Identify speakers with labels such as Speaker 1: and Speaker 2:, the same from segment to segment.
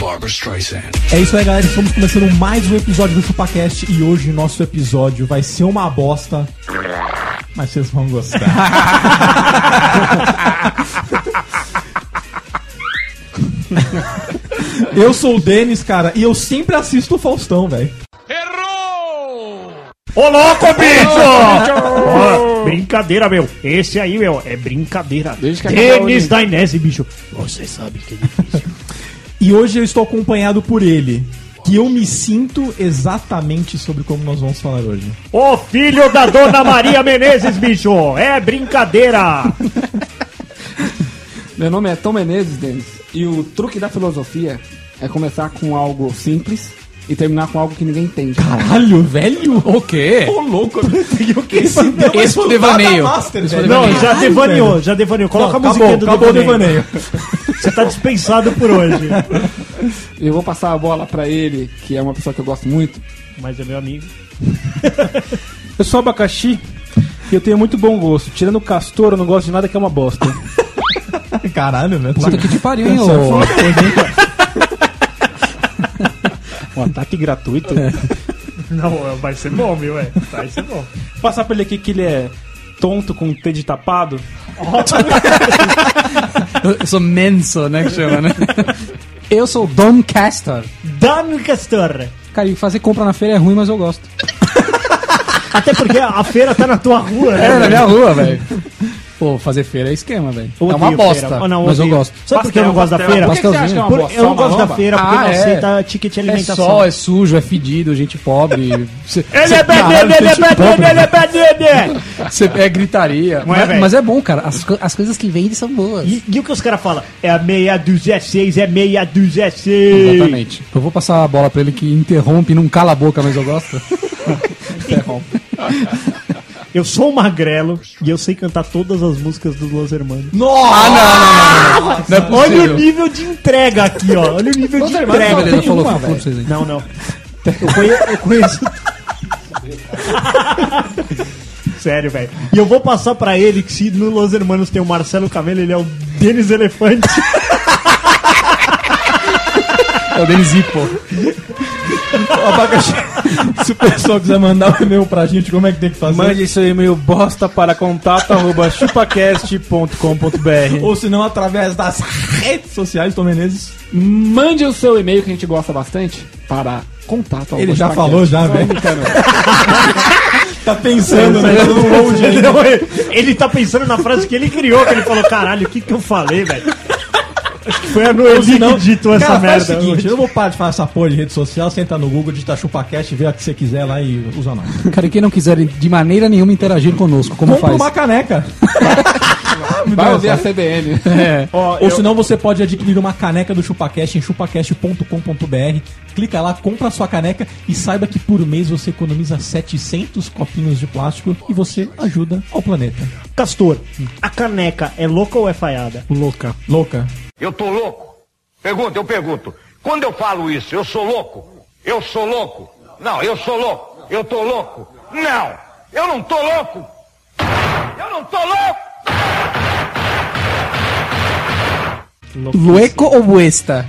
Speaker 1: Barbara Streisand.
Speaker 2: É isso aí, galera. Estamos começando mais um episódio do ChupaCast e hoje nosso episódio vai ser uma bosta. Mas vocês vão gostar. eu sou o Denis, cara, e eu sempre assisto o Faustão, velho.
Speaker 3: Ô louco, bicho! Ó, brincadeira, meu. Esse aí, meu, é brincadeira. Denis da Inés, bicho. Você sabe que é difícil.
Speaker 2: E hoje eu estou acompanhado por ele. Que eu me sinto exatamente sobre como nós vamos falar hoje.
Speaker 3: Ô filho da dona Maria Menezes, bicho. É brincadeira.
Speaker 4: Meu nome é Tom Menezes, Denis, e o truque da filosofia é começar com algo simples e terminar com algo que ninguém entende.
Speaker 2: Caralho, velho!
Speaker 5: O quê?
Speaker 2: Ô, louco, eu peguei o que?
Speaker 5: Esse- esse devaneio.
Speaker 3: Não, já devaneou, já devaneou. Coloca a musiquinha do
Speaker 2: acabou o
Speaker 3: devaneio.
Speaker 2: devaneio.
Speaker 3: Você tá dispensado por hoje.
Speaker 4: Eu vou passar a bola pra ele, que é uma pessoa que eu gosto muito.
Speaker 3: Mas é meu amigo.
Speaker 6: Eu sou abacaxi e eu tenho muito bom gosto. Tirando o castor, eu não gosto de nada que é uma bosta.
Speaker 2: Caralho, né?
Speaker 5: Puta que te pariu, hein, ô.
Speaker 6: Um É. ataque gratuito.
Speaker 3: Não, vai ser bom, meu, é. Vai ser bom.
Speaker 6: Passar pra ele aqui que ele é tonto com o T de tapado.
Speaker 5: Eu sou menso, né, que chama, né? Eu sou Dom Castor.
Speaker 3: Dan Castor.
Speaker 5: Cara, e fazer compra na feira é ruim, mas eu gosto.
Speaker 3: Até porque a feira tá na tua rua, né?
Speaker 5: É, na minha rua, velho. Pô, fazer feira é esquema, velho. É uma
Speaker 3: Odeio
Speaker 5: bosta,
Speaker 3: feira. Ah, não,
Speaker 5: mas eu
Speaker 3: odeio.
Speaker 5: gosto.
Speaker 3: Sabe por que eu não gosto da feira?
Speaker 4: Por que, que você acha que é uma
Speaker 3: Por-
Speaker 4: bosta?
Speaker 3: eu não
Speaker 4: Uma
Speaker 3: gosto da
Speaker 4: lomba?
Speaker 3: feira porque
Speaker 5: Ah,
Speaker 3: não
Speaker 5: é.
Speaker 3: aceita ticket de
Speaker 5: É
Speaker 3: alimentação.
Speaker 5: sol, é sujo, é fedido, gente pobre. Cê-
Speaker 3: Ele
Speaker 5: cê-
Speaker 3: é bandido, ele
Speaker 5: Caralho,
Speaker 3: é
Speaker 5: gente pobre.
Speaker 3: bandido, ele é bandido!
Speaker 5: Cê- é gritaria.
Speaker 3: Não é,
Speaker 5: mas,
Speaker 3: velho?
Speaker 5: mas é bom, cara. As, co- as coisas que vendem são boas.
Speaker 3: E, e o que os caras falam? É a meia 16, é meia 16.
Speaker 5: Exatamente. Eu vou passar a bola pra ele que interrompe, não cala a boca, mas eu gosto.
Speaker 3: Eu sou um magrelo e eu sei cantar todas as músicas dos Los Hermanos. Ah,
Speaker 5: Não é
Speaker 3: Olha o
Speaker 5: possível.
Speaker 3: nível de entrega aqui, ó. Olha o nível de entrega.
Speaker 5: Beleza, falou, falou pra vocês aí.
Speaker 3: Não, não. Eu conheço. Eu conheço... Sério, velho. E eu vou passar pra ele que se no Los Hermanos tem o Marcelo Camelo, ele é o Denis Elefante.
Speaker 5: É o Denis Hippo.
Speaker 2: Ô, Abacaxi, se o pessoal quiser mandar um e-mail pra gente, como é que tem que fazer?
Speaker 6: Mande seu e-mail bosta para contato arroba chupacast.com.br.
Speaker 2: Ou se não, através das redes sociais, Tom Menezes.
Speaker 4: Mande o seu e-mail que a gente gosta bastante para contato ao
Speaker 2: Ele
Speaker 4: Gosto
Speaker 2: já
Speaker 4: Podcast.
Speaker 2: falou já,
Speaker 4: Só
Speaker 2: velho.
Speaker 4: brincando.
Speaker 2: Tá pensando, né? Tá no load
Speaker 3: Ele,
Speaker 2: ainda.
Speaker 3: não- ele tá pensando na frase que ele criou, que ele falou, caralho, o que que eu falei, velho? Acho que Foi a Noeli que ditou essa
Speaker 2: Cara,
Speaker 3: merda.
Speaker 2: faz o seguinte, eu não vou parar de falar essa porra de rede social, você entra no Google, digita ChupaCast, vê a que você quiser lá e usa nós.
Speaker 5: Cara, e quem não quiser de maneira nenhuma interagir conosco, como
Speaker 2: Compra
Speaker 5: faz?
Speaker 2: uma caneca.
Speaker 4: Vai ouvir a CBN.
Speaker 5: É.
Speaker 3: Ó,
Speaker 2: Ou
Speaker 3: eu-
Speaker 2: senão você pode adquirir uma caneca do ChupaCast em chupacast.com.br. Clica lá, compra a sua caneca e saiba que por mês você economiza 700 copinhos de plástico e você ajuda ao planeta.
Speaker 3: Castor, a caneca é louca ou é falhada?
Speaker 6: Louca.
Speaker 2: Louca.
Speaker 7: Eu tô louco? Pergunta, eu pergunto. Quando eu falo isso, eu sou louco? Eu sou louco? Não, eu sou louco. Eu tô louco? Não, eu não tô louco. Eu não tô louco.
Speaker 5: Lueco ou buesta?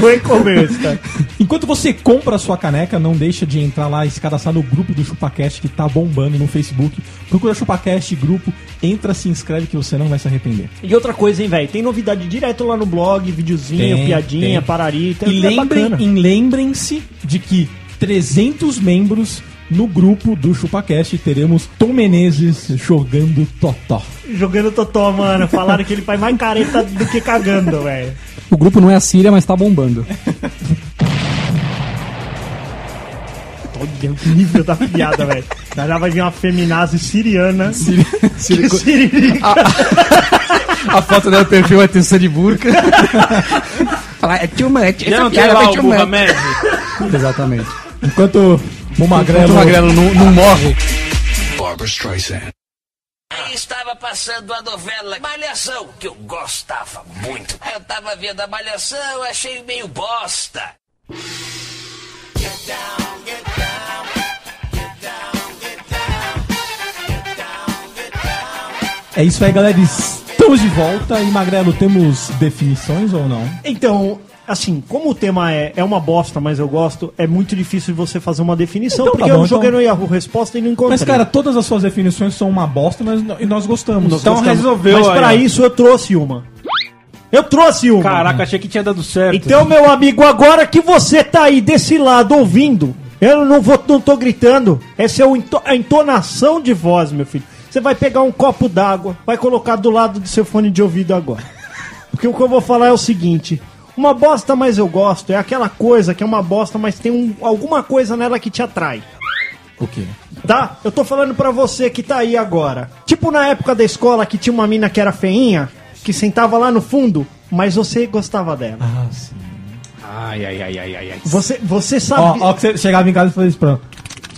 Speaker 3: Foi começa.
Speaker 2: Enquanto você compra a sua caneca, não deixa de entrar lá e se cadastrar no grupo do ChupaCast que tá bombando no Facebook. Procura ChupaCast grupo, entra, se inscreve que você não vai se arrepender.
Speaker 3: E outra coisa, hein, velho? Tem novidade direto lá no blog, videozinho,
Speaker 2: Tem,
Speaker 3: piadinha, é
Speaker 2: tem.
Speaker 3: pararita.
Speaker 2: E lembrem- e lembrem-se de que 300 membros no grupo do ChupaCast teremos Tom Menezes jogando Totó.
Speaker 3: Jogando Totó, mano. Falaram que ele faz mais careta do que cagando, velho.
Speaker 5: O grupo não é a Síria, mas tá bombando.
Speaker 3: Olha o nível da piada, velho. Já vai vir uma feminazi siriana. Que siririca.
Speaker 2: Ah.
Speaker 5: A foto do perfil é terça de burca. Fala, é too much. essa piada vai too much. Exatamente.
Speaker 2: Enquanto o Magrelo.
Speaker 5: O magrelo não, não morre.
Speaker 1: Barbara Streisand.
Speaker 8: Aí estava passando a novela Malhação, que eu gostava muito. Aí eu tava vendo a Malhação, achei meio bosta.
Speaker 2: É isso aí, galera. Estamos de volta. E Magrelo, temos definições ou não?
Speaker 3: Então, assim, como o tema é, é uma bosta, mas eu gosto, é muito difícil você fazer uma definição,
Speaker 2: Então tá
Speaker 3: porque
Speaker 2: bom,
Speaker 3: eu
Speaker 2: então.
Speaker 3: joguei no Yahoo Resposta e não encontrei.
Speaker 2: Mas, cara, todas as suas definições são uma bosta mas, e nós gostamos.
Speaker 6: Então resolveu.
Speaker 3: mas
Speaker 6: aí,
Speaker 3: pra
Speaker 6: ó.
Speaker 3: isso eu trouxe uma. Eu trouxe uma.
Speaker 6: Caraca, achei que tinha dado certo.
Speaker 3: Então, meu amigo, agora que você tá aí desse lado ouvindo, eu não vou, não tô gritando. Essa é o into- a entonação de voz, meu filho. Você vai pegar um copo d'água, vai colocar do lado do seu fone de ouvido agora. Porque o que eu vou falar é o seguinte: uma bosta, mas eu gosto, é aquela coisa que é uma bosta, mas tem um- alguma coisa nela que te atrai.
Speaker 2: O quê?
Speaker 3: Tá? Eu tô falando pra você que tá aí agora. Tipo na época da escola que tinha uma mina que era feinha, que sentava lá no fundo, mas você gostava dela.
Speaker 2: Ah, sim.
Speaker 4: Ai, ai, ai, ai, ai. ai.
Speaker 3: Você, você
Speaker 2: Ó,
Speaker 3: sabe.
Speaker 2: ó, que você chegava em casa e fazia isso pra ela.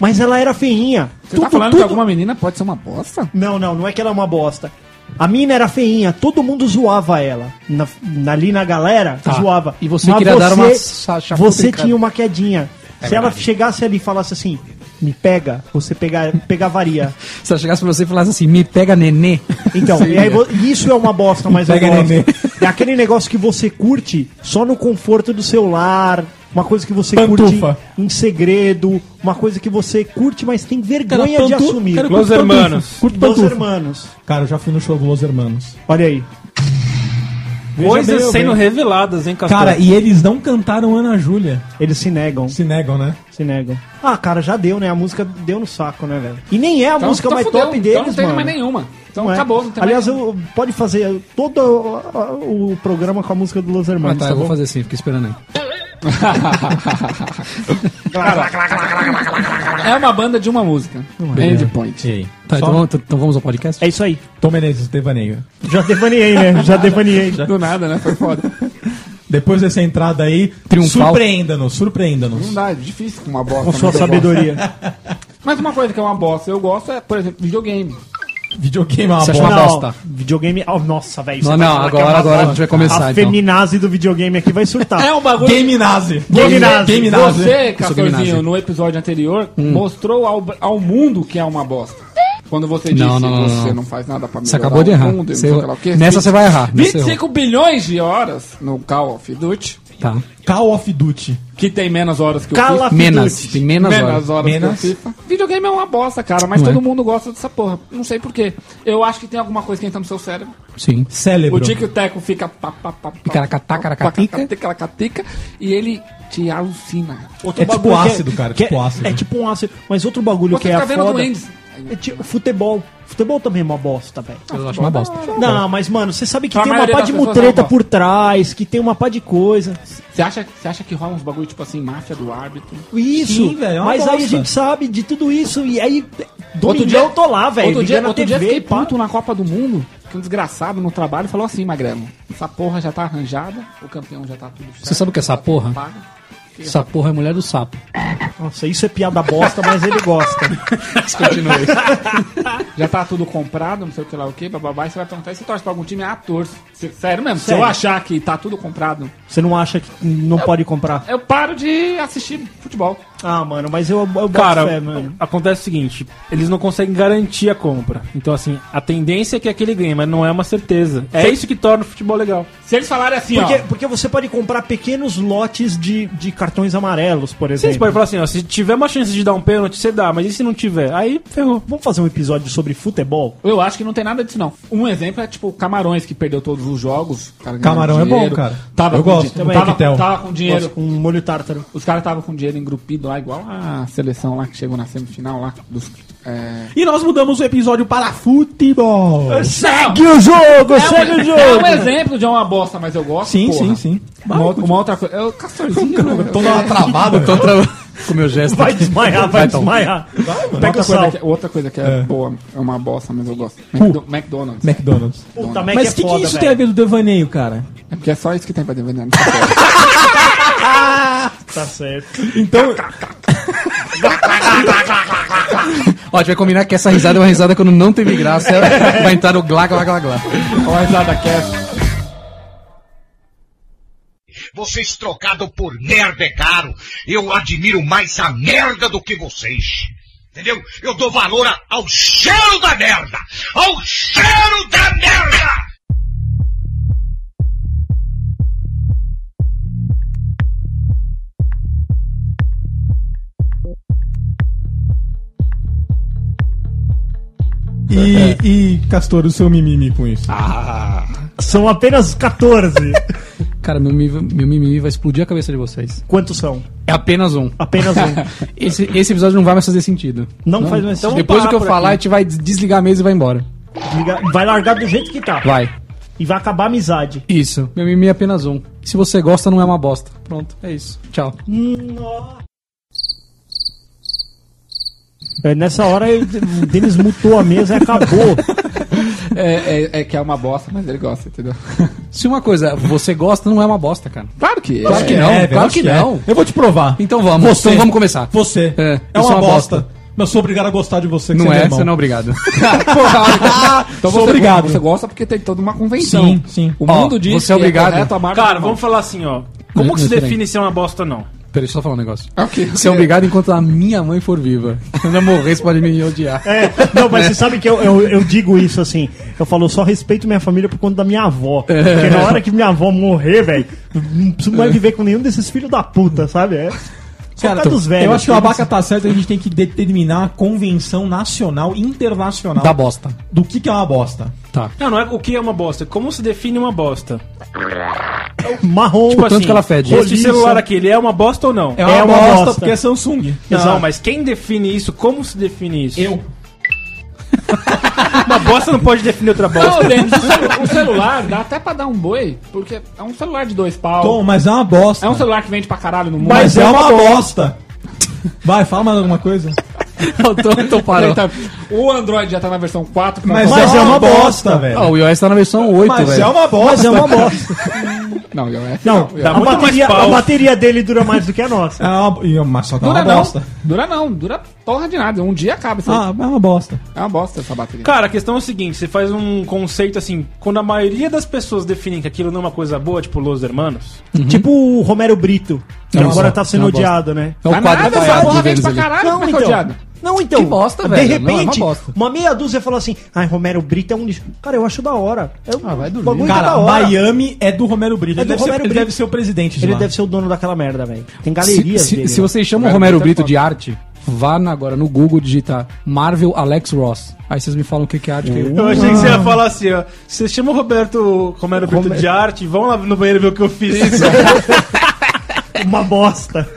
Speaker 3: Mas ela era feinha.
Speaker 5: Você tá falando que alguma menina pode ser uma bosta?
Speaker 3: Não, não, não é que ela é uma bosta. A mina era feinha, todo mundo zoava ela. Na, na- ali na galera, zoava.
Speaker 5: E você queria dar uma sa- chapuda
Speaker 3: Você
Speaker 5: em cara.
Speaker 3: tinha uma quedinha. Se ela chegasse ali e falasse assim, me pega, você pegar, pegaria.
Speaker 5: Se eu chegasse pra você e falasse assim, me pega nenê.
Speaker 3: Então, e aí vo- isso é uma bosta, mas eu
Speaker 2: Pega
Speaker 3: gosto.
Speaker 2: neném.
Speaker 3: É aquele negócio que você curte só no conforto do seu lar, uma coisa que você
Speaker 2: Pantufa.
Speaker 3: curte em, em segredo, uma coisa que você curte, mas tem
Speaker 2: Cara,
Speaker 3: vergonha de
Speaker 2: pantu-
Speaker 3: assumir.
Speaker 2: cara, eu
Speaker 6: Los
Speaker 2: curto pantufa,
Speaker 6: Hermanos.
Speaker 2: Curto
Speaker 3: Los
Speaker 2: pantufa.
Speaker 3: Hermanos.
Speaker 2: Cara, eu já fui no show do Los Hermanos.
Speaker 3: Olha aí.
Speaker 6: Coisas
Speaker 2: Veja bem,
Speaker 6: sendo
Speaker 2: eu vejo.
Speaker 6: reveladas, hein,
Speaker 4: Tá
Speaker 6: Castor?
Speaker 2: Cara, e eles não cantaram Ana Júlia.
Speaker 3: Eles se negam,
Speaker 2: Se negam, né?
Speaker 3: se negam. Ah, cara, já deu, né? A música deu no saco, né, velho? E nem é a
Speaker 4: Tá,
Speaker 3: música
Speaker 5: então
Speaker 3: mais
Speaker 5: fudeu,
Speaker 3: top
Speaker 5: então
Speaker 3: deles,
Speaker 5: não tem
Speaker 3: mano.
Speaker 5: mais nenhuma. Então
Speaker 3: Não é.
Speaker 5: acabou, não tem
Speaker 3: Aliás,
Speaker 5: mais
Speaker 3: eu, pode fazer todo ó, o, programa com a música do Los
Speaker 5: Ah,
Speaker 3: Hermanos,
Speaker 5: tá,
Speaker 3: tá
Speaker 5: eu vou
Speaker 3: bom?
Speaker 5: fazer assim, fica esperando aí. é uma banda de uma música.
Speaker 4: é. Endpoint.
Speaker 2: E aí?
Speaker 5: Tá, então, vamos- então vamos ao podcast?
Speaker 3: É isso aí.
Speaker 2: Tom Menezes, devaneio.
Speaker 3: Já devaneei, né? Já devaneei.
Speaker 5: Do nada, né? Foi foda.
Speaker 2: Depois dessa entrada aí,
Speaker 5: Triunfal.
Speaker 2: surpreenda-nos, surpreenda-nos.
Speaker 4: Não dá, é difícil com uma bosta.
Speaker 3: Com
Speaker 4: mas
Speaker 3: sua
Speaker 4: eu
Speaker 3: sabedoria.
Speaker 4: gosto. Mas uma coisa que é uma bosta, eu gosto é, por exemplo, videogame.
Speaker 2: Videogame é uma
Speaker 5: Você
Speaker 2: bosta.
Speaker 5: acha uma
Speaker 3: Não,
Speaker 5: bosta.
Speaker 3: Videogame. Oh, nossa, velho.
Speaker 5: Não,
Speaker 3: você vai
Speaker 5: não,
Speaker 3: falar que é
Speaker 5: agora,
Speaker 3: uma
Speaker 5: agora a
Speaker 3: bosta.
Speaker 5: gente vai começar,
Speaker 3: A
Speaker 5: então.
Speaker 3: feminazi do videogame aqui vai
Speaker 5: Ah,
Speaker 3: surtar.
Speaker 5: é
Speaker 4: um bagulho.
Speaker 2: Game nazi.
Speaker 3: Game nazi.
Speaker 2: Game nazi.
Speaker 4: Você,
Speaker 5: né? sou Hum. Game
Speaker 4: Castorzinho,
Speaker 5: Nazi.
Speaker 4: no episódio anterior, mostrou ao, ao mundo que é uma bosta. Quando você disse
Speaker 5: Não, não, não,
Speaker 4: você
Speaker 5: não.
Speaker 4: não faz nada pra melhorar
Speaker 5: Você acabou de
Speaker 4: o
Speaker 5: errar.
Speaker 4: mundo, e não
Speaker 5: Você-
Speaker 4: sei lá o quê.
Speaker 5: Nessa você vai errar. nessa você
Speaker 4: 25 bilhões de horas no Call of Duty,
Speaker 5: errou. Tá.
Speaker 2: Call of Duty.
Speaker 4: que tem menos horas que o
Speaker 3: Call
Speaker 4: FIFA.
Speaker 3: of
Speaker 5: Menas.
Speaker 3: Duty.
Speaker 5: Tem menos,
Speaker 4: menos
Speaker 5: horas.
Speaker 4: horas
Speaker 2: Menos.
Speaker 4: que o FIFA. Videogame é uma bosta, cara, mas
Speaker 5: Não é.
Speaker 4: todo mundo gosta dessa porra. Não sei porquê. Eu acho que tem alguma coisa que entra no seu cérebro.
Speaker 5: Sim.
Speaker 2: Cérebro.
Speaker 4: O Tico e o Teco fica pá, pá, pá, pá,
Speaker 5: Picaracatá, caracatica.
Speaker 4: pá, picaracatá, e ele te alucina.
Speaker 3: Outro
Speaker 2: É tipo
Speaker 3: bagulho que
Speaker 2: ácido, cara,
Speaker 3: que
Speaker 2: tipo ácido.
Speaker 3: É tipo um ácido. Mas outro bagulho
Speaker 4: Você
Speaker 3: que é
Speaker 4: fica
Speaker 3: a
Speaker 4: vendo
Speaker 3: foda...
Speaker 4: duendes.
Speaker 3: É tipo futebol. Futebol também é uma bosta, velho.
Speaker 5: Eu acho uma bosta.
Speaker 3: Não, mas, mano, você sabe que
Speaker 4: Pra
Speaker 3: tem uma
Speaker 4: maioria
Speaker 3: pá
Speaker 4: das
Speaker 3: de
Speaker 4: pessoas
Speaker 3: mutreta
Speaker 4: não é uma
Speaker 3: por trás, que tem uma pá de coisa.
Speaker 4: Você acha, você acha que rola uns bagulho tipo assim, máfia do árbitro?
Speaker 3: Isso.
Speaker 2: Sim, velho, é uma
Speaker 3: mas aí
Speaker 2: bosta.
Speaker 3: a gente sabe de tudo isso. E aí, domingão eu tô lá, velho.
Speaker 4: Outro dia,
Speaker 3: ligando a
Speaker 4: outro dia
Speaker 3: TV,
Speaker 4: fiquei
Speaker 3: pá.
Speaker 4: puto na Copa do Mundo, que um desgraçado no trabalho falou assim, Magrelo, essa porra já tá arranjada, o campeão já tá tudo certo.
Speaker 5: Você sabe o que é essa porra?
Speaker 4: pago.
Speaker 5: Essa porra é mulher do sapo.
Speaker 3: Nossa, isso é piada bosta, mas ele gosta.
Speaker 5: Continue.
Speaker 4: Já tá tudo comprado, não sei o que lá o que, bababá, e você vai perguntar, e você torce pra algum time? Ah, torço. Cê- Sério mesmo, se
Speaker 3: Sério.
Speaker 4: eu achar que tá tudo comprado,
Speaker 3: Você não acha que não pode comprar?
Speaker 4: eu paro de assistir futebol.
Speaker 3: Ah, mano, mas eu, eu boto
Speaker 6: Cara,
Speaker 2: é,
Speaker 3: fé, mano.
Speaker 6: acontece o seguinte, eles não conseguem garantir a compra. Então, assim, a tendência é que aquele ganhe, mas não é uma certeza. É isso que torna o futebol legal.
Speaker 4: Se eles falarem assim,
Speaker 3: Porque,
Speaker 4: ó,
Speaker 3: porque você pode comprar pequenos lotes de, de cartões amarelos, por
Speaker 6: Vocês
Speaker 3: exemplo.
Speaker 6: podem falar assim, ó, se tiver uma chance de dar um pênalti, você dá, mas e se não tiver? Aí ferrou.
Speaker 3: Vamos fazer um episódio sobre futebol?
Speaker 4: eu acho que não tem nada disso não. Um exemplo é tipo Camarões, que perdeu todos os jogos. o cara ganhou
Speaker 2: Camarão é bom,
Speaker 4: dinheiro,
Speaker 2: cara.
Speaker 4: Tava
Speaker 2: Eu
Speaker 4: com
Speaker 2: gosto,
Speaker 4: di-
Speaker 2: também,
Speaker 4: Tava,
Speaker 2: Quitel.
Speaker 4: tava com dinheiro.
Speaker 3: Nossa, Um molho tártaro.
Speaker 4: Os caras estavam com dinheiro engrupido lá, igual a seleção lá que chegou na semifinal lá. Dos, é...
Speaker 2: E nós mudamos o episódio para futebol.
Speaker 3: Segue o jogo,
Speaker 4: É
Speaker 3: segue
Speaker 4: um,
Speaker 3: o
Speaker 4: é
Speaker 3: jogo!
Speaker 4: um exemplo de uma bosta, mas eu gosto.
Speaker 2: Sim,
Speaker 4: porra.
Speaker 2: sim, sim.
Speaker 4: Uma, outra- uma outra coisa. Eu, Castorzinho, né? eu-
Speaker 2: Tô lá travado.
Speaker 5: Eu tô tra... com o meu gesto.
Speaker 3: Vai desmaiar, vai
Speaker 5: Vai, Tom.
Speaker 3: desmaiar. Pega
Speaker 4: outra,
Speaker 3: o sal.
Speaker 4: coisa que, outra coisa que é, boa, é uma bosta, mas eu gosto. Macdo- McDonald's.
Speaker 2: McDonald's.
Speaker 3: Puta, Mac
Speaker 2: Mas
Speaker 3: é
Speaker 2: o que, que
Speaker 3: foda,
Speaker 2: isso tem a
Speaker 3: velho.
Speaker 2: ver do devaneio, cara?
Speaker 4: É porque é só isso que tem pra DVD nessa porra.
Speaker 3: Tá certo.
Speaker 2: Então,
Speaker 5: Ó, a gente vai combinar que essa risada é uma risada quando não teve graça. Vai entrar no glá, glá, glá, glá.
Speaker 4: Olha a risada é. cast.
Speaker 7: Vocês trocado por merda é caro. Eu admiro mais a merda do que vocês. Entendeu? Eu dou valor a- ao cheiro da merda! Ao cheiro da merda!
Speaker 2: E, e, Castor, o seu mimimi com isso.
Speaker 3: São apenas 14.
Speaker 5: Cara, meu mimimi, meu mimimi vai explodir a cabeça de vocês.
Speaker 3: Quantos são?
Speaker 5: É apenas um.
Speaker 3: Apenas um.
Speaker 5: Esse, esse episódio não vai mais fazer sentido. Então
Speaker 3: Não, faz mais sentido.
Speaker 5: Depois do que eu falar, a gente vai des- desligar a mesa e vai embora.
Speaker 3: Liga- Vai largar do jeito que tá.
Speaker 5: Vai.
Speaker 3: E vai acabar a amizade.
Speaker 5: Isso. Meu mimimi é apenas um. Se você gosta, não é uma bosta. Pronto, é isso. Tchau.
Speaker 3: É, nessa hora eu- o Denis mutou a mesa e acabou.
Speaker 4: É, é, é que é uma bosta, mas ele gosta, entendeu?
Speaker 5: Se uma coisa você gosta, não é uma bosta, cara.
Speaker 4: Claro que é.
Speaker 5: Claro que não,
Speaker 2: velho,
Speaker 5: claro
Speaker 2: É, acho
Speaker 5: que não.
Speaker 2: Eu vou te provar.
Speaker 5: Então vamos, então vamos começar.
Speaker 2: Você.
Speaker 5: É,
Speaker 2: É,
Speaker 5: eu sou
Speaker 2: uma,
Speaker 5: uma
Speaker 2: bosta.
Speaker 5: bosta.
Speaker 2: Mas sou obrigado a gostar de você, que
Speaker 5: Não
Speaker 2: você
Speaker 5: é,
Speaker 2: meu
Speaker 5: você não é
Speaker 2: irmão.
Speaker 5: obrigado.
Speaker 4: Então
Speaker 2: Sou obrigado.
Speaker 4: Você gosta porque tem toda uma convenção.
Speaker 2: Sim, sim.
Speaker 4: O
Speaker 5: Ó,
Speaker 4: mundo diz
Speaker 5: você é obrigado.
Speaker 4: correto amar
Speaker 6: Cara,
Speaker 4: não.
Speaker 6: vamos falar assim, ó. Como que se
Speaker 5: Não, peraí.
Speaker 6: define se é uma bosta ou não?
Speaker 5: Peraí, deixa eu só falar um negócio.
Speaker 4: Ok, ok.
Speaker 5: Você é obrigado enquanto a minha mãe for viva. Quando eu morrer, você pode me odiar.
Speaker 3: É, não, mas você sabe que eu, eu, eu digo isso assim. Eu falo, eu só respeito minha família por conta da minha avó.
Speaker 6: É.
Speaker 3: Porque na hora que minha avó morrer, velho, não preciso mais viver com nenhum desses filhos da puta, sabe? É. Só por
Speaker 2: Cara,
Speaker 3: causa dos velhos.
Speaker 2: eu acho que o Abaca tá certo, a gente tem que determinar a convenção nacional e internacional
Speaker 5: Da bosta.
Speaker 2: do que, que é uma bosta.
Speaker 5: Tá.
Speaker 6: Não, não é o que é uma bosta. Como se define uma bosta?
Speaker 3: marrom. assim.
Speaker 5: tanto que ela fede.
Speaker 6: Este
Speaker 3: roliça.
Speaker 6: celular aqui, ele é uma bosta ou não?
Speaker 2: É
Speaker 3: uma bosta.
Speaker 2: porque é Samsung.
Speaker 6: Não, mas quem define isso? Como se define isso?
Speaker 2: Eu.
Speaker 6: Uma bosta não pode definir outra bosta.
Speaker 4: Não, Denis, o celu- o celular dá até pra dar um boi, porque é um celular de dois pau.
Speaker 2: Tom, mas é uma bosta.
Speaker 4: É um celular que vende pra caralho no mundo.
Speaker 2: Mas é uma bosta. Vai, fala mais alguma coisa.
Speaker 5: Eu tô, tô parando.
Speaker 4: Então, o Android já tá na versão 4. pra-
Speaker 2: Mas, é, uma bosta, velho.
Speaker 5: Ó, o iOS tá na versão 8,
Speaker 2: Mas é
Speaker 5: velho.
Speaker 2: uma bosta. Mas é uma bosta.
Speaker 4: Não, eu é.
Speaker 3: Não,
Speaker 6: Dá
Speaker 3: a,
Speaker 6: muito mais
Speaker 3: bateria,
Speaker 6: pau.
Speaker 3: a bateria dele dura mais do que a nossa.
Speaker 2: Mas só dá
Speaker 4: Dura
Speaker 2: É uma
Speaker 4: não.
Speaker 2: bosta.
Speaker 4: Dura não. Dura porra de nada. Um dia acaba isso aí.
Speaker 2: Ah, é uma bosta.
Speaker 4: É uma bosta essa bateria.
Speaker 6: Cara, a questão é o seguinte: você faz um conceito assim, quando a maioria das pessoas definem que aquilo não é uma coisa boa, tipo Los Hermanos,
Speaker 2: Uhum.
Speaker 3: Tipo o Romero Brito, que
Speaker 5: É uma
Speaker 3: agora
Speaker 5: bosta,
Speaker 3: tá
Speaker 5: é
Speaker 3: sendo
Speaker 5: uma bosta.
Speaker 3: odiado, né?
Speaker 5: É o quadro
Speaker 4: essa
Speaker 5: falhado
Speaker 4: porra
Speaker 5: de
Speaker 4: vende
Speaker 5: Vênus
Speaker 4: pra
Speaker 5: ali.
Speaker 4: caralho. Não, então.
Speaker 3: então. Não, então.
Speaker 5: Que bosta,
Speaker 3: De
Speaker 5: velho. Não, é uma
Speaker 3: repente, uma,
Speaker 5: bosta.
Speaker 3: meia dúzia falou assim: ai, Romero Brito é um lixo. Cara, eu acho da hora. É um
Speaker 4: Ah, vai dormir.
Speaker 3: bagulho
Speaker 2: Cara,
Speaker 3: da hora.
Speaker 2: Miami é do Romero Brito.
Speaker 3: É
Speaker 2: ele,
Speaker 3: do
Speaker 2: deve, ser,
Speaker 3: Romero
Speaker 2: ele
Speaker 3: Brito.
Speaker 2: deve ser o presidente de
Speaker 3: Ele
Speaker 2: lá.
Speaker 3: deve ser o dono daquela merda, velho. Tem
Speaker 5: Se,
Speaker 3: galerias
Speaker 5: se,
Speaker 3: dele.
Speaker 5: se
Speaker 3: né?
Speaker 5: você chama o
Speaker 4: Romero
Speaker 5: Romero
Speaker 4: Brito é
Speaker 5: Brito
Speaker 4: foda.
Speaker 5: de arte, vá na- agora no Google digitar Marvel Alex Ross. Aí vocês me falam o que que é arte. que eu-
Speaker 6: eu achei que você
Speaker 3: Ah.
Speaker 6: ia falar assim, ó. Você chama o Roberto Romero Brito de arte, vão lá no banheiro ver o que eu fiz.
Speaker 3: Uma bosta.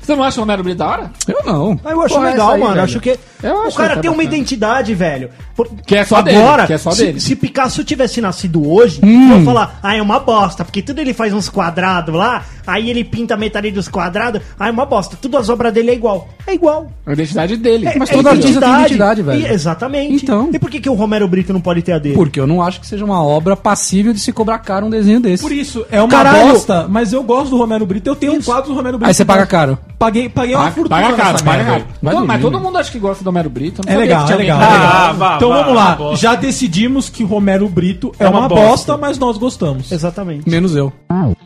Speaker 4: Você não acha o Romero Brito da hora?
Speaker 5: Eu não.
Speaker 3: Ah, eu acho
Speaker 4: Porra,
Speaker 3: legal,
Speaker 4: essa aí,
Speaker 3: mano.
Speaker 4: velho.
Speaker 3: Acho que.
Speaker 4: Eu acho
Speaker 3: o cara
Speaker 4: essa
Speaker 3: tem uma
Speaker 4: bacana.
Speaker 3: identidade, velho. Por-
Speaker 4: Que é só
Speaker 3: Agora,
Speaker 4: dele, que é só
Speaker 3: se,
Speaker 4: dele. Hum.
Speaker 3: se Picasso tivesse nascido hoje, eu ia falar, ah, é uma bosta, porque tudo ele faz uns quadrados lá, aí ele pinta a metade dos quadrados, ah, é uma bosta. Tudo as obras dele é igual. É igual.
Speaker 4: A identidade dele.
Speaker 5: Mas todo
Speaker 3: é
Speaker 5: artista tem identidade, velho.
Speaker 3: E- exatamente.
Speaker 5: Então.
Speaker 3: E por que, que o Romero Brito não pode ter a dele?
Speaker 5: Porque eu não acho que seja uma obra passível de se cobrar caro um desenho desse.
Speaker 2: Por isso, é uma
Speaker 5: Caralho.
Speaker 2: bosta, mas eu gosto do Romero Brito. Eu tenho um quadro do Romero Brito.
Speaker 5: Aí você paga caro.
Speaker 2: Paguei, paguei uma
Speaker 4: Paga,
Speaker 2: fortuna.
Speaker 4: paga caro,
Speaker 2: nessa
Speaker 4: paga
Speaker 2: merda.
Speaker 4: caro.
Speaker 5: Vai
Speaker 4: Pô, Mas
Speaker 5: dormir.
Speaker 4: todo mundo acha que gosta do Romero Brito. eu
Speaker 2: É
Speaker 4: não sabia
Speaker 2: legal,
Speaker 4: que
Speaker 2: é
Speaker 4: tinha
Speaker 2: legal.
Speaker 4: alguém que-
Speaker 2: é legal.
Speaker 6: Ah, vá,
Speaker 2: então
Speaker 6: vá,
Speaker 2: vamos
Speaker 6: uma
Speaker 2: lá.
Speaker 6: bosta.
Speaker 2: Já decidimos que Romero Brito é, uma,
Speaker 6: uma
Speaker 2: bosta,
Speaker 6: bosta.
Speaker 2: mas nós gostamos.
Speaker 3: Exatamente.
Speaker 5: Menos eu.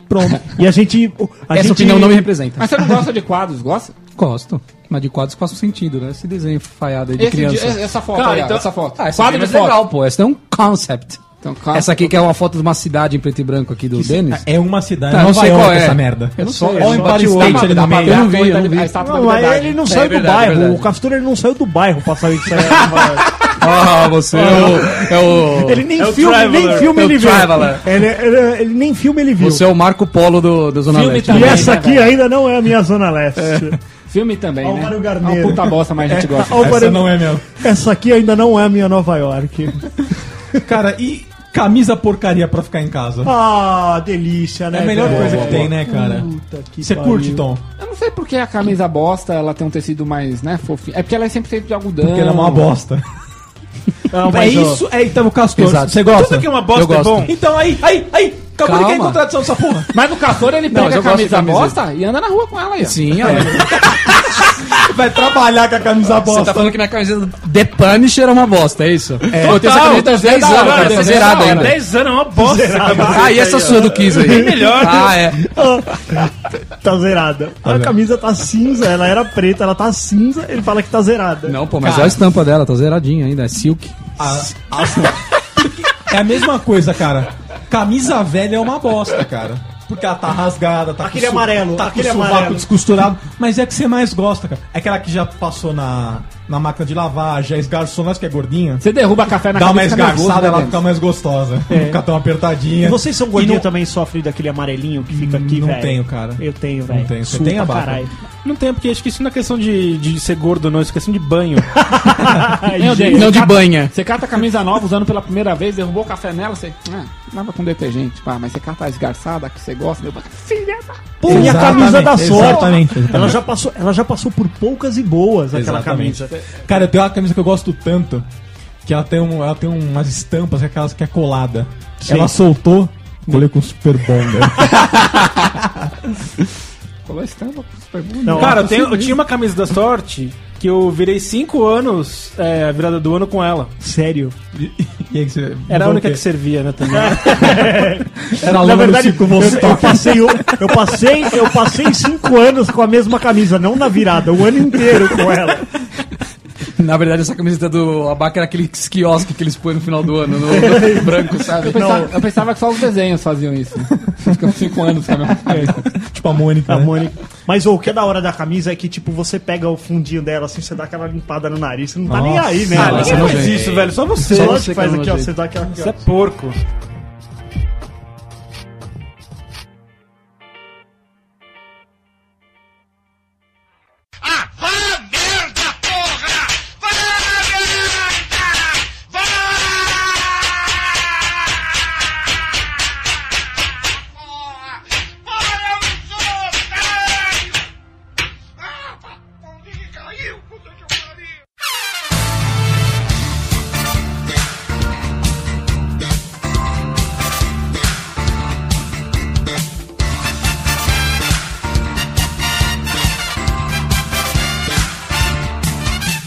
Speaker 3: Pronto. E a gente. A
Speaker 5: Essa
Speaker 3: gente...
Speaker 5: opinião não me representa.
Speaker 4: Mas você não gosta de quadros, gosta?
Speaker 5: Gosto. Mas de quadros faz um sentido, né? Esse desenho falhado aí de
Speaker 4: Esse
Speaker 5: criança.
Speaker 4: dia- essa foto,
Speaker 6: Cara,
Speaker 4: aí, ó,
Speaker 6: então-
Speaker 4: essa foto.
Speaker 5: Ah, essa aqui é legal, pô. Essa é um concept.
Speaker 4: Então, claro.
Speaker 5: Essa aqui que é uma foto de uma cidade em preto e branco aqui do Denis.
Speaker 2: É uma cidade.
Speaker 5: Tá,
Speaker 2: não
Speaker 5: não
Speaker 2: vai
Speaker 5: sei qual
Speaker 2: York
Speaker 5: é.
Speaker 2: essa merda.
Speaker 5: Eu não sei,
Speaker 2: Ou
Speaker 5: eu
Speaker 2: em
Speaker 5: só
Speaker 2: Paris
Speaker 5: bati o olho,
Speaker 2: State ali no meio.
Speaker 5: Eu não vi, eu não vi.
Speaker 4: A estátua
Speaker 3: Não,
Speaker 4: da
Speaker 3: mas
Speaker 2: é
Speaker 4: liberdade.
Speaker 3: ele não saiu
Speaker 5: verdade,
Speaker 3: do bairro.
Speaker 5: é verdade.
Speaker 3: O Castor ele não saiu do bairro pra sair disso aí.
Speaker 2: É
Speaker 5: Ah, você é o. É o
Speaker 3: Ele nem
Speaker 6: É o
Speaker 3: filme,
Speaker 6: Traveler.
Speaker 3: nem filme
Speaker 5: É o
Speaker 3: ele viu.
Speaker 5: Traveler.
Speaker 3: Ele, ele- ele nem filme ele viu.
Speaker 5: você é o Marco Polo do, do Zona
Speaker 4: Filme
Speaker 5: Leste.
Speaker 4: também.
Speaker 3: E
Speaker 5: né?
Speaker 3: essa
Speaker 4: né,
Speaker 3: aqui
Speaker 4: velho?
Speaker 3: ainda não é a minha zona leste.
Speaker 4: Filme também, né?
Speaker 3: Álvaro
Speaker 4: É
Speaker 3: Garneiro.
Speaker 4: uma puta bosta, mas a gente gosta.
Speaker 3: Álvaro-
Speaker 2: Essa não é mesmo.
Speaker 3: Essa aqui ainda não é a minha Nova York.
Speaker 2: Cara, e camisa porcaria pra ficar em casa?
Speaker 3: Ah, delícia, né?
Speaker 2: é a melhor
Speaker 3: velho?
Speaker 2: coisa que
Speaker 4: boa,
Speaker 2: tem, né, cara?
Speaker 3: Puta que
Speaker 2: Você
Speaker 3: pariu.
Speaker 2: curte, Tom?
Speaker 4: Eu não sei porque a camisa bosta, ela tem um tecido mais, né, fofinho. É porque ela é sempre feita de algodão.
Speaker 2: Porque ela é uma bosta.
Speaker 3: Não,
Speaker 2: é
Speaker 3: mas, ó,
Speaker 2: isso, é então o Castor.
Speaker 5: Exato.
Speaker 2: Você gosta?
Speaker 6: Tudo que é uma bosta é
Speaker 5: gosto.
Speaker 6: bom.
Speaker 2: Então aí, aí, aí. Acabou de cair em
Speaker 5: Calma.
Speaker 2: contradição dessa porra.
Speaker 4: Mas no castor ele
Speaker 5: mas
Speaker 4: pega
Speaker 5: eu
Speaker 4: a
Speaker 5: gosto de
Speaker 4: camisa
Speaker 5: camiseta.
Speaker 4: É. bosta e anda na rua com ela aí. ó.
Speaker 5: Sim, é.
Speaker 2: Vai trabalhar com a camisa
Speaker 5: Você tá
Speaker 2: bosta.
Speaker 5: falando que minha camiseta The Punisher é uma bosta, é isso? Eu tenho essa camiseta há 10 anos, cara, tá zerada ainda.
Speaker 6: 10 anos é uma bosta.
Speaker 5: Ah, e essa sua do Kiss aí?
Speaker 6: Melhor.
Speaker 5: Ah,
Speaker 4: né?
Speaker 5: é.
Speaker 3: Tá zerada. A camisa tá cinza, ela era preta, ela tá cinza, ele fala que tá zerada.
Speaker 5: Não, pô, mas olha a estampa dela, tá zeradinha ainda, é silk.
Speaker 2: A- assim, é a mesma coisa, cara. Camisa velha é uma bosta, cara. Porque ela tá rasgada, tá
Speaker 3: Aquele
Speaker 2: com su-
Speaker 3: amarelo,
Speaker 2: tá
Speaker 3: aquele
Speaker 2: com o sovaco
Speaker 3: amarelo.
Speaker 2: descosturado. Mas é a que você mais gosta, cara. É aquela que já passou na, na máquina de lavar, já esgarçou, não é que é gordinha.
Speaker 4: Você derruba café na
Speaker 2: Dá uma
Speaker 4: cabeça, fica nervoso,
Speaker 2: esgarçada,
Speaker 4: né,
Speaker 2: ela
Speaker 4: Denis?
Speaker 2: fica mais gostosa.
Speaker 6: É.
Speaker 2: Fica tão apertadinha.
Speaker 3: E vocês são
Speaker 2: E
Speaker 3: gordinhos
Speaker 2: não-
Speaker 3: também sofrem daquele amarelinho que fica aqui,
Speaker 2: Não
Speaker 3: velho?
Speaker 2: tenho, cara.
Speaker 3: Eu tenho,
Speaker 2: Não
Speaker 3: velho.
Speaker 2: tenho. Você
Speaker 3: Suo
Speaker 2: tem,
Speaker 3: pra
Speaker 2: Abaca?
Speaker 3: caralho.
Speaker 6: Não tem, porque acho que isso não é questão de, de ser gordo, não. Isso é questão de banho.
Speaker 3: Ai,
Speaker 4: Meu
Speaker 3: gente.
Speaker 4: Deus.
Speaker 5: Não de
Speaker 4: Cata-
Speaker 5: banha.
Speaker 4: Você cata a camisa nova usando pela primeira vez, derrubou o café nela, você. Ah, lava com detergente, pá, mas você cata a esgarçada que você gosta, meu Filha da.
Speaker 3: Pô, e a camisa da
Speaker 2: Exatamente,
Speaker 3: sorte.
Speaker 2: exatamente, exatamente.
Speaker 3: Ela já passou, ela já passou por poucas e boas aquela
Speaker 2: Exatamente.
Speaker 3: camisa.
Speaker 2: Cara, eu tenho uma camisa que eu gosto tanto. Que ela tem, um, ela tem umas estampas, aquelas que é colada. Ela soltou, colei com super bomba.
Speaker 4: Colou a estampa, pô, super bonito.
Speaker 3: Não,
Speaker 6: Cara, eu, tenho- eu tinha uma camisa da sorte que eu virei 5 anos é, a virada do ano com ela.
Speaker 3: sério.
Speaker 2: E aí que você-
Speaker 6: Era a única que
Speaker 2: você
Speaker 6: servia, né, também.
Speaker 2: era
Speaker 3: Na verdade,
Speaker 2: Chico
Speaker 3: eu, eu
Speaker 2: Vostok.
Speaker 3: passei, o- eu passei, eu passei cinco anos com a mesma camisa, não na virada, o ano inteiro com ela.
Speaker 5: Na verdade, essa camiseta do Abaca era aqueles quiosque que eles põem no final do ano, no, no branco, sabe?
Speaker 4: Eu pensava, eu pensava que só os desenhos faziam isso. né? Ficam cinco anos com a mesma camisa.
Speaker 2: tipo a Mônica.
Speaker 3: A
Speaker 2: né?
Speaker 3: Mônica. Mas o que é da hora da camisa é que, tipo, você pega o fundinho dela, assim, você dá aquela limpada no nariz, você não tá nem aí, né?
Speaker 6: Ah,
Speaker 3: Ela-
Speaker 6: ninguém
Speaker 5: não
Speaker 6: faz
Speaker 5: vem.
Speaker 6: isso, velho. Só você.
Speaker 3: Só
Speaker 5: Só
Speaker 3: ela
Speaker 5: você
Speaker 3: que faz
Speaker 5: que
Speaker 3: aqui,
Speaker 5: não
Speaker 3: ó,
Speaker 5: jeito.
Speaker 3: você dá aquela aqui,
Speaker 6: Isso é
Speaker 3: ó.
Speaker 6: porco.
Speaker 7: Ah, vá merda, porra! Vá merda! Vá! Para o seu caralho! Ah, onde que caiu, puta que pariu!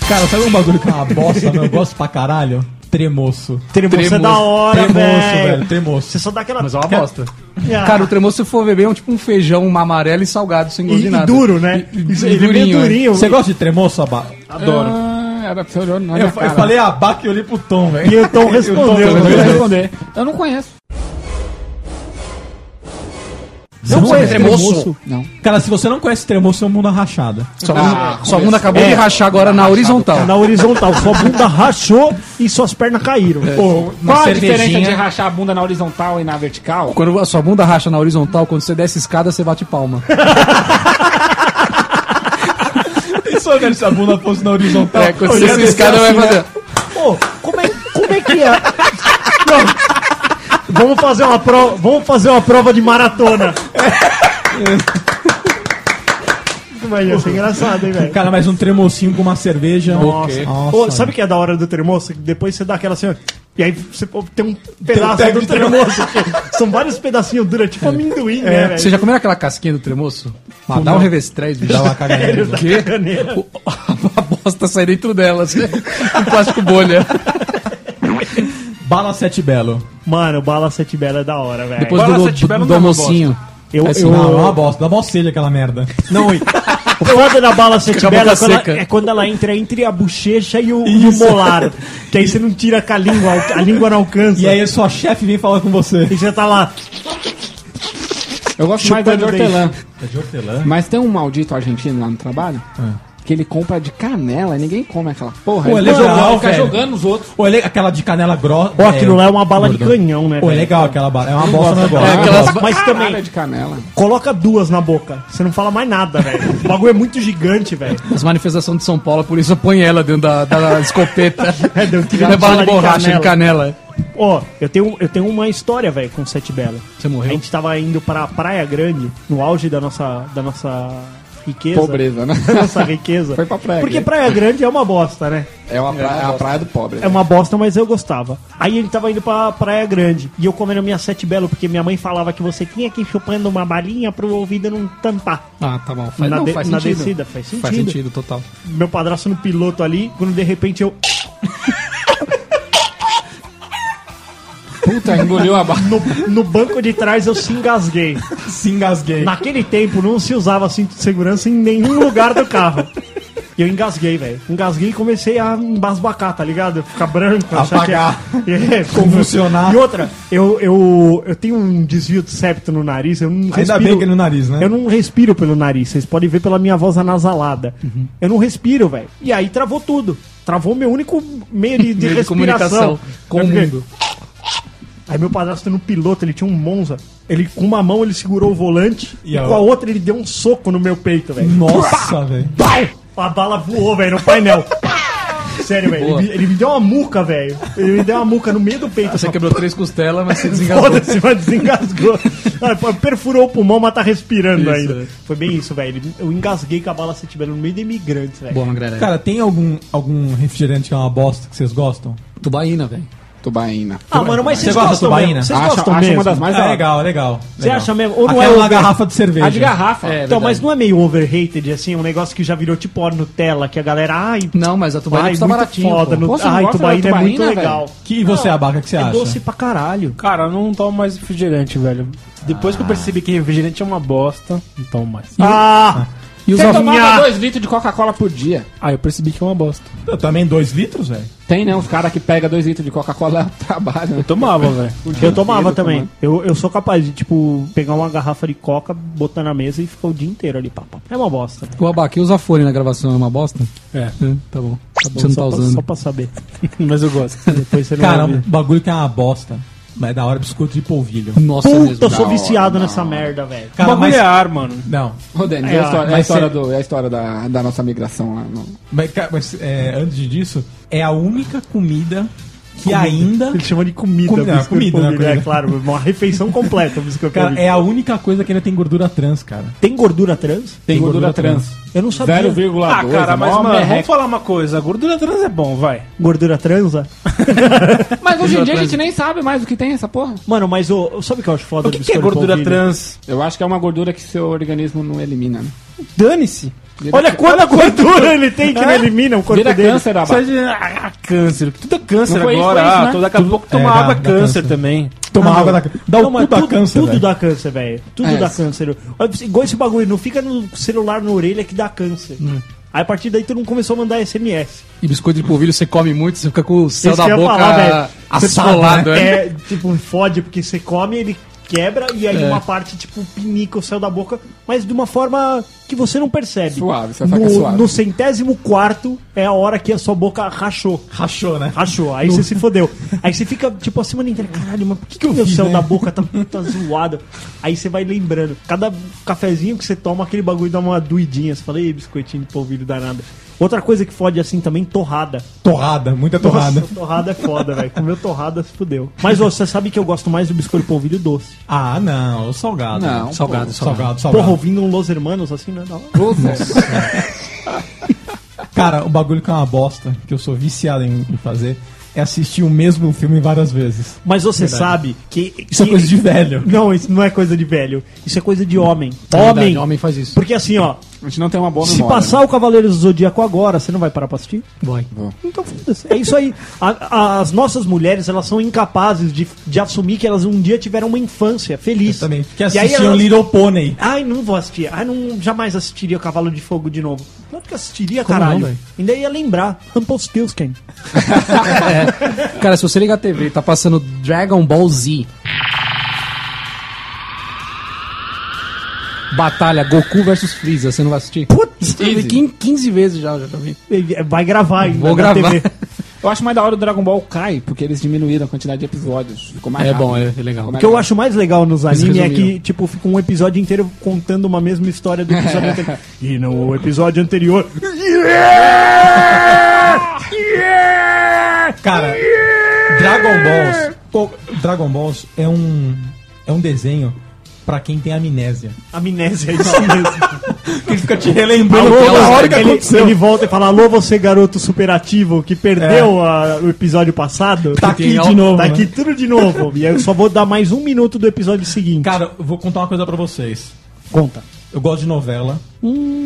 Speaker 2: Cara, sabe um bagulho que é uma bosta, meu? Eu gosto pra caralho? Tremoço.
Speaker 3: Tremoço é da hora,
Speaker 2: Tremoço,
Speaker 3: velho.
Speaker 2: velho, tremoço.
Speaker 3: Você só dá aquela.
Speaker 5: Mas é uma bosta.
Speaker 3: Ah,
Speaker 5: Cara, o tremoço, se for beber, é um tipo um feijão, uma amarela e salgado, sem gosto
Speaker 3: e,
Speaker 5: de
Speaker 3: e
Speaker 5: nada.
Speaker 3: duro, né?
Speaker 5: E- e
Speaker 3: Isso, ele é meio
Speaker 5: durinho, é.
Speaker 3: durinho.
Speaker 2: Você gosta de tremoço, Abá?
Speaker 4: Adoro. Ah, era pra você olhar na
Speaker 2: Eu,
Speaker 4: minha
Speaker 2: eu
Speaker 4: cara.
Speaker 2: falei Abá que eu olhei pro Tom,
Speaker 3: E
Speaker 2: velho.
Speaker 3: eu tô
Speaker 4: Eu não
Speaker 3: respondendo.
Speaker 4: vou
Speaker 3: né?
Speaker 4: responder. Eu não conheço.
Speaker 2: Você não conhece tremoço?
Speaker 4: Não.
Speaker 2: Cara, se você não conhece tremoço, é um mundo rachada.
Speaker 5: Sua bunda, Ah, sua bunda acabou de rachar agora na horizontal.
Speaker 3: Na horizontal, sua bunda rachou e suas pernas caíram.
Speaker 2: Ou uma
Speaker 4: Qual a diferença de
Speaker 2: cervejinha.
Speaker 4: rachar a bunda na horizontal e na vertical?
Speaker 5: Quando a sua bunda racha na horizontal, quando você desce escada, você bate palma.
Speaker 2: E se eu olhar se a bunda fosse na horizontal?
Speaker 5: É, quando
Speaker 2: Eu
Speaker 5: você
Speaker 2: ia
Speaker 5: desce
Speaker 2: descer
Speaker 5: escada, vai
Speaker 2: assim, né?
Speaker 5: fazer.
Speaker 3: Pô, como é, como é que é? Não. Vamos fazer uma prova, vamos fazer uma prova de maratona. Vai ia ser engraçado, hein, velho.
Speaker 2: Cara, mas um tremocinho com uma cerveja.
Speaker 5: Ok.
Speaker 2: Nossa.
Speaker 3: Ô, sabe o que é da hora do termoço? Depois você dá aquela assim, ó, e aí você pô, tem um pedaço
Speaker 2: Tem um tag de
Speaker 3: do
Speaker 2: tremoço.
Speaker 3: termoço. que São vários pedacinhos duros, tipo amendoim, né, velho?
Speaker 5: Você já comeu aquela casquinha do tremoço? Ah, dá um revestrez, bicho.
Speaker 2: Dá uma cagada.
Speaker 5: O quê?
Speaker 3: Caganeira.
Speaker 5: O- A bosta sai dentro dela, assim. Um plástico bolha.
Speaker 2: Bala Sete Belo.
Speaker 3: Mano, bala sete bela é da hora, velho.
Speaker 5: Depois
Speaker 6: Bola
Speaker 5: do,
Speaker 6: Sete
Speaker 5: do,
Speaker 6: Belo
Speaker 5: do,
Speaker 6: não é uma
Speaker 5: almocinho.
Speaker 3: Eu,
Speaker 5: É assim,
Speaker 3: eu-
Speaker 2: Não, é uma bosta. Dá mó sede aquela merda.
Speaker 3: Não, e- o foda da bala sete
Speaker 5: a boca
Speaker 3: bela é quando,
Speaker 5: seca.
Speaker 3: ela, é quando ela entra entre a bochecha e o, e o molar. Que aí você não tira com a língua, a língua não alcança.
Speaker 2: E aí sua chefe vem falar com você.
Speaker 3: E você tá lá.
Speaker 4: Eu gosto mais da de
Speaker 3: Chupando bem.
Speaker 4: hortelã.
Speaker 2: É de hortelã?
Speaker 4: Mas tem um maldito argentino lá no trabalho que ele compra de canela e ninguém come aquela porra.
Speaker 2: É. Pô,
Speaker 4: ele
Speaker 2: é legal,
Speaker 4: joga- fica
Speaker 2: velho.
Speaker 4: jogando os outros.
Speaker 2: Olha aquela de canela grossa.
Speaker 3: Ó, aquilo lá é uma bala de canhão, né?
Speaker 2: Pô, é
Speaker 3: velho?
Speaker 2: legal aquela bala. É uma bosta, mas eu gosto.
Speaker 5: É aquelas-
Speaker 3: Mas também,
Speaker 4: Cara de canela.
Speaker 3: coloca duas na boca. Você não fala mais nada, velho. O bagulho é muito gigante, velho.
Speaker 5: As manifestações de São Paulo, por isso eu ponho ela dentro da, da escopeta.
Speaker 3: É, deu que
Speaker 5: é bala de borracha, de canela.
Speaker 3: Ó, eu tenho, eu tenho uma história, velho, com Sete Bela.
Speaker 5: Você morreu?
Speaker 3: A gente tava indo pra Praia Grande, no auge da nossa. Da nossa riqueza.
Speaker 4: Pobreza, né?
Speaker 3: Nossa riqueza.
Speaker 4: Foi pra praia
Speaker 3: Porque
Speaker 4: grande.
Speaker 3: Praia Grande é uma bosta, né?
Speaker 4: É, uma praia, é a praia do pobre.
Speaker 3: É uma bosta, mas eu gostava. Aí ele tava indo pra Praia Grande. E eu comendo minha sete belo, porque minha mãe falava que você tinha que ir chupando uma balinha pro ouvido não tampar.
Speaker 5: Ah, tá bom. Faz,
Speaker 3: na,
Speaker 5: não,
Speaker 3: de-
Speaker 5: faz
Speaker 3: na
Speaker 5: sentido.
Speaker 3: descida, faz sentido.
Speaker 5: Faz sentido, total.
Speaker 3: Meu padrasto no piloto ali, quando de repente eu.
Speaker 5: Puta, engoliu a barra.
Speaker 3: No, no banco de trás eu se engasguei.
Speaker 2: Se engasguei.
Speaker 3: Naquele tempo não se usava cinto de segurança em nenhum lugar do carro. E eu engasguei, velho. Engasguei e comecei a embasbacar, tá ligado? Ficar branco, achar que
Speaker 2: Apagar.
Speaker 3: é,
Speaker 2: Convulsionar.
Speaker 3: E outra, eu, eu, eu tenho um desvio de septo no nariz, eu não
Speaker 2: Ainda bem que é no nariz, né?
Speaker 3: Eu não respiro pelo nariz, vocês podem ver pela minha voz anasalada. Eu não respiro, velho. E aí travou tudo. Travou meu único meio de, de
Speaker 5: Meio de
Speaker 3: respiração.
Speaker 5: comunicação com
Speaker 3: Eu
Speaker 5: o
Speaker 3: fiquei-
Speaker 5: mundo.
Speaker 3: Aí meu padrasto no piloto, ele tinha um Monza. Ele com uma mão ele segurou o volante e,
Speaker 2: E a
Speaker 3: com a outra ele deu um soco no meu peito, velho.
Speaker 2: Nossa, velho.
Speaker 3: Pau! A bala voou, velho, no painel. Sério, velho. Ele, me- ele me deu uma muca, velho. Ele me deu uma muca no meio do peito.
Speaker 5: Você
Speaker 3: Assim,
Speaker 5: quebrou três costelas, mas você desengasgou.
Speaker 3: Foda-se, mas desengasgou. Ah, pô, Perfurou o pulmão, mas tá respirando
Speaker 5: Isso,
Speaker 3: ainda.
Speaker 2: né?
Speaker 5: é.
Speaker 3: Foi bem isso, velho. Eu engasguei com a bala se tiver no meio de imigrantes, velho.
Speaker 5: Bom, André.
Speaker 2: Cara, tem algum, algum refrigerante que é uma bosta que vocês gostam?
Speaker 5: tubaína, velho.
Speaker 4: Tubaína.
Speaker 3: Ah, mano, mas vocês
Speaker 2: Você gosta de
Speaker 3: gostam
Speaker 2: tubaína?
Speaker 3: mesmo? Vocês
Speaker 4: Acho-
Speaker 3: gostam
Speaker 4: acho uma
Speaker 3: mesmo?
Speaker 4: das mais- Mas
Speaker 2: é
Speaker 4: é-
Speaker 2: legal, é legal.
Speaker 3: Você
Speaker 2: legal.
Speaker 3: acha mesmo? Ou não
Speaker 2: Aquela
Speaker 3: é
Speaker 2: uma
Speaker 3: over-
Speaker 2: garrafa de cerveja.
Speaker 4: A de garrafa.
Speaker 5: É,
Speaker 3: Então,
Speaker 5: verdade.
Speaker 3: mas não é meio overrated, assim, um negócio que já virou tipo a Nutella, que a galera, ai,
Speaker 5: Não, mas a tubaína
Speaker 3: ai,
Speaker 5: custa
Speaker 3: muito
Speaker 5: baratinho.
Speaker 3: foda,
Speaker 5: pô.
Speaker 3: nu-
Speaker 4: Pô, você não
Speaker 3: ai,
Speaker 4: gosta da
Speaker 3: tubaína é
Speaker 4: tubaína,
Speaker 3: muito
Speaker 4: velho?
Speaker 3: legal.
Speaker 2: Que e você, abaca, que você
Speaker 3: é
Speaker 2: acha?
Speaker 3: doce pra caralho.
Speaker 6: Cara, eu não tomo mais refrigerante, velho. Depois que eu percebi que refrigerante é uma bosta, não tomo mais.
Speaker 3: Ah,
Speaker 6: E os
Speaker 4: Você
Speaker 6: ovinhos.
Speaker 4: tomava 2 litros de Coca-Cola por dia.
Speaker 6: Ah, eu percebi que é uma bosta.
Speaker 2: Eu também 2 litros, velho?
Speaker 4: Tem, né? Os caras que pegam 2 litros de Coca-Cola trabalham.
Speaker 6: Tomava, velho.
Speaker 3: eu tomava
Speaker 4: Inteiro
Speaker 3: também. Eu, eu sou capaz de, tipo, pegar uma garrafa de coca, botar na mesa e ficar o dia inteiro ali, pá, pá. É uma bosta.
Speaker 5: O abaca, e usar fone na gravação é uma bosta?
Speaker 6: É,
Speaker 5: Tá bom. Você não tá
Speaker 3: só, pra,
Speaker 5: usando.
Speaker 3: só pra saber.
Speaker 6: mas eu gosto.
Speaker 3: Depois você não
Speaker 2: Cara,
Speaker 3: vai
Speaker 2: um
Speaker 3: ver.
Speaker 2: bagulho que é uma bosta. Mas é da hora biscoito de polvilho.
Speaker 5: Nossa, é
Speaker 3: Puta,
Speaker 5: mesmo.
Speaker 3: eu sou viciado nessa merda, velho.
Speaker 6: O
Speaker 2: Cara,
Speaker 6: bagulho
Speaker 2: mas.
Speaker 6: é ar, mano.
Speaker 2: Não.
Speaker 4: Ô, Denis,
Speaker 3: É,
Speaker 4: é, a história, é a
Speaker 2: mas
Speaker 4: história,
Speaker 2: cê-
Speaker 4: do, é a história da, da nossa migração lá. No...
Speaker 2: Mas, cara, mas, é, antes disso, é a única comida que ainda.
Speaker 3: Ele chama de comida,
Speaker 2: Comida,
Speaker 3: biscoito
Speaker 2: comida,
Speaker 3: polvilho,
Speaker 2: comida.
Speaker 3: É claro, uma refeição completa, o biscoito
Speaker 2: Cara,
Speaker 3: polvilho.
Speaker 2: é a única coisa que ainda tem gordura trans, cara.
Speaker 3: Tem gordura trans?
Speaker 4: Tem gordura trans.
Speaker 3: Eu não sabia.
Speaker 4: 0,2.
Speaker 6: Ah, cara, mas,
Speaker 4: mó
Speaker 6: mano,
Speaker 4: merreca.
Speaker 6: vamos falar uma coisa. A gordura trans é bom, vai.
Speaker 3: Gordura transa?
Speaker 4: Mas hoje em dia a gente nem sabe mais o que tem essa porra.
Speaker 3: Mano, mas o, sabe o que eu acho foda
Speaker 6: O que, que é gordura trans?
Speaker 4: Eu acho que é uma gordura que seu organismo não elimina. Né?
Speaker 6: Dane-se.
Speaker 3: Olha quanta gordura ele tem que não elimina o corpo
Speaker 4: Vira
Speaker 3: dele.
Speaker 4: câncer, Abá.
Speaker 6: Sai de- ah, ah, câncer. Tudo é câncer
Speaker 4: Não foi isso,
Speaker 6: agora.
Speaker 4: foi isso,
Speaker 6: ah,
Speaker 4: né?
Speaker 6: tô- daqui a pouco toma
Speaker 2: É, dá-
Speaker 6: água
Speaker 2: dá
Speaker 6: câncer,
Speaker 2: câncer.
Speaker 6: também.
Speaker 2: Toma
Speaker 3: Ah,
Speaker 2: água da. Dá
Speaker 3: Não,
Speaker 2: o
Speaker 3: mas
Speaker 2: cu da
Speaker 3: tudo,
Speaker 2: câncer.
Speaker 3: Tudo
Speaker 2: velho.
Speaker 3: dá câncer, velho. Tudo
Speaker 4: É.
Speaker 3: dá câncer. Olha, Igual esse bagulho, não fica no celular na orelha que dá câncer. Aí a partir daí tu não começou a mandar SMS.
Speaker 5: E biscoito de polvilho, você come muito, você fica com o céu
Speaker 3: Isso que
Speaker 5: da
Speaker 3: eu ia
Speaker 5: boca
Speaker 3: falar, velho.
Speaker 5: assolado.
Speaker 6: né?
Speaker 5: é.
Speaker 3: É, tipo, fode, porque você come, ele quebra e aí uma parte, tipo, pinica o céu da boca, mas de uma forma que você não percebe.
Speaker 4: Suave, você vai
Speaker 3: no,
Speaker 4: ficar suave.
Speaker 3: no centésimo quarto é a hora que a sua boca rachou.
Speaker 2: Rachou, né?
Speaker 3: Rachou, aí você se fodeu. Aí você fica, tipo, assim, mano, inteira, caralho, mas por que, que o meu
Speaker 2: fiz,
Speaker 3: céu
Speaker 2: né?
Speaker 3: da boca tá, tá zoado? Aí você vai lembrando. Cada cafezinho que você toma, aquele bagulho dá uma doidinha. Você fala, ei, biscoitinho de polvilho danado. Outra coisa que fode assim também, torrada.
Speaker 2: Torrada, muita torrada.
Speaker 3: Nossa, torrada é foda, velho. Comeu torrada, se fudeu. Mas ô, você sabe que eu gosto mais do biscoito polvilho doce.
Speaker 2: Ah, não, o salgado.
Speaker 4: Não,
Speaker 2: salgado, salgado, salgado,
Speaker 3: Porra, ouvindo um Los Hermanos assim, né?
Speaker 2: Cara, o bagulho que é uma bosta, que eu sou viciado em em fazer, é assistir o mesmo filme várias vezes.
Speaker 3: Mas você sabe que.
Speaker 2: Isso
Speaker 3: que-
Speaker 2: é coisa de velho.
Speaker 3: Não, isso não é coisa de velho. Isso é coisa de homem.
Speaker 5: É
Speaker 3: Homem.
Speaker 5: verdade, homem faz isso.
Speaker 3: Porque assim, ó,
Speaker 4: A gente não tem uma boa
Speaker 3: se
Speaker 4: memória. né?
Speaker 3: passar o Cavaleiros do Zodíaco agora, você não vai parar pra assistir?
Speaker 5: Vai.
Speaker 3: Então foda-se. É isso aí. A- a- as nossas mulheres, elas são incapazes de, de assumir que elas um dia tiveram uma infância feliz.
Speaker 2: Também. Que
Speaker 3: E aí
Speaker 2: assistir o
Speaker 3: elas-
Speaker 2: Little Pony.
Speaker 3: Ai, não vou assistir. Ai, não jamais assistiria o Cavalo de Fogo de novo. Claro que assistiria,
Speaker 5: Como não,
Speaker 3: caralho.
Speaker 5: velho?
Speaker 3: Ainda ia lembrar. Rumpelstiltskin.
Speaker 5: Cara, se você ligar a TV e tá passando Dragon Ball Z. Batalha Goku versus Freeza, você não vai assistir?
Speaker 3: Putz,
Speaker 5: Eu vi quin- 15 vezes já, eu já vi.
Speaker 3: vai gravar ainda
Speaker 5: Vou
Speaker 3: na
Speaker 5: gravar.
Speaker 3: TV.
Speaker 4: Eu acho mais da hora o Dragon Ball Kai, porque eles diminuíram a quantidade de episódios. Ficou mais
Speaker 5: É
Speaker 4: rápido.
Speaker 5: bom, é, é
Speaker 3: O
Speaker 4: Ficou
Speaker 5: legal.
Speaker 4: mais
Speaker 3: que eu
Speaker 4: legal.
Speaker 3: acho mais legal nos animes é que,
Speaker 5: resumiram.
Speaker 3: tipo, fica um episódio inteiro contando uma mesma história do episódio anterior. E no episódio anterior.
Speaker 2: Cara, Dragon Balls. pô, Dragon Balls é um. É um desenho Pra quem tem amnésia.
Speaker 3: Amnésia, é isso mesmo.
Speaker 2: Quem fica te relembrando
Speaker 3: Alô,
Speaker 2: toda hora.
Speaker 3: ele, ele volta e fala: Alô, você garoto superativo que perdeu a- o episódio passado.
Speaker 2: É. Tá aqui de novo,
Speaker 3: Tá
Speaker 2: né?
Speaker 3: aqui tudo de novo. E aí eu só vou dar mais um minuto do episódio seguinte.
Speaker 2: Cara, eu vou contar uma coisa pra vocês.
Speaker 3: Conta.
Speaker 2: Eu gosto de novela.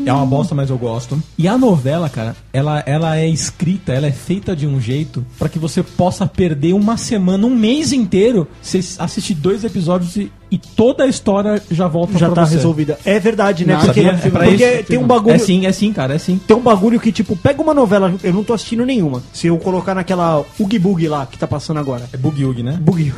Speaker 2: É uma bosta, mas eu gosto. E a novela, cara, ela, ela é escrita, ela é feita de um jeito pra que você possa perder uma semana, um mês inteiro, você assistir dois episódios e, e toda a história já volta
Speaker 3: Já
Speaker 2: pra
Speaker 3: tá
Speaker 2: você.
Speaker 3: resolvida. É verdade, né?
Speaker 2: Não,
Speaker 3: porque
Speaker 2: sabia? É pra
Speaker 3: porque
Speaker 2: isso.
Speaker 3: tem um bagulho.
Speaker 2: É sim, é sim, cara, é sim.
Speaker 3: Tem um bagulho que, tipo, pega uma novela, eu não tô assistindo nenhuma. Se eu colocar naquela Oogie Boogie lá que tá passando agora.
Speaker 2: É Boogie Woogie, né?
Speaker 3: Boogie.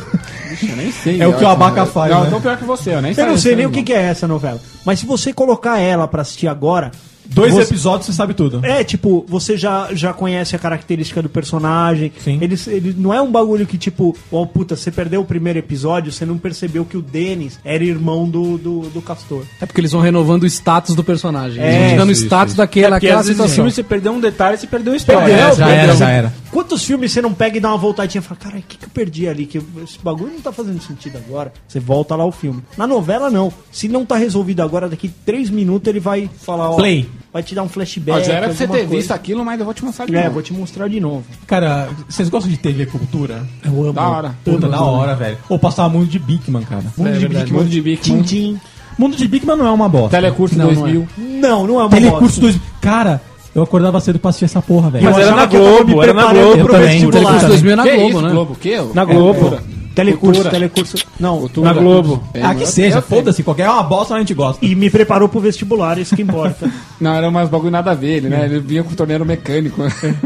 Speaker 4: Eu nem sei.
Speaker 2: É o
Speaker 4: eu
Speaker 2: que o
Speaker 4: acho,
Speaker 2: Abaca
Speaker 4: eu-
Speaker 2: faz,
Speaker 4: Não,
Speaker 2: né?
Speaker 4: então pior que você, eu nem
Speaker 3: Eu não sei nem o
Speaker 4: irmão.
Speaker 3: que, que é essa novela. Mas se você colocar ela pra assistir agora.
Speaker 2: Dois
Speaker 3: você-
Speaker 2: episódios, você sabe tudo.
Speaker 3: É, tipo, você já, já conhece a característica do personagem.
Speaker 2: Sim.
Speaker 3: Ele, ele não é um bagulho que, tipo, oh puta, você perdeu o primeiro episódio, você não percebeu que o Denis era irmão do, do, do Castor.
Speaker 5: É porque eles vão renovando o status do personagem.
Speaker 3: É,
Speaker 5: eles vão tirando o
Speaker 3: isso,
Speaker 5: status daquela
Speaker 6: Porque
Speaker 5: aquela
Speaker 6: às vezes no
Speaker 5: situação.
Speaker 6: filme você perdeu um detalhe, você perdeu a história.
Speaker 3: Perdeu,
Speaker 6: É,
Speaker 2: já
Speaker 6: perdeu.
Speaker 2: era, já era.
Speaker 3: Quantos filmes você não pega e dá uma voltadinha e fala, cara, o que, que eu perdi ali? Que eu- esse bagulho não tá fazendo sentido agora. Você volta lá o filme. Na novela, não. Se não tá resolvido agora, daqui três minutos ele vai falar, ó.
Speaker 2: Play.
Speaker 3: Vai te dar um flashback.
Speaker 4: Ó, já era pra você
Speaker 3: alguma
Speaker 4: ter
Speaker 3: coisa.
Speaker 4: visto aquilo, mas eu vou te mostrar de
Speaker 3: É,
Speaker 4: novo.
Speaker 3: vou te mostrar de novo.
Speaker 2: Cara, vocês gostam de TV Cultura?
Speaker 3: Eu amo.
Speaker 4: Da hora.
Speaker 2: Puta, da hora, velho. Ou passava Mundo de Bigman, cara.
Speaker 3: Mundo de
Speaker 4: verdade.
Speaker 3: Bigman.
Speaker 4: Mundo de Bigman.
Speaker 3: Tintim.
Speaker 2: Mundo de Bigman não é uma bosta.
Speaker 4: um Telecurso
Speaker 5: Não, não
Speaker 4: 2000.
Speaker 3: Não, não é uma
Speaker 2: Telecurso
Speaker 3: bosta.
Speaker 2: 2000. Cara, eu acordava cedo pra assistir essa porra, velho.
Speaker 6: Mas
Speaker 3: Eu
Speaker 6: era
Speaker 3: achava
Speaker 6: na
Speaker 3: que eu tava me
Speaker 6: Globo, era na
Speaker 3: preparando
Speaker 6: Globo.
Speaker 2: Eu
Speaker 3: pro
Speaker 2: também,
Speaker 3: vestibular. É,
Speaker 2: Telecurso
Speaker 5: Os 2000 é na
Speaker 4: Que
Speaker 5: Globo,
Speaker 4: isso,
Speaker 5: né?
Speaker 4: Globo, o quê? Eu-
Speaker 6: Na Globo.
Speaker 3: Telecurso,
Speaker 4: É, Cultura.
Speaker 3: telecurso. Não,
Speaker 4: Cultura.
Speaker 6: Na Globo.
Speaker 4: É,
Speaker 2: Ah, que
Speaker 4: eu-
Speaker 2: seja,
Speaker 4: eu-
Speaker 2: foda-se, qualquer é uma bosta mas a gente gosta.
Speaker 3: e me preparou pro vestibular, isso que importa.
Speaker 4: Não, era umas bagulho nada a ver, ele, né? Ele vinha com o torneiro mecânico.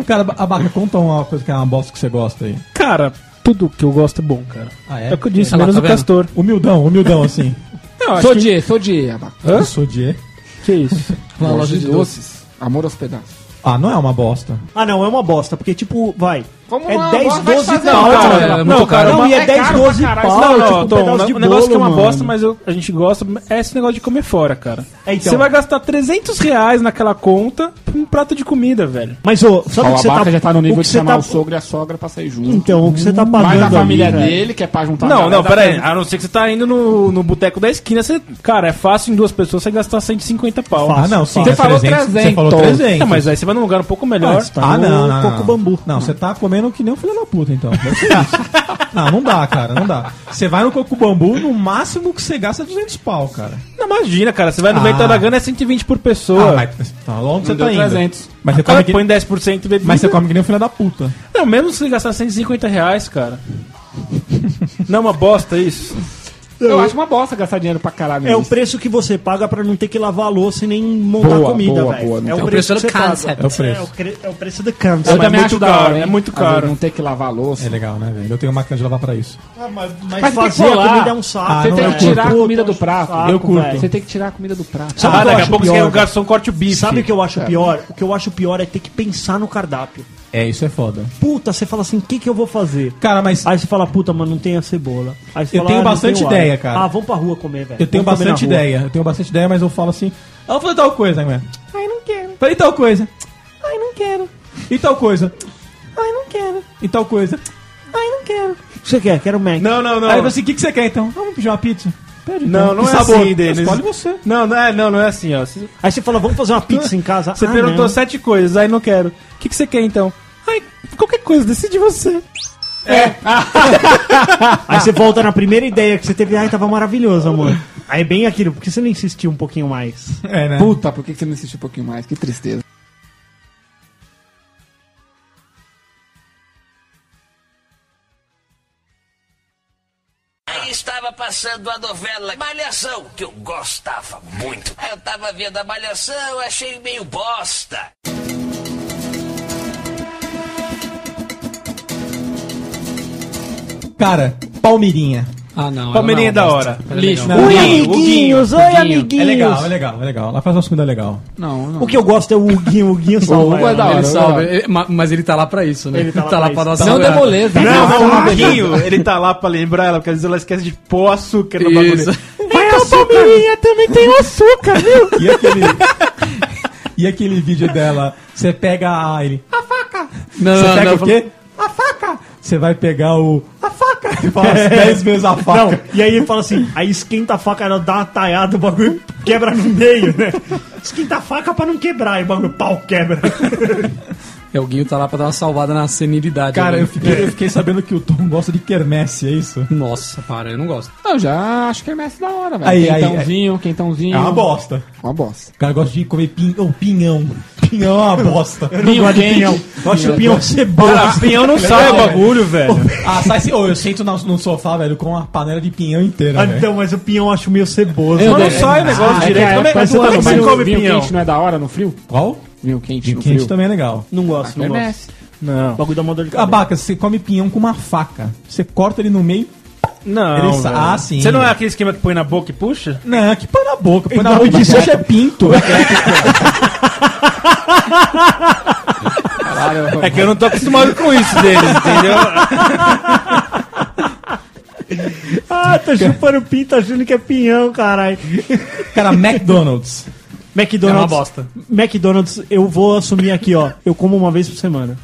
Speaker 2: Cara, Abaca, conta uma coisa que é uma bosta que você gosta aí.
Speaker 6: Cara, tudo que eu gosto é bom, cara.
Speaker 2: Ah, é?
Speaker 6: é? o que eu disse,
Speaker 5: Olha lá,
Speaker 6: menos
Speaker 5: tá
Speaker 6: o
Speaker 5: vendo?
Speaker 6: Castor.
Speaker 2: Humildão, humildão assim.
Speaker 6: Não, acho
Speaker 4: Sou
Speaker 6: que...
Speaker 4: de, sou de Abaca.
Speaker 6: Hã?
Speaker 2: Eu sou de.
Speaker 6: Que isso?
Speaker 5: Uma
Speaker 4: Loja de doces. Amor aos pedaços.
Speaker 2: Ah, não é uma bosta.
Speaker 3: ah, não, é uma bosta, porque, tipo, vai.
Speaker 4: Como
Speaker 3: é
Speaker 4: uma
Speaker 3: 10,
Speaker 4: bosta, vai
Speaker 3: 12
Speaker 4: fazer
Speaker 3: não,
Speaker 4: uma
Speaker 3: cara,
Speaker 5: cara, é muito
Speaker 6: não, cara,
Speaker 5: caro.
Speaker 3: Não,
Speaker 6: uma-
Speaker 3: e é
Speaker 4: é
Speaker 3: 10,
Speaker 4: caro
Speaker 3: 12
Speaker 4: pra caralho.
Speaker 3: pau,
Speaker 6: Não,
Speaker 3: tipo,
Speaker 6: não,
Speaker 3: um
Speaker 6: Tom,
Speaker 3: pedaço
Speaker 6: o
Speaker 3: de
Speaker 6: negócio que é uma
Speaker 3: bolo,
Speaker 6: bosta,
Speaker 3: mano.
Speaker 6: mas eu- a gente gosta, é esse negócio de comer fora, cara.
Speaker 3: É, então.
Speaker 6: Você vai gastar 300 reais naquela conta pra um prato de comida, velho.
Speaker 3: Mas, ô, sabe o
Speaker 4: o
Speaker 3: que você
Speaker 4: Abaca
Speaker 3: tá...
Speaker 4: já tá no
Speaker 3: o
Speaker 4: nível
Speaker 3: que
Speaker 4: de
Speaker 3: você
Speaker 4: chamar
Speaker 3: tá-
Speaker 4: o sogro e a sogra pra sair junto.
Speaker 3: Então, o que você tá pagando
Speaker 4: Mas a
Speaker 3: ali,
Speaker 4: família
Speaker 3: velho?
Speaker 4: dele, que é pra juntar a
Speaker 6: Não,
Speaker 4: galera
Speaker 6: não,
Speaker 4: da
Speaker 6: pera aí.
Speaker 4: família.
Speaker 6: A não ser que você tá indo no, no boteco da esquina, você. Cara, é fácil em duas pessoas você gastar 150 pau.
Speaker 2: Ah, não, sim.
Speaker 4: Você
Speaker 2: é
Speaker 4: falou
Speaker 2: Você falou
Speaker 4: 300.
Speaker 2: 300.
Speaker 6: É, mas aí você vai num lugar um pouco melhor.
Speaker 3: tá no coco bambu.
Speaker 2: Ah, Não, você tá comendo que nem um filho da puta, então. Deve ser isso. não, não dá, cara, não dá. Você vai no coco bambu, no máximo que você gasta é 200 pau, cara.
Speaker 6: Não, imagina, cara. Você vai no
Speaker 2: Ah.
Speaker 6: Venta da Gana é 120 por pessoa.
Speaker 2: Ah, mas tá longe você
Speaker 4: deu
Speaker 2: tá indo.
Speaker 4: 300.
Speaker 2: Mas você
Speaker 6: O cara
Speaker 2: come que...
Speaker 6: põe 10% de bebida.
Speaker 2: Mas você come que nem um filho da puta.
Speaker 6: Não, mesmo se você gastar 150 reais, cara. não é uma bosta isso?
Speaker 4: Eu acho uma bosta gastar dinheiro pra caralho
Speaker 3: É o
Speaker 4: nisso.
Speaker 3: preço que você paga pra não ter que lavar a louça e nem montar
Speaker 4: Boa,
Speaker 3: comida,
Speaker 4: boa, boa,
Speaker 3: velho. É
Speaker 4: não tem-
Speaker 5: preço do
Speaker 3: que você paga.
Speaker 5: concept.
Speaker 2: É o preço.
Speaker 3: É o, cre- é o preço do canto.
Speaker 4: Eu também
Speaker 6: Mas é muito
Speaker 4: acho da
Speaker 6: caro,
Speaker 4: hora,
Speaker 6: é
Speaker 4: hein?
Speaker 6: muito
Speaker 4: Às vezes
Speaker 6: caro.
Speaker 4: Não ter que lavar a louça.
Speaker 2: É legal, né, velho? Eu tenho máquina de lavar pra isso.
Speaker 3: mas,
Speaker 4: Mas tem que
Speaker 3: fazer a
Speaker 4: colar.
Speaker 3: comida é um saco.
Speaker 2: Ah,
Speaker 4: Você
Speaker 2: não
Speaker 4: tem
Speaker 2: é,
Speaker 4: que
Speaker 2: eu
Speaker 4: tirar a comida do prato.
Speaker 3: Eu curto.
Speaker 4: Você tem que tirar a comida do prato.
Speaker 2: Tá,
Speaker 3: Sabe é
Speaker 6: Ah,
Speaker 3: o que eu
Speaker 6: daqui a
Speaker 3: acho
Speaker 6: pouco você quer
Speaker 3: pior,
Speaker 6: o garçom corte o bife.
Speaker 3: Sabe o que eu
Speaker 4: É.
Speaker 3: acho pior? O que eu acho pior é ter que pensar no cardápio.
Speaker 2: É, isso é foda.
Speaker 3: Puta, você fala assim, o que, que eu vou fazer?
Speaker 2: Cara, mas
Speaker 3: Aí você fala, puta, mas não tem a cebola. Aí você
Speaker 2: Eu
Speaker 3: fala,
Speaker 2: tenho
Speaker 3: ah, não
Speaker 2: bastante
Speaker 3: tem o alho.
Speaker 2: ideia, cara.
Speaker 3: Ah, vamos pra rua comer, velho.
Speaker 2: eu tenho
Speaker 3: Vamos comer
Speaker 2: bastante
Speaker 3: na rua.
Speaker 2: ideia. Eu tenho bastante ideia, mas eu falo assim... Ah, eu vou fazer tal coisa, né? Ai, não quero. Falei tal coisa. Ai, não quero. E tal coisa. Ai, não quero. E tal coisa. Ai, não quero.
Speaker 3: O que você quer? Quero Mac.
Speaker 6: Não, não, não.
Speaker 2: Aí eu falei assim, o que, que você quer então? Vamos pedir uma pizza? Pede,
Speaker 6: Não,
Speaker 2: então.
Speaker 6: não
Speaker 2: Que
Speaker 6: é
Speaker 2: sabor?
Speaker 6: assim, Denis.
Speaker 2: Escolhe você.
Speaker 6: Não, não é, não, não é assim, ó. Você
Speaker 3: Aí você fala, vamos fazer uma pizza em casa.
Speaker 6: você
Speaker 3: Ah,
Speaker 6: perguntou assim,
Speaker 3: não.
Speaker 6: sete coisas, aí não quero. O que, que você quer então? Ai, qualquer coisa, decide você. "Ah."
Speaker 3: Aí você volta na primeira ideia que você teve. Ai, tava maravilhoso, amor. Aí é bem aquilo. Por que você não insistiu um pouquinho mais?
Speaker 2: É, né?
Speaker 4: Puta, por que que você não insiste um pouquinho mais? Que tristeza.
Speaker 8: Aí estava passando a novela Malhação, que eu gostava muito. Aí eu tava vendo a Malhação, achei meio bosta.
Speaker 2: Cara, Palmeirinha.
Speaker 5: Ah, não.
Speaker 6: Palmeirinha é da hora.
Speaker 5: Lixo.
Speaker 2: Não, não,
Speaker 3: amiguinhos! Oi, amiguinhos!
Speaker 2: É legal, é legal, é legal. Ela faz uma comida legal.
Speaker 4: Não, não.
Speaker 3: O que eu gosto é o Huguinho, o Huguinho
Speaker 4: O
Speaker 3: salva.
Speaker 4: Hugo é da
Speaker 3: ela.
Speaker 4: hora.
Speaker 5: Ele
Speaker 4: eu
Speaker 5: salva.
Speaker 4: gosto.
Speaker 5: Ele- ma- mas ele tá lá pra isso, né?
Speaker 3: Ele tá lá pra isso.
Speaker 5: nossa.
Speaker 4: Não dê moleza.
Speaker 6: Não,
Speaker 4: Nossa,
Speaker 6: não, o Huguinho, ele tá lá pra lembrar ela, porque às vezes ela esquece de pôr açúcar no
Speaker 5: Isso.
Speaker 6: bagulho. Então, Palmeirinha também tem açúcar, viu?
Speaker 2: E aquele. e aquele vídeo dela, você pega a ele.
Speaker 5: Não,
Speaker 2: Você
Speaker 5: não,
Speaker 2: pega
Speaker 5: não.
Speaker 2: o quê? A faca! Você vai pegar o. A faca! faca. Ele fala assim, dez vezes a faca.
Speaker 3: É. Não, e aí ele fala assim, aí esquenta a faca, ela dá uma taiada, o bagulho quebra no meio, né? Esquenta a faca pra não quebrar, e o bagulho pau quebra.
Speaker 5: E alguém tá lá pra dar uma salvada na senilidade. né?
Speaker 2: Cara,
Speaker 5: ali.
Speaker 2: eu fiquei, eu fiquei sabendo que o Tom gosta de quermesse, é isso?
Speaker 5: Nossa, para, eu não gosto.
Speaker 4: Eu já acho que é mestre da hora,
Speaker 2: Aí,
Speaker 4: velho.
Speaker 2: aí,
Speaker 4: Quentãozinho, quentãozinho.
Speaker 2: É uma bosta.
Speaker 4: Uma bosta.
Speaker 2: O cara gosta de comer pin... oh, pinhão. Pinhão é uma bosta.
Speaker 4: Vinho quente.
Speaker 3: Eu acho o pinhão cebola.
Speaker 6: Cara, pinhão não sai o bagulho, velho.
Speaker 2: é Ah, sai se... oh, eu sento na- no sofá, velho, com uma panela de pinhão inteira,
Speaker 3: Ah,
Speaker 2: velho.
Speaker 3: então, mas o pinhão eu acho meio ceboso. né?
Speaker 6: Mas não
Speaker 3: Mano,
Speaker 6: sai o negócio
Speaker 4: Ah, é que
Speaker 6: direito.
Speaker 4: a
Speaker 6: Como é-
Speaker 4: época
Speaker 6: mas
Speaker 4: do
Speaker 6: como é
Speaker 4: ano,
Speaker 6: que você
Speaker 4: mas
Speaker 6: come
Speaker 4: vinho
Speaker 6: pinhão?
Speaker 4: quente não é da hora no frio?
Speaker 2: Qual?
Speaker 4: Vinho quente
Speaker 2: De
Speaker 4: no
Speaker 2: quente
Speaker 6: tá
Speaker 4: frio.
Speaker 2: também é legal.
Speaker 3: Não gosto, não gosto.
Speaker 4: Quermesse.
Speaker 3: O bagulho dá uma dor de cabeça.
Speaker 2: Abaca, você come pinhão com uma faca. Você corta ele no meio.
Speaker 6: Não.
Speaker 2: Ele sa-
Speaker 6: velho.
Speaker 2: Ah, sim.
Speaker 6: Você não é aquele esquema que põe na boca e puxa?
Speaker 2: Não, que põe na boca. Põe na
Speaker 3: Não,
Speaker 2: boca.
Speaker 3: de
Speaker 2: Isso
Speaker 3: boca.
Speaker 2: hoje é pinto.
Speaker 6: É que eu não tô acostumado com isso deles, entendeu?
Speaker 3: Ah, tá chupando pinto, achando que é pinhão, caralho.
Speaker 2: Cara, McDonald's.
Speaker 3: McDonald's.
Speaker 6: É uma bosta.
Speaker 3: McDonald's, eu vou assumir aqui, ó. Eu como uma vez por semana.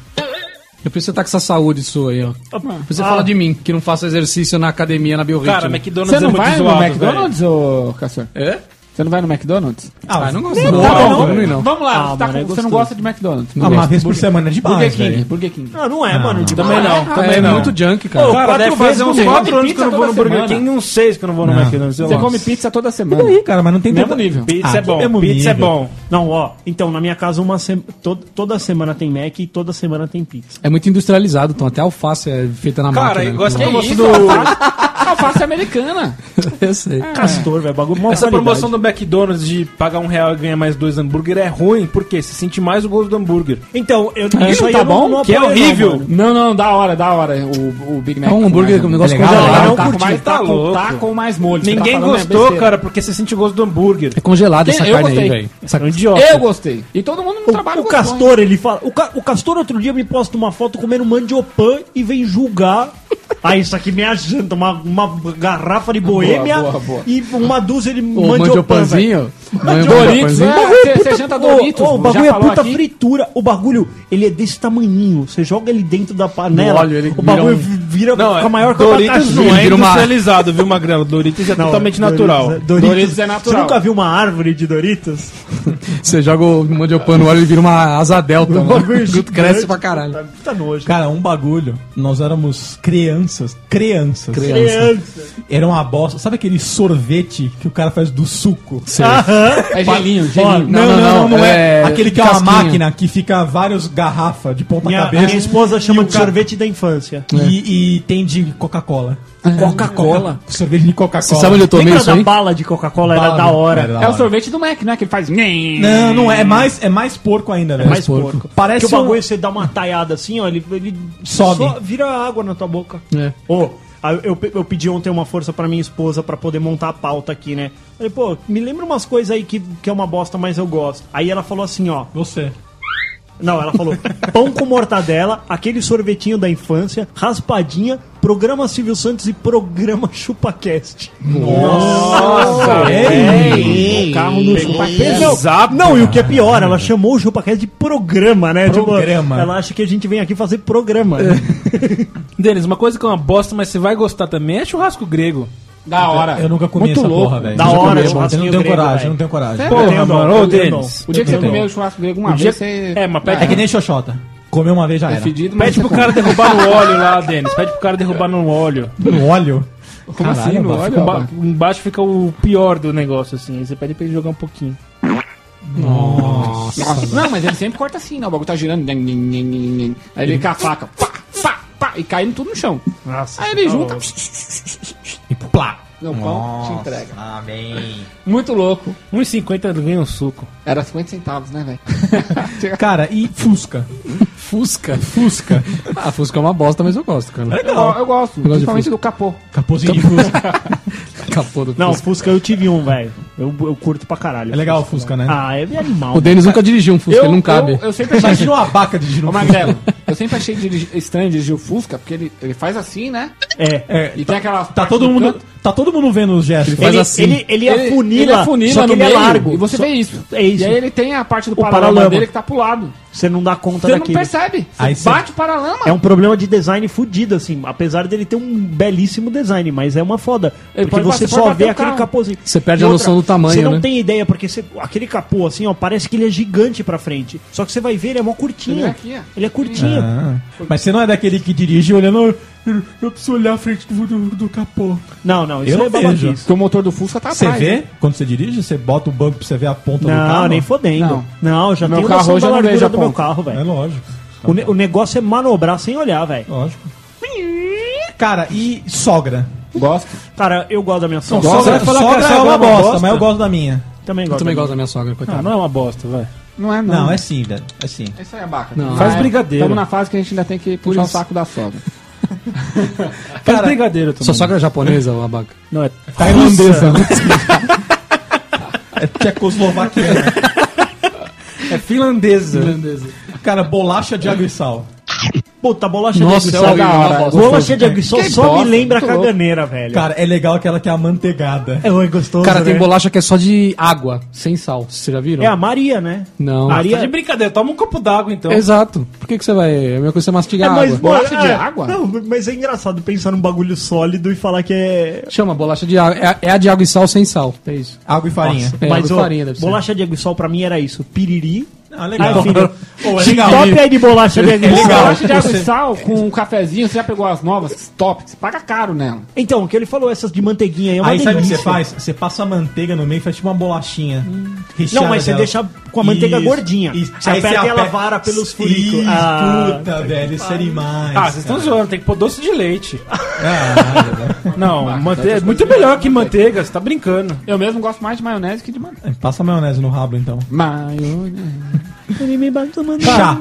Speaker 5: Eu preciso estar com essa saúde sua aí, ó. Depois Você
Speaker 3: Ah.
Speaker 5: fala de mim, que não faço exercício na academia, na biorritmo.
Speaker 6: Cara, McDonald's
Speaker 4: Você não
Speaker 6: é muito
Speaker 4: vai
Speaker 6: zoado,
Speaker 4: no
Speaker 6: velho.
Speaker 4: McDonald's, ô Cassio?
Speaker 5: É?
Speaker 4: Você não vai no McDonald's?
Speaker 5: Ah, eu não gosto. Não,
Speaker 4: Tá
Speaker 5: não,
Speaker 4: bom,
Speaker 5: não, não.
Speaker 4: Vamos lá, você, tá com-
Speaker 3: mano, é
Speaker 4: você não
Speaker 3: gostoso.
Speaker 4: gosta de McDonald's. Não
Speaker 2: Ah, uma
Speaker 4: gosta.
Speaker 2: vez por semana é demais,
Speaker 4: Burger King,
Speaker 2: velho.
Speaker 4: Burger King.
Speaker 3: Não, não é, mano. De
Speaker 6: Também é não, também
Speaker 5: É
Speaker 6: não.
Speaker 5: muito junk, cara.
Speaker 6: Cara,
Speaker 4: Quatro
Speaker 6: deve fazer
Speaker 4: vezes
Speaker 6: uns
Speaker 4: por semana.
Speaker 6: 4 anos que eu não vou no
Speaker 4: Pizza toda
Speaker 6: Burger
Speaker 4: semana.
Speaker 6: King uns 6 que eu não vou no McDonald's. eu
Speaker 4: Você
Speaker 6: acho.
Speaker 4: come pizza toda semana.
Speaker 2: E aí, cara, mas não tem
Speaker 4: Mesmo nível.
Speaker 6: Pizza
Speaker 2: Ah,
Speaker 6: é bom,
Speaker 2: mesmo
Speaker 6: pizza é
Speaker 2: nível.
Speaker 6: bom.
Speaker 3: Não, ó. Então, na minha casa, uma se- to- toda semana tem Mac e toda semana tem pizza.
Speaker 5: É muito industrializado, então até alface é feita na
Speaker 6: Cara,
Speaker 5: máquina.
Speaker 6: eu gosto que
Speaker 5: né?
Speaker 6: eu gosto
Speaker 4: isso,
Speaker 6: do...
Speaker 4: Alface americana.
Speaker 5: Eu sei.
Speaker 3: Castor, velho. Bagulho mó
Speaker 6: Ah. Essa
Speaker 3: qualidade.
Speaker 6: promoção do McDonald's de pagar um real e ganhar mais dois hambúrguer é ruim, porque você sente mais o gosto do hambúrguer.
Speaker 3: Então, eu, isso aí
Speaker 4: tá
Speaker 3: eu não-
Speaker 4: bom?
Speaker 3: não
Speaker 6: Que é
Speaker 3: apoio, não,
Speaker 6: horrível.
Speaker 3: mano.
Speaker 4: Não, não, da hora, da hora. O, o Big Mac.
Speaker 5: É um
Speaker 4: com
Speaker 5: hambúrguer
Speaker 4: mais-
Speaker 5: com um negócio
Speaker 4: é legal,
Speaker 5: congelado.
Speaker 4: legal,
Speaker 5: Tá
Speaker 4: tá,
Speaker 6: curtindo,
Speaker 4: com mais,
Speaker 6: tá
Speaker 4: tá, com,
Speaker 6: louco.
Speaker 4: tá com mais molho. Você tá
Speaker 6: Ninguém
Speaker 2: né?
Speaker 4: falando, é
Speaker 6: gostou,
Speaker 4: besteira.
Speaker 6: cara, porque você sente o gosto do hambúrguer.
Speaker 5: É congelada
Speaker 4: Quem-
Speaker 5: essa
Speaker 4: eu
Speaker 5: carne aí,
Speaker 4: gostei.
Speaker 5: velho. Essa...
Speaker 3: É um idiota.
Speaker 4: Eu gostei. E todo mundo no trabalho
Speaker 3: O, o
Speaker 4: gostou, hein?
Speaker 3: Castor, ele fala. O, Ca- o Castor outro dia me posta uma foto comendo mandiopan e vem julgar. Ah, isso aqui me janta, uma, uma garrafa de boêmia
Speaker 4: boa, boa.
Speaker 3: e uma dúzia de
Speaker 5: O
Speaker 3: mandiopan. velho.
Speaker 5: mandiopanzinho. Mandiopanzinho.
Speaker 4: Doritos, né? Você-
Speaker 3: puta-
Speaker 4: Você janta Doritos.
Speaker 3: Ô, ô, o
Speaker 4: já
Speaker 3: bagulho é
Speaker 4: falou
Speaker 3: puta
Speaker 4: aqui.
Speaker 3: fritura. O bagulho, ele é desse tamaninho. Você joga ele dentro da panela.
Speaker 5: No óleo, ele
Speaker 3: o bagulho vira,
Speaker 5: vira
Speaker 3: um- é fica maior que o
Speaker 6: Doritos
Speaker 3: abacaxi.
Speaker 6: não é
Speaker 5: Vira uma-
Speaker 6: industrializado, viu, Magrelo? Doritos é
Speaker 3: Não,
Speaker 6: totalmente
Speaker 3: Doritos-
Speaker 6: natural.
Speaker 3: Doritos,
Speaker 4: Doritos é natural.
Speaker 3: Você nunca viu uma árvore de Doritos?
Speaker 5: Você joga o mandiopan no óleo e vira uma asa delta, mano. Cresce pra caralho.
Speaker 3: Tá, tá nojo.
Speaker 2: Cara, um bagulho. Nós éramos crianças. Crianças.
Speaker 5: Criança.
Speaker 2: Era uma bosta. Sabe aquele sorvete que o cara faz do suco?
Speaker 4: É gelinho,
Speaker 3: Ó,
Speaker 4: gelinho.
Speaker 5: Não, não, não, é
Speaker 2: Aquele que é uma
Speaker 5: casquinha.
Speaker 2: máquina que fica vários garrafas de ponta
Speaker 3: Minha,
Speaker 2: cabeça.
Speaker 3: minha esposa chama de
Speaker 2: cara-
Speaker 3: sorvete da infância.
Speaker 2: É.
Speaker 5: É.
Speaker 2: E, e tem de Coca-Cola.
Speaker 5: Coca-Cola.
Speaker 2: Sorvete de Coca-Cola.
Speaker 5: É. Você sabe onde eu tomei
Speaker 3: Lembra
Speaker 5: isso
Speaker 3: da
Speaker 5: aí?
Speaker 3: bala de Coca-Cola? Era
Speaker 2: Bala.
Speaker 3: da hora.
Speaker 2: Era da
Speaker 4: É o sorvete do Mac, né? Que ele faz.
Speaker 2: Não, não é. É mais, é mais porco ainda, velho.
Speaker 3: mais porco.
Speaker 2: Parece
Speaker 3: Porque o bagulho
Speaker 2: um-
Speaker 3: você dá uma taiada assim, ó, ele, ele
Speaker 2: Sobe.
Speaker 3: só vira água na tua boca.
Speaker 5: É.
Speaker 3: Ô, aí eu, pe- eu pedi ontem uma força pra minha esposa pra poder montar a pauta aqui, né? Falei, pô, me lembra umas coisas aí que, que é uma bosta, mas eu gosto. Aí ela falou assim, ó.
Speaker 6: é
Speaker 2: Você.
Speaker 3: Não, ela falou pão com mortadela, aquele sorvetinho da infância, raspadinha, programa Silvio Santos e programa ChupaCast.
Speaker 6: Nossa,
Speaker 2: É.
Speaker 6: é.
Speaker 3: O carro do ChupaCast. Não, Não, e o que é pior, ela chamou o ChupaCast de programa, né? Tipo,
Speaker 2: Programa.
Speaker 3: ela acha que a gente vem aqui fazer programa. né?
Speaker 6: Denis, uma coisa que é uma bosta, mas você vai gostar também é churrasco grego.
Speaker 4: Da hora.
Speaker 2: Eu nunca comi
Speaker 4: Muito
Speaker 2: essa
Speaker 4: louco.
Speaker 2: porra, velho.
Speaker 3: Da
Speaker 2: Nunca
Speaker 3: hora,
Speaker 2: comi, Eu
Speaker 3: churrasquinho
Speaker 2: não tenho
Speaker 3: grego,
Speaker 2: coragem,
Speaker 3: velho.
Speaker 2: eu não tenho coragem.
Speaker 4: Porra,
Speaker 3: Eu não,
Speaker 6: mano,
Speaker 3: eu
Speaker 6: ô,
Speaker 3: não.
Speaker 6: Denis.
Speaker 4: O dia que você
Speaker 3: Não.
Speaker 4: comeu o churrasco grego uma
Speaker 6: O dia-
Speaker 4: vez, você.
Speaker 6: É, mas pede-
Speaker 2: É que nem xoxota. Comeu uma vez já
Speaker 4: É
Speaker 2: era.
Speaker 4: fedido, mas.
Speaker 6: Pede pro
Speaker 4: você
Speaker 6: cara derrubar no óleo lá, Denis. Pede pro cara derrubar no óleo.
Speaker 2: No óleo.
Speaker 4: come. Como assim?
Speaker 2: Caralho,
Speaker 4: não
Speaker 5: é
Speaker 6: Fica
Speaker 4: olha,
Speaker 5: um
Speaker 6: emba-
Speaker 4: ó.
Speaker 6: embaixo fica o pior do negócio, assim. Aí você pede pra ele jogar um pouquinho.
Speaker 4: Nossa, Não, mas ele sempre corta assim, né? O bagulho tá girando. nhen, nhen, nhen, nhen, nhen. Aí ele com a faca. Pá, pá, pá. E caindo tudo no chão.
Speaker 3: Nossa,
Speaker 4: Aí ele junta.
Speaker 2: E plá.
Speaker 4: Não, pão, te entrega. Amém. Muito louco.
Speaker 6: 1,50 ele ganha um suco.
Speaker 4: Era 50 centavos, né, velho?
Speaker 2: Cara, e Fusca?
Speaker 5: Fusca. Fusca. Ah, Fusca é uma bosta, mas eu gosto, cara.
Speaker 4: Eu, eu gosto,
Speaker 5: de
Speaker 4: principalmente do capô. Então,
Speaker 2: Capozinho de Fusca.
Speaker 5: Capô do
Speaker 3: Não,
Speaker 5: Fusca.
Speaker 3: Fusca eu tive um, velho. Eu, eu curto pra caralho.
Speaker 2: É legal o Fusca, né?
Speaker 3: Ah, é animal.
Speaker 5: O Denis nunca dirigiu um Fusca, ele não cabe.
Speaker 4: Eu, eu sempre achei.
Speaker 2: Imagina uma abaca dirigindo
Speaker 4: Ô,
Speaker 2: um Fusca.
Speaker 4: Magrelo, eu sempre achei dirigi- estranho dirigir o Fusca, porque ele, ele faz assim, né?
Speaker 3: É.
Speaker 2: É,
Speaker 4: E tem aquela.
Speaker 2: tá
Speaker 4: parte
Speaker 2: todo
Speaker 4: do
Speaker 2: mundo,
Speaker 4: canto.
Speaker 2: tá todo mundo vendo os gestos.
Speaker 5: faz
Speaker 3: Ele,
Speaker 5: assim.
Speaker 3: ele, ele
Speaker 4: Ele,
Speaker 3: afunila,
Speaker 4: ele afunila
Speaker 3: só que
Speaker 4: no
Speaker 3: ele é
Speaker 4: meio,
Speaker 3: largo.
Speaker 4: E você
Speaker 3: Só-
Speaker 4: vê isso.
Speaker 3: É isso.
Speaker 4: E aí ele tem a parte do
Speaker 3: O
Speaker 4: paralama,
Speaker 3: paralama. Tá
Speaker 4: dele que tá pro lado.
Speaker 3: Você não dá conta
Speaker 4: Você não
Speaker 3: daquilo.
Speaker 4: percebe. Você
Speaker 2: Aí você-
Speaker 4: bate o paralama.
Speaker 3: É um problema de design fudido, assim. Apesar dele ter um belíssimo design, mas é uma foda.
Speaker 4: Ele
Speaker 3: porque
Speaker 4: pode
Speaker 3: você
Speaker 4: bater-
Speaker 3: só
Speaker 4: pode
Speaker 3: vê
Speaker 4: bater o
Speaker 3: aquele
Speaker 4: carro.
Speaker 3: capôzinho.
Speaker 5: Você perde
Speaker 3: E
Speaker 5: a noção do tamanho,
Speaker 3: Você não
Speaker 5: né?
Speaker 3: tem ideia, porque você- aquele capô, assim, ó, parece que ele é gigante pra frente. Só que você vai ver, ele é mó curtinho.
Speaker 4: Ele é aqui, ó.
Speaker 3: Ele é curtinho.
Speaker 2: Ah, mas você não é daquele que dirige olhando. Eu, eu preciso olhar a frente do, do, do capô.
Speaker 3: Não, não, isso
Speaker 2: Eu
Speaker 3: é
Speaker 2: não vejo.
Speaker 3: babaquice.
Speaker 4: Porque o motor do Fusca tá
Speaker 2: Você
Speaker 4: atrás.
Speaker 2: vê?
Speaker 4: né?
Speaker 2: Quando você dirige, você bota o banco pra você ver a ponta do Tá carro?
Speaker 3: Não, nem fodendo.
Speaker 4: Não.
Speaker 3: Não, eu já
Speaker 4: Meu
Speaker 3: tenho
Speaker 4: carro
Speaker 3: noção
Speaker 4: hoje
Speaker 3: da
Speaker 4: eu não
Speaker 3: largura
Speaker 4: vejo a
Speaker 3: do meu
Speaker 4: ponta.
Speaker 3: carro,
Speaker 2: É
Speaker 3: velho.
Speaker 2: lógico.
Speaker 3: O, ne- o negócio é manobrar sem olhar, velho.
Speaker 2: Lógico. Cara, e sogra?
Speaker 4: Gosto.
Speaker 3: Cara, eu gosto da minha sogra.
Speaker 6: Nossa,
Speaker 2: sogra
Speaker 6: vai falar que
Speaker 2: sogra
Speaker 6: a sogra
Speaker 2: é uma bosta,
Speaker 6: bosta?
Speaker 2: mas eu gosto da minha.
Speaker 3: Também
Speaker 5: Eu
Speaker 3: gosto.
Speaker 5: também
Speaker 3: da
Speaker 5: gosto da minha sogra,
Speaker 6: Ah,
Speaker 5: coitada.
Speaker 6: não é uma bosta, vai.
Speaker 4: Não é,
Speaker 2: Não,
Speaker 3: Hum.
Speaker 4: não.
Speaker 2: é sim, velho. É sim.
Speaker 4: É isso aí, abaca.
Speaker 5: Não.
Speaker 6: Faz
Speaker 4: Ah, é.
Speaker 6: brigadeiro.
Speaker 4: Estamos na fase que a gente ainda tem que puxar o
Speaker 5: isso.
Speaker 4: saco da sogra.
Speaker 6: Faz brigadeiro
Speaker 3: Ah,
Speaker 6: também.
Speaker 5: Sua sogra é japonesa, o abaca.
Speaker 6: Não, é
Speaker 2: Tá Tailandesa. é tchecoslovaquiana.
Speaker 6: É finlandesa.
Speaker 2: Cara, bolacha de água e sal.
Speaker 3: minha- Puta, bolacha
Speaker 5: Nossa,
Speaker 3: de
Speaker 5: é
Speaker 3: aguissal.
Speaker 5: horrível,
Speaker 4: da
Speaker 5: uma
Speaker 4: hora.
Speaker 5: bosta.
Speaker 3: Bolacha de aguissal
Speaker 4: Que
Speaker 3: só
Speaker 4: bosta,
Speaker 3: me lembra a
Speaker 4: muito louco.
Speaker 3: caganeira, velho.
Speaker 2: Cara, é legal aquela que é amanteigada.
Speaker 6: Tá
Speaker 3: é oi, gostoso,
Speaker 5: Cara, tem
Speaker 3: né?
Speaker 5: bolacha que é só de água, sem sal. Vocês já viram?
Speaker 3: É a Maria, né?
Speaker 5: Não.
Speaker 3: Maria...
Speaker 6: Tá de brincadeira, toma um copo d'água então.
Speaker 5: Exato. Por que, que você vai. É a mesma coisa que você mastigar água.
Speaker 4: Bolacha
Speaker 3: mano,
Speaker 4: de
Speaker 3: é,
Speaker 4: água?
Speaker 3: Não, mas é engraçado pensar num bagulho sólido e falar que é.
Speaker 5: Chama bolacha de água. É, a- é a de água e sal sem sal. É isso.
Speaker 2: Água e farinha.
Speaker 5: É,
Speaker 3: mas
Speaker 5: água e
Speaker 3: ó,
Speaker 5: farinha deve ser.
Speaker 3: bolacha de aguissol pra mim era isso. Piriri.
Speaker 2: Ah, legal.
Speaker 3: Ai, filho.
Speaker 2: Ô, é
Speaker 3: Que
Speaker 2: legal.
Speaker 3: top aí de bolacha de aguissol.
Speaker 2: legal.
Speaker 4: Bolacha de água
Speaker 2: Você-
Speaker 4: e sal com um cafezinho, você já pegou as novas? Top. Você paga caro nela.
Speaker 3: Então, o que ele falou, essas de manteiguinha aí é uma
Speaker 2: Aí sabe o que
Speaker 3: delícia. Hum.
Speaker 2: você faz? Você passa a manteiga no meio e faz tipo uma bolachinha. recheada
Speaker 3: Não, mas você
Speaker 2: dela.
Speaker 3: deixa com a manteiga
Speaker 2: Isso.
Speaker 3: gordinha.
Speaker 2: Isso.
Speaker 3: Você aperta e ela vara pelos furicos.
Speaker 2: Isso,
Speaker 3: Ah,
Speaker 2: puta, velho, esses animais.
Speaker 6: Ah, vocês estão
Speaker 2: cara.
Speaker 6: zoando, tem que pôr doce de leite.
Speaker 2: Ah, velho.
Speaker 6: Não, manteiga, é muito melhor que manteiga, você tá brincando.
Speaker 4: Eu mesmo gosto mais de maionese que de manteiga.
Speaker 2: Passa maionese no rabo então.
Speaker 4: Maionese.
Speaker 2: Chá.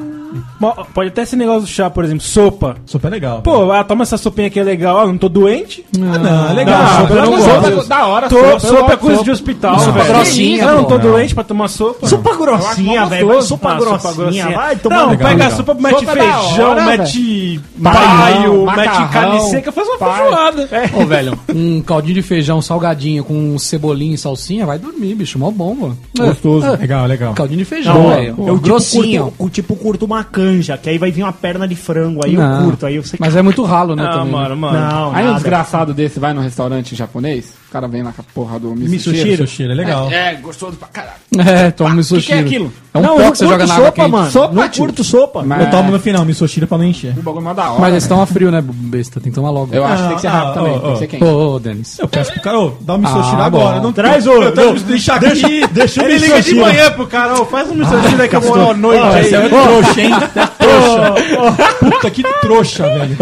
Speaker 6: Mo- Pode até esse negócio do chá, por exemplo, sopa.
Speaker 2: Sopa é legal.
Speaker 6: Pô, ah, toma essa sopinha aqui, é legal. Ah, não tô doente.
Speaker 2: Ah, não, é legal.
Speaker 6: Não,
Speaker 2: sopa eu não
Speaker 6: não,
Speaker 2: gosto.
Speaker 6: sopa-
Speaker 4: Sopa, da hora,
Speaker 6: Tô,
Speaker 4: sopa, eu
Speaker 6: sopa é
Speaker 4: gosto de
Speaker 6: coisa
Speaker 4: sopa.
Speaker 6: de hospital,
Speaker 2: Sopa
Speaker 6: velho.
Speaker 5: grossinha,
Speaker 6: Ah, não tô
Speaker 5: porra.
Speaker 6: doente pra tomar sopa.
Speaker 3: Sopa grossinha,
Speaker 4: Eu acho mó
Speaker 3: velho. vai
Speaker 4: gostoso.
Speaker 3: Sopa
Speaker 6: Ah,
Speaker 3: grossinha. Vai tomar
Speaker 6: não,
Speaker 3: no
Speaker 2: legal,
Speaker 6: pega
Speaker 2: legal.
Speaker 6: a sopa, mete
Speaker 4: Sopa é da
Speaker 6: feijão,
Speaker 4: hora,
Speaker 6: mete
Speaker 4: Macarrão,
Speaker 6: paio,
Speaker 4: macarrão,
Speaker 6: mete carne seca, faz uma
Speaker 4: paio.
Speaker 6: feijoada.
Speaker 5: Ô, velho, um caldinho de feijão salgadinho com cebolinha e salsinha, vai dormir, bicho. Mó bom, mano. É.
Speaker 2: Gostoso. Legal, legal.
Speaker 5: Caldinho de
Speaker 3: Não,
Speaker 5: feijão, velho. É
Speaker 3: eu
Speaker 5: grossinho.
Speaker 3: Tipo curto, tipo, curto uma canja, que aí vai vir uma perna de frango, aí
Speaker 5: Não.
Speaker 3: eu curto, aí eu sei que.
Speaker 5: Mas é muito ralo, né,
Speaker 6: Ah,
Speaker 5: também.
Speaker 6: mano, mano.
Speaker 3: Não,
Speaker 4: Aí um
Speaker 3: nada.
Speaker 4: desgraçado desse vai no restaurante japonês, o cara vem lá com a porra do
Speaker 2: Sushi,
Speaker 4: misoshiro.
Speaker 2: sushi, é legal.
Speaker 4: É, é, gostoso pra caralho.
Speaker 5: É, toma isso.
Speaker 4: que que é aquilo?
Speaker 5: É um
Speaker 3: não,
Speaker 5: pó
Speaker 3: eu não
Speaker 5: que você
Speaker 3: curto
Speaker 5: joga na água
Speaker 3: sopa,
Speaker 5: quente.
Speaker 3: mano.
Speaker 4: Sopa,
Speaker 3: não
Speaker 4: tio.
Speaker 3: curto sopa.
Speaker 4: Mas
Speaker 2: Eu tomo no final, misoshira pra não encher.
Speaker 4: o bagulho é mó da hora.
Speaker 5: Mas esse toma frio, né, besta? Tem é que tomar logo.
Speaker 4: Eu acho que
Speaker 2: Não,
Speaker 4: tem que ser
Speaker 2: não,
Speaker 4: rápido também,
Speaker 2: Ah, ó,
Speaker 4: tem
Speaker 2: ó.
Speaker 4: que ser quente.
Speaker 5: Ô, ô, Denis.
Speaker 2: Eu peço pro cara, ô, dá um misoshira
Speaker 5: Ah,
Speaker 2: agora.
Speaker 5: bom.
Speaker 2: Não
Speaker 3: Traz o-
Speaker 2: Eu
Speaker 3: não,
Speaker 2: tenho que deixar aqui.
Speaker 3: deixa- deixa o
Speaker 2: Ele liga de
Speaker 3: misoshiro.
Speaker 2: manhã pro cara, ô, faz um misoshiro aqui, eu vou
Speaker 3: castor.
Speaker 2: lá à noite.
Speaker 3: Ah,
Speaker 2: aí.
Speaker 3: esse é
Speaker 2: Ô, trouxa, hein? Trouxa. Puta, que trouxa, velho.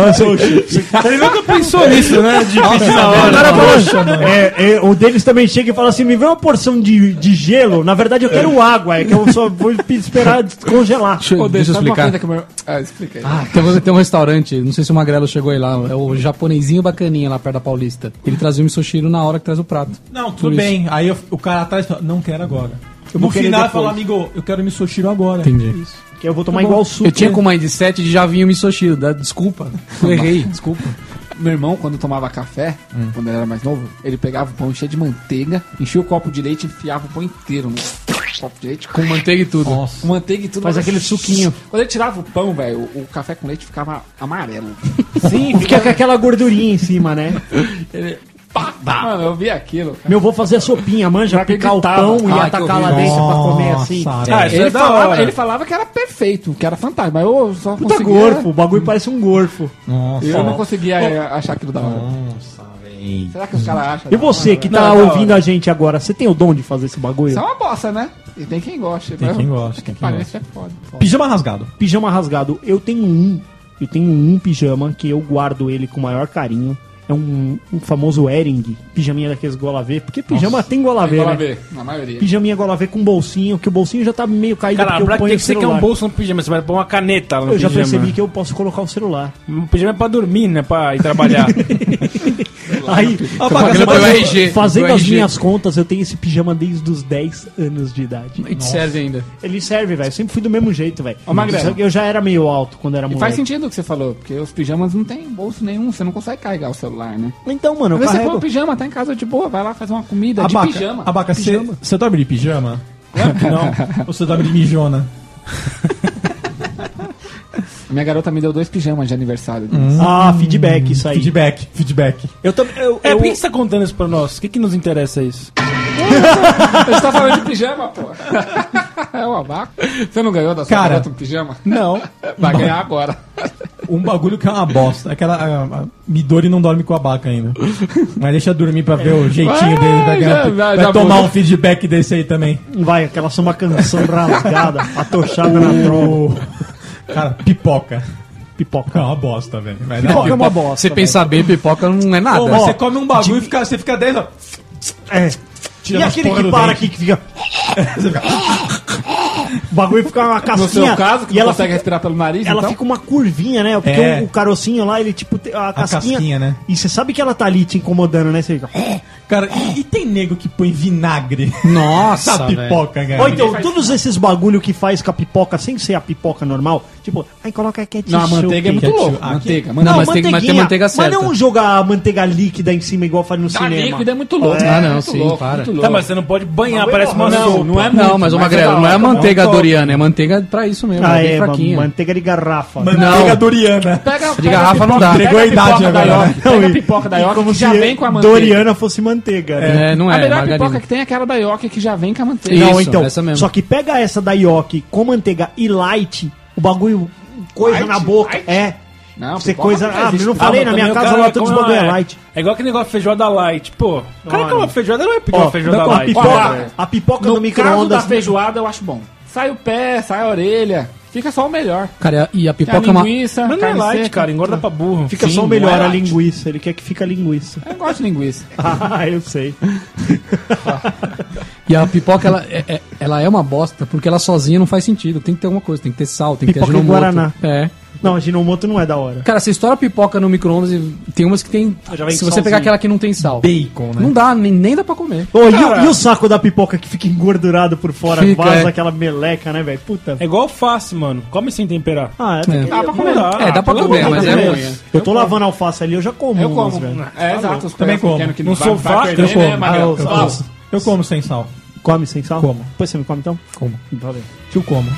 Speaker 6: Ele nunca pensou nisso, né? De pedir na hora.
Speaker 3: tá O cara falou, é, é, o Denis também chega e fala assim: me vê uma porção de, de gelo. Na verdade, eu quero água, é que eu só vou esperar descongelar.
Speaker 5: Deixa,
Speaker 4: Ô,
Speaker 5: deixa eu
Speaker 4: sabe uma
Speaker 5: explicar.
Speaker 4: coisa que eu- Ah, explica aí.
Speaker 5: Ah, tem, um- tem um restaurante, não sei se o Magrelo chegou aí lá, é o japonesinho bacaninha lá perto da Paulista. Ele trazia o misoshiro na hora que traz o prato.
Speaker 2: Não,
Speaker 5: Por
Speaker 2: tudo
Speaker 5: isso.
Speaker 2: bem. Aí eu- o cara atrás fala, não quero agora. no
Speaker 3: querer
Speaker 2: final
Speaker 3: depois.
Speaker 2: fala, amigo, eu quero misoshiro agora.
Speaker 5: Entendi.
Speaker 3: Que eu vou tomar igual suco.
Speaker 5: Eu tinha com mãe de 7 e já vinha o misoshiro. dá- Desculpa, eu errei, desculpa.
Speaker 4: Meu irmão, quando tomava café, quando ele era mais novo, ele pegava o pão cheio de manteiga, enchia o copo de leite e enfiava o pão inteiro no copo de leite,
Speaker 5: Com manteiga e tudo.
Speaker 4: com manteiga e tudo.
Speaker 3: Faz aquele suquinho.
Speaker 4: Quando ele tirava o pão, velho, o, o café com leite ficava amarelo.
Speaker 3: Sim, assim, fica com aquela gordurinha em cima, né?
Speaker 4: Ele... Pá, pá. Mano, eu vi aquilo. cara.
Speaker 3: Meu avô fazia sopinha, manja, picar o pão e
Speaker 4: Ah, que
Speaker 3: atacar lá
Speaker 4: horrível.
Speaker 3: dentro pra comer assim.
Speaker 2: Nossa,
Speaker 6: Ah,
Speaker 2: é.
Speaker 6: isso é
Speaker 4: Ele
Speaker 6: da
Speaker 4: falava,
Speaker 6: hora.
Speaker 4: ele falava que era perfeito, que era fantástico, mas eu só
Speaker 3: Puta
Speaker 4: conseguia...
Speaker 3: gorfo, o bagulho parece um gorfo.
Speaker 2: Nossa.
Speaker 4: Eu não conseguia é, achar aquilo da hora. Será que os caras acham?
Speaker 3: E você que tá ouvindo a gente agora, você tem o dom de fazer esse bagulho?
Speaker 4: Isso é uma bosta, né? E tem quem gosta.
Speaker 2: Tem quem né? gosta, tem quem
Speaker 4: Parece
Speaker 2: gosta.
Speaker 4: é foda. foda.
Speaker 2: Pijama rasgado.
Speaker 3: Pijama rasgado, eu tenho um. Eu tenho um pijama que eu guardo ele com o maior carinho. É um, um famoso Ering, pijaminha daqueles gola V, porque pijama tem gola V,
Speaker 4: Bora
Speaker 3: né?
Speaker 4: ver, na maioria.
Speaker 3: Pijaminha gola V com bolsinho, que o bolsinho já tá meio caído
Speaker 6: Cara,
Speaker 3: porque
Speaker 6: pra
Speaker 3: eu ponho
Speaker 6: que
Speaker 3: o
Speaker 6: você quer
Speaker 3: celular.
Speaker 6: um bolso no pijama? Você vai pôr uma caneta lá no
Speaker 3: Eu já
Speaker 6: pijama.
Speaker 3: percebi que eu posso colocar o celular.
Speaker 6: Um pijama é pra dormir, né? Pra ir trabalhar.
Speaker 3: Aí,
Speaker 2: A bagaça
Speaker 5: Pelo
Speaker 2: faz-
Speaker 5: RG,
Speaker 3: fazendo
Speaker 5: do
Speaker 3: as
Speaker 5: RG.
Speaker 3: minhas contas, eu tenho esse pijama desde os 10 anos de idade.
Speaker 5: E te serve ainda.
Speaker 3: Ele serve, velho. Eu sempre fui do mesmo jeito, velho.
Speaker 4: Ô, Magrelo.
Speaker 3: Só que Eu já era meio alto quando era
Speaker 4: E
Speaker 3: moleque.
Speaker 4: faz sentido o que você falou, porque os pijamas não tem bolso nenhum, você não consegue carregar o celular, né?
Speaker 3: Então, mano, eu
Speaker 4: Às vezes você põe o
Speaker 3: carrego...
Speaker 4: pijama, tá em casa de boa, vai lá fazer uma comida de
Speaker 2: Abaca,
Speaker 4: pijama.
Speaker 2: Abaca, você você dorme de pijama? Claro que não. Ou você dorme de mijona?
Speaker 4: Minha garota me deu dois pijamas de aniversário.
Speaker 3: Ah, feedback, isso aí.
Speaker 2: Feedback, feedback.
Speaker 3: Eu também... Eu,
Speaker 6: É,
Speaker 3: eu-
Speaker 6: por que você tá contando isso pra nós? O que, que nos interessa isso?
Speaker 4: Você tá falando de pijama, pô. É o abaco. Você não ganhou da sua
Speaker 2: Cara.
Speaker 4: garota um pijama?
Speaker 2: Não.
Speaker 4: Vai ganhar agora.
Speaker 2: Um bagulho que é uma bosta. Aquela. A, a Midori não dorme com a Abaca ainda. Mas deixa eu dormir pra ver o jeitinho dele. Vai,
Speaker 4: Vai,
Speaker 2: ganhar-
Speaker 4: já- já-
Speaker 2: vai
Speaker 4: já
Speaker 2: tomar
Speaker 4: mudou.
Speaker 2: um feedback desse aí também.
Speaker 3: Vai, aquela só uma canção rasgada, atochada na tromba.
Speaker 2: O- Cara, pipoca. Pipoca é
Speaker 3: Pipoca.
Speaker 2: uma bosta, velho. Vai dar
Speaker 3: Pipoca é
Speaker 2: pipoca.
Speaker 3: uma bosta.
Speaker 5: Você pensar bem, pipoca não é nada.
Speaker 2: Ô, mas você come um bagulho e fica, você fica 10 ó.
Speaker 3: É.
Speaker 2: Tira
Speaker 3: e
Speaker 2: umas
Speaker 3: aquele
Speaker 2: porra
Speaker 3: que
Speaker 2: do
Speaker 3: para
Speaker 2: dente.
Speaker 3: aqui que fica. o bagulho fica uma casquinha.
Speaker 4: No seu caso, que
Speaker 3: e
Speaker 4: não
Speaker 3: ela
Speaker 4: consegue
Speaker 3: fica,
Speaker 4: respirar pelo nariz,
Speaker 3: ela
Speaker 4: então?
Speaker 3: fica uma curvinha, né? Porque
Speaker 2: É.
Speaker 3: o, o carocinho lá, ele tipo. tem A casquinha,
Speaker 2: casquinha, né?
Speaker 3: E você sabe que ela tá ali te incomodando, né? Você fica.
Speaker 2: Cara, e, e tem nego que põe vinagre
Speaker 5: Nossa,
Speaker 2: na pipoca, cara?
Speaker 3: Ou então, todos esses bagulho que faz com a pipoca sem ser a pipoca normal, tipo, aí coloca ketchup.
Speaker 4: Não, a manteiga é muito
Speaker 2: ketchup.
Speaker 4: louco.
Speaker 2: Ah,
Speaker 4: Manteiga,
Speaker 5: Não,
Speaker 4: manteiga.
Speaker 5: mas tem- mas tem
Speaker 3: manteiguinha.
Speaker 5: manteiga
Speaker 4: um
Speaker 5: certa.
Speaker 3: Mas não jogar a manteiga líquida em cima igual faz no
Speaker 4: Tá
Speaker 3: cinema.
Speaker 4: líquido é muito louco.
Speaker 5: É, ah, não,
Speaker 4: muito
Speaker 5: sim,
Speaker 4: louco,
Speaker 5: para.
Speaker 4: Muito
Speaker 6: Tá,
Speaker 4: louco.
Speaker 6: mas você não pode banhar,
Speaker 3: Mas
Speaker 6: parece uma
Speaker 3: não,
Speaker 6: sopa.
Speaker 3: não é
Speaker 5: Não, mas o Magrelo, não é a manteiga
Speaker 3: é uma
Speaker 5: doriana, é manteiga pra isso mesmo,
Speaker 3: Ah,
Speaker 5: é bem
Speaker 3: é,
Speaker 5: fraquinha.
Speaker 3: ma- manteiga de garrafa.
Speaker 2: Manteiga
Speaker 5: Não.
Speaker 2: doriana.
Speaker 4: Pega,
Speaker 5: De garrafa não dá.
Speaker 2: Entregou a idade
Speaker 4: da
Speaker 2: agora.
Speaker 4: York.
Speaker 2: né?
Speaker 4: Pega a pipoca da York
Speaker 3: como
Speaker 4: que
Speaker 3: se
Speaker 4: já vem com a manteiga.
Speaker 3: Doriana fosse manteiga. né?
Speaker 5: É, não é,
Speaker 4: a melhor
Speaker 5: margarina.
Speaker 4: pipoca que tem é aquela da York que já vem com a manteiga.
Speaker 5: Isso,
Speaker 3: Não, então.
Speaker 5: essa mesmo.
Speaker 3: Só que pega essa da Yoki com manteiga e light, o bagulho coisa
Speaker 4: Light?
Speaker 3: na boca.
Speaker 4: Light?
Speaker 3: É.
Speaker 4: Não,
Speaker 3: Você
Speaker 4: pipoca
Speaker 3: coisa.
Speaker 4: não
Speaker 3: Ah,
Speaker 4: existe.
Speaker 3: eu não
Speaker 6: Ah,
Speaker 3: falei,
Speaker 6: mas
Speaker 3: na minha
Speaker 6: também o
Speaker 3: casa
Speaker 6: cara
Speaker 3: lá todos os
Speaker 6: come
Speaker 3: bagulho é
Speaker 6: uma-
Speaker 3: light.
Speaker 6: É igual aquele negócio de feijoada light, pô. O cara que é uma feijoada não é pedir
Speaker 3: Ó,
Speaker 6: uma feijoada
Speaker 3: não, a
Speaker 6: light.
Speaker 3: pipoca, a pipoca no,
Speaker 4: No caso da
Speaker 3: micro-ondas. né?
Speaker 4: feijoada, eu acho bom. Sai o pé, sai a orelha. Fica só o melhor.
Speaker 5: Cara, e a
Speaker 4: Tem a
Speaker 5: pipoca é uma...
Speaker 4: linguiça,
Speaker 6: Mas não é
Speaker 4: carne
Speaker 6: light,
Speaker 4: seca.
Speaker 6: cara. Engorda pra burro.
Speaker 3: Fica
Speaker 4: Sim,
Speaker 3: só o
Speaker 4: não
Speaker 3: melhor,
Speaker 4: é
Speaker 3: a
Speaker 4: light.
Speaker 3: linguiça. Ele quer que fica a linguiça.
Speaker 4: Eu gosto de linguiça.
Speaker 3: ah, eu sei.
Speaker 5: E a pipoca, ela é, é- ela é uma bosta, porque ela sozinha não faz sentido. Tem que ter alguma coisa, tem que ter sal, tem que ter
Speaker 3: Pipoca e
Speaker 5: aginomoto.
Speaker 3: guaraná.
Speaker 5: É.
Speaker 3: Não, a Ginomoto não é da hora.
Speaker 5: Cara, você estoura pipoca no micro-ondas e tem umas que tem...
Speaker 3: Já vem
Speaker 5: Se
Speaker 3: com
Speaker 5: você
Speaker 3: salzinho.
Speaker 5: pegar aquela que não tem sal.
Speaker 2: Bacon, né?
Speaker 5: Não dá, nem, nem dá pra comer.
Speaker 3: Ô, e, o, e o saco da pipoca que fica engordurado por fora,
Speaker 5: Fica,
Speaker 3: vaza
Speaker 5: é.
Speaker 3: aquela meleca, né, velho? Puta.
Speaker 6: É igual alface, mano. Come sem temperar.
Speaker 3: Ah, é,
Speaker 5: É.
Speaker 6: Dá pra comer.
Speaker 5: É, dá pra
Speaker 6: Ah, Pelo
Speaker 5: comer,
Speaker 6: amor
Speaker 5: mas
Speaker 6: de
Speaker 5: é
Speaker 6: Deus.
Speaker 5: ruim.
Speaker 3: Eu tô lavando alface ali, eu já como.
Speaker 4: Eu
Speaker 3: umas,
Speaker 4: como.
Speaker 3: velho.
Speaker 4: É, exato. Os
Speaker 2: Também
Speaker 4: pedaços
Speaker 2: como.
Speaker 4: pequenos que
Speaker 6: Não
Speaker 4: vai-
Speaker 6: sou
Speaker 9: Tá
Speaker 4: vai
Speaker 6: vaca,
Speaker 4: perder,
Speaker 6: eu como.
Speaker 4: né, Magrão?
Speaker 3: Ah, eu-
Speaker 4: Você
Speaker 3: eu
Speaker 4: fala,
Speaker 3: como.
Speaker 2: Eu como sem sal.
Speaker 3: Come sem sal?
Speaker 2: Como.
Speaker 3: Depois você me come então?
Speaker 5: Como?
Speaker 3: Valeu.
Speaker 2: Eu como.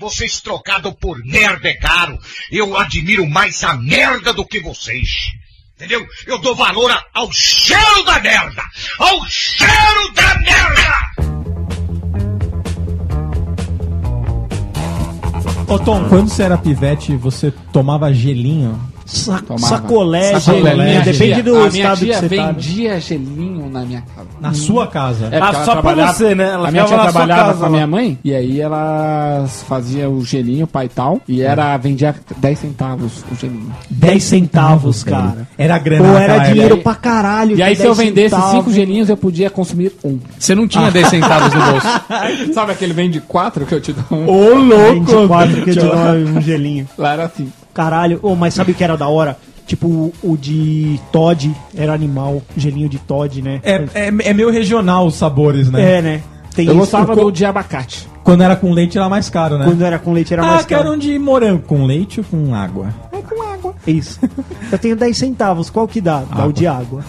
Speaker 10: Vocês trocado por merda é caro. Eu admiro mais a merda do que vocês. Entendeu? Eu dou valor a- ao cheiro da merda! Ao cheiro da merda!
Speaker 2: Ô Tom, quando você era pivete, você tomava gelinho?
Speaker 3: Sa
Speaker 4: Tomava.
Speaker 3: sacolé,
Speaker 4: Sacolé,
Speaker 3: gelinho,
Speaker 4: minha
Speaker 3: depende
Speaker 4: tia-
Speaker 3: do
Speaker 4: a minha
Speaker 3: estado que
Speaker 4: tia
Speaker 3: você tá. né?
Speaker 4: vendia gelinho na minha casa.
Speaker 2: Na sua casa?
Speaker 4: É, porque
Speaker 6: Ah,
Speaker 4: ela
Speaker 6: só pra
Speaker 4: trabalhava-
Speaker 6: você, né? Ela
Speaker 4: a minha
Speaker 6: ficava
Speaker 4: tia
Speaker 6: na sua
Speaker 4: trabalhava
Speaker 6: casa
Speaker 4: com a
Speaker 6: lá.
Speaker 4: minha mãe e aí ela fazia o gelinho, pai e tal, e era vendia 10 centavos o gelinho.
Speaker 3: 10 centavos, cara.
Speaker 2: Era grana
Speaker 3: Pô,
Speaker 2: naquela
Speaker 3: era
Speaker 2: época.
Speaker 3: dinheiro
Speaker 4: aí-
Speaker 3: pra caralho.
Speaker 4: E aí
Speaker 3: que
Speaker 4: se eu
Speaker 3: 10
Speaker 4: vendesse
Speaker 3: centavos.
Speaker 4: 5 gelinhos, eu podia consumir um.
Speaker 5: Você não
Speaker 6: Ah,
Speaker 5: tinha 10 centavos no bolso.
Speaker 4: Sabe aquele vende 4 que eu te dou um?
Speaker 6: Ô, louco!
Speaker 3: 24 que eu te dou um gelinho.
Speaker 4: Lá era assim.
Speaker 3: Caralho, Ô, mas sabe o que era da hora? Tipo, o- o de Todd era animal, gelinho de Todd, né?
Speaker 2: É, é, é meio regional os sabores, né?
Speaker 3: É, né? Tem
Speaker 4: Eu
Speaker 3: isso.
Speaker 4: gostava
Speaker 3: Co-
Speaker 4: do de abacate.
Speaker 2: Quando era com leite era mais caro, né?
Speaker 3: Quando era com leite era
Speaker 2: ah,
Speaker 3: mais
Speaker 2: quero
Speaker 3: caro.
Speaker 2: um de morango com leite ou com água?
Speaker 3: É Isso. Eu tenho 10 centavos, qual que dá? Dá o de água.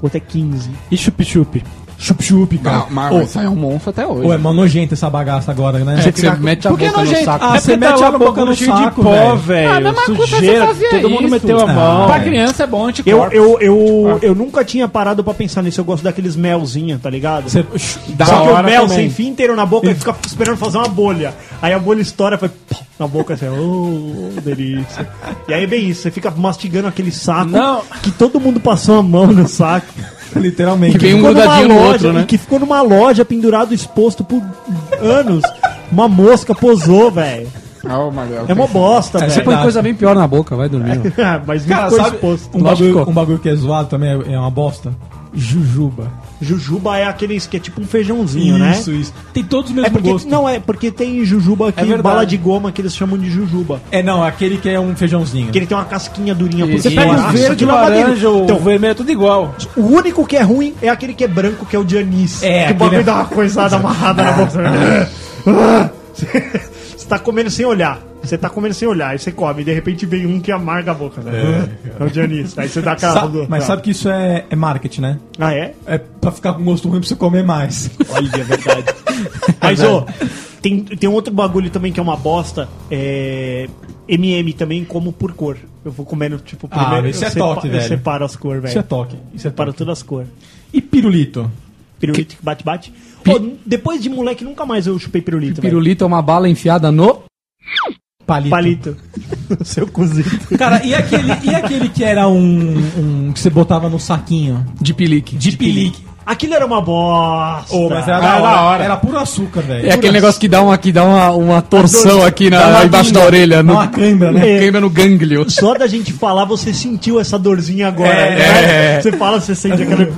Speaker 3: Outro é 15.
Speaker 6: E chup-chup.
Speaker 2: Chup-chup, cara.
Speaker 4: Não, mas isso aí é um monstro até hoje.
Speaker 2: Ou é mó nojenta essa bagaça agora, né?
Speaker 5: É que você mete a
Speaker 4: Por que
Speaker 5: boca no
Speaker 4: nojento?
Speaker 5: saco.
Speaker 2: Ah, você mete a boca no
Speaker 6: cheio
Speaker 2: saco,
Speaker 6: de pó,
Speaker 2: velho.
Speaker 6: velho.
Speaker 4: Ah, mesma coisa,
Speaker 6: Sujeira,
Speaker 4: você fazia
Speaker 6: todo mundo
Speaker 4: isso.
Speaker 6: meteu a
Speaker 2: Ah.
Speaker 6: mão.
Speaker 4: Pra criança é bom anticorpo.
Speaker 3: Eu, eu, eu, eu nunca tinha parado pra pensar nisso. Eu gosto daqueles melzinha, tá ligado?
Speaker 2: Você...
Speaker 4: Da
Speaker 3: Só que o
Speaker 4: hora
Speaker 3: mel
Speaker 4: também.
Speaker 3: sem fim inteiro na boca e fica esperando fazer uma bolha. Aí a bolha estoura foi pô, na boca assim, ô, delícia. E aí é bem isso, você fica mastigando aquele saco
Speaker 6: Não.
Speaker 3: que todo mundo passou a mão no saco.
Speaker 2: Literalmente.
Speaker 5: Que vem um
Speaker 3: Ficou numa
Speaker 5: grudadinho no
Speaker 3: loja,
Speaker 5: outro,
Speaker 3: e
Speaker 5: né?
Speaker 3: Que ficou numa loja pendurado exposto por anos. Uma mosca posou, velho.
Speaker 4: Oh, Magrão.
Speaker 3: É uma bosta,
Speaker 2: É,
Speaker 5: Você
Speaker 3: velho.
Speaker 5: põe coisa bem
Speaker 6: É.
Speaker 5: pior na boca, vai dormir.
Speaker 3: Mas não
Speaker 2: Cara,
Speaker 3: ficou
Speaker 2: sabe
Speaker 3: exposto.
Speaker 2: um
Speaker 5: Lógico que
Speaker 2: bagulho,
Speaker 5: ficou.
Speaker 2: um bagulho que é zoado também é é uma bosta? Jujuba.
Speaker 3: Jujuba é aqueles que é tipo um feijãozinho, né?
Speaker 2: Isso, isso. Tem todos os
Speaker 3: É
Speaker 2: mesmos
Speaker 3: porque,
Speaker 2: gostos.
Speaker 3: não, é porque tem jujuba que
Speaker 2: verdade.
Speaker 3: bala de goma que eles chamam de jujuba.
Speaker 2: É não, aquele que é um feijãozinho. é
Speaker 3: Que ele tem uma casquinha durinha por
Speaker 6: Você
Speaker 3: cima.
Speaker 6: pega o
Speaker 3: Nossa,
Speaker 6: verde,
Speaker 3: que
Speaker 6: o
Speaker 3: lavadinho.
Speaker 6: Tipo laranja, o
Speaker 3: Então,
Speaker 6: vermelho, é tudo igual.
Speaker 3: o único que é ruim é aquele que é branco, que é o de anis.
Speaker 2: É,
Speaker 3: que o
Speaker 2: aquele
Speaker 3: bagulho
Speaker 2: é-
Speaker 3: dá uma coisada amarrada na boca. Ah, Você tá comendo sem olhar. Você tá comendo sem olhar, aí você come, e de repente vem um que amarga a boca, né? É, o de anis. Aí você dá aquela.
Speaker 2: Sa- mas sabe que isso é, é marketing, né?
Speaker 3: Ah, é?
Speaker 2: É pra ficar com gosto ruim pra você comer mais.
Speaker 3: Olha, é verdade.
Speaker 2: É.
Speaker 3: Mas, ô, tem, tem um outro bagulho também que é uma bosta. É. MM também como por cor. Eu vou comendo, tipo,
Speaker 2: Ah, isso
Speaker 3: eu
Speaker 2: é
Speaker 3: sepa-
Speaker 2: toque,
Speaker 3: eu
Speaker 2: velho.
Speaker 3: separo as cores,
Speaker 2: Isso é
Speaker 3: velho.
Speaker 2: toque. Isso é
Speaker 3: Separo
Speaker 2: toque.
Speaker 3: todas as cores.
Speaker 2: E pirulito?
Speaker 3: Pirulito que bate, bate. Ô, depois de moleque, nunca mais eu chupei pirulito, velho.
Speaker 5: Pirulito é uma bala enfiada no.
Speaker 2: Palito.
Speaker 3: Palito. Seu cozido.
Speaker 2: Cara, e aquele, e aquele que era um, um que você botava no saquinho?
Speaker 5: De pilique.
Speaker 2: De pilique.
Speaker 3: Aquilo era uma bosta.
Speaker 2: Ô, mas era, da,
Speaker 6: era
Speaker 2: hora.
Speaker 6: da hora.
Speaker 2: Era puro açúcar, velho.
Speaker 5: É aquele negócio que dá uma, que dá uma, uma torção aqui
Speaker 2: Dá
Speaker 5: na,
Speaker 2: uma
Speaker 5: embaixo da
Speaker 2: pinga,
Speaker 5: orelha.
Speaker 2: dá
Speaker 5: No,
Speaker 2: uma cãibra, né?
Speaker 5: Queima no gânglio.
Speaker 3: Só da gente falar, você sentiu essa dorzinha agora.
Speaker 2: É,
Speaker 3: né? Você fala, você sente aquele.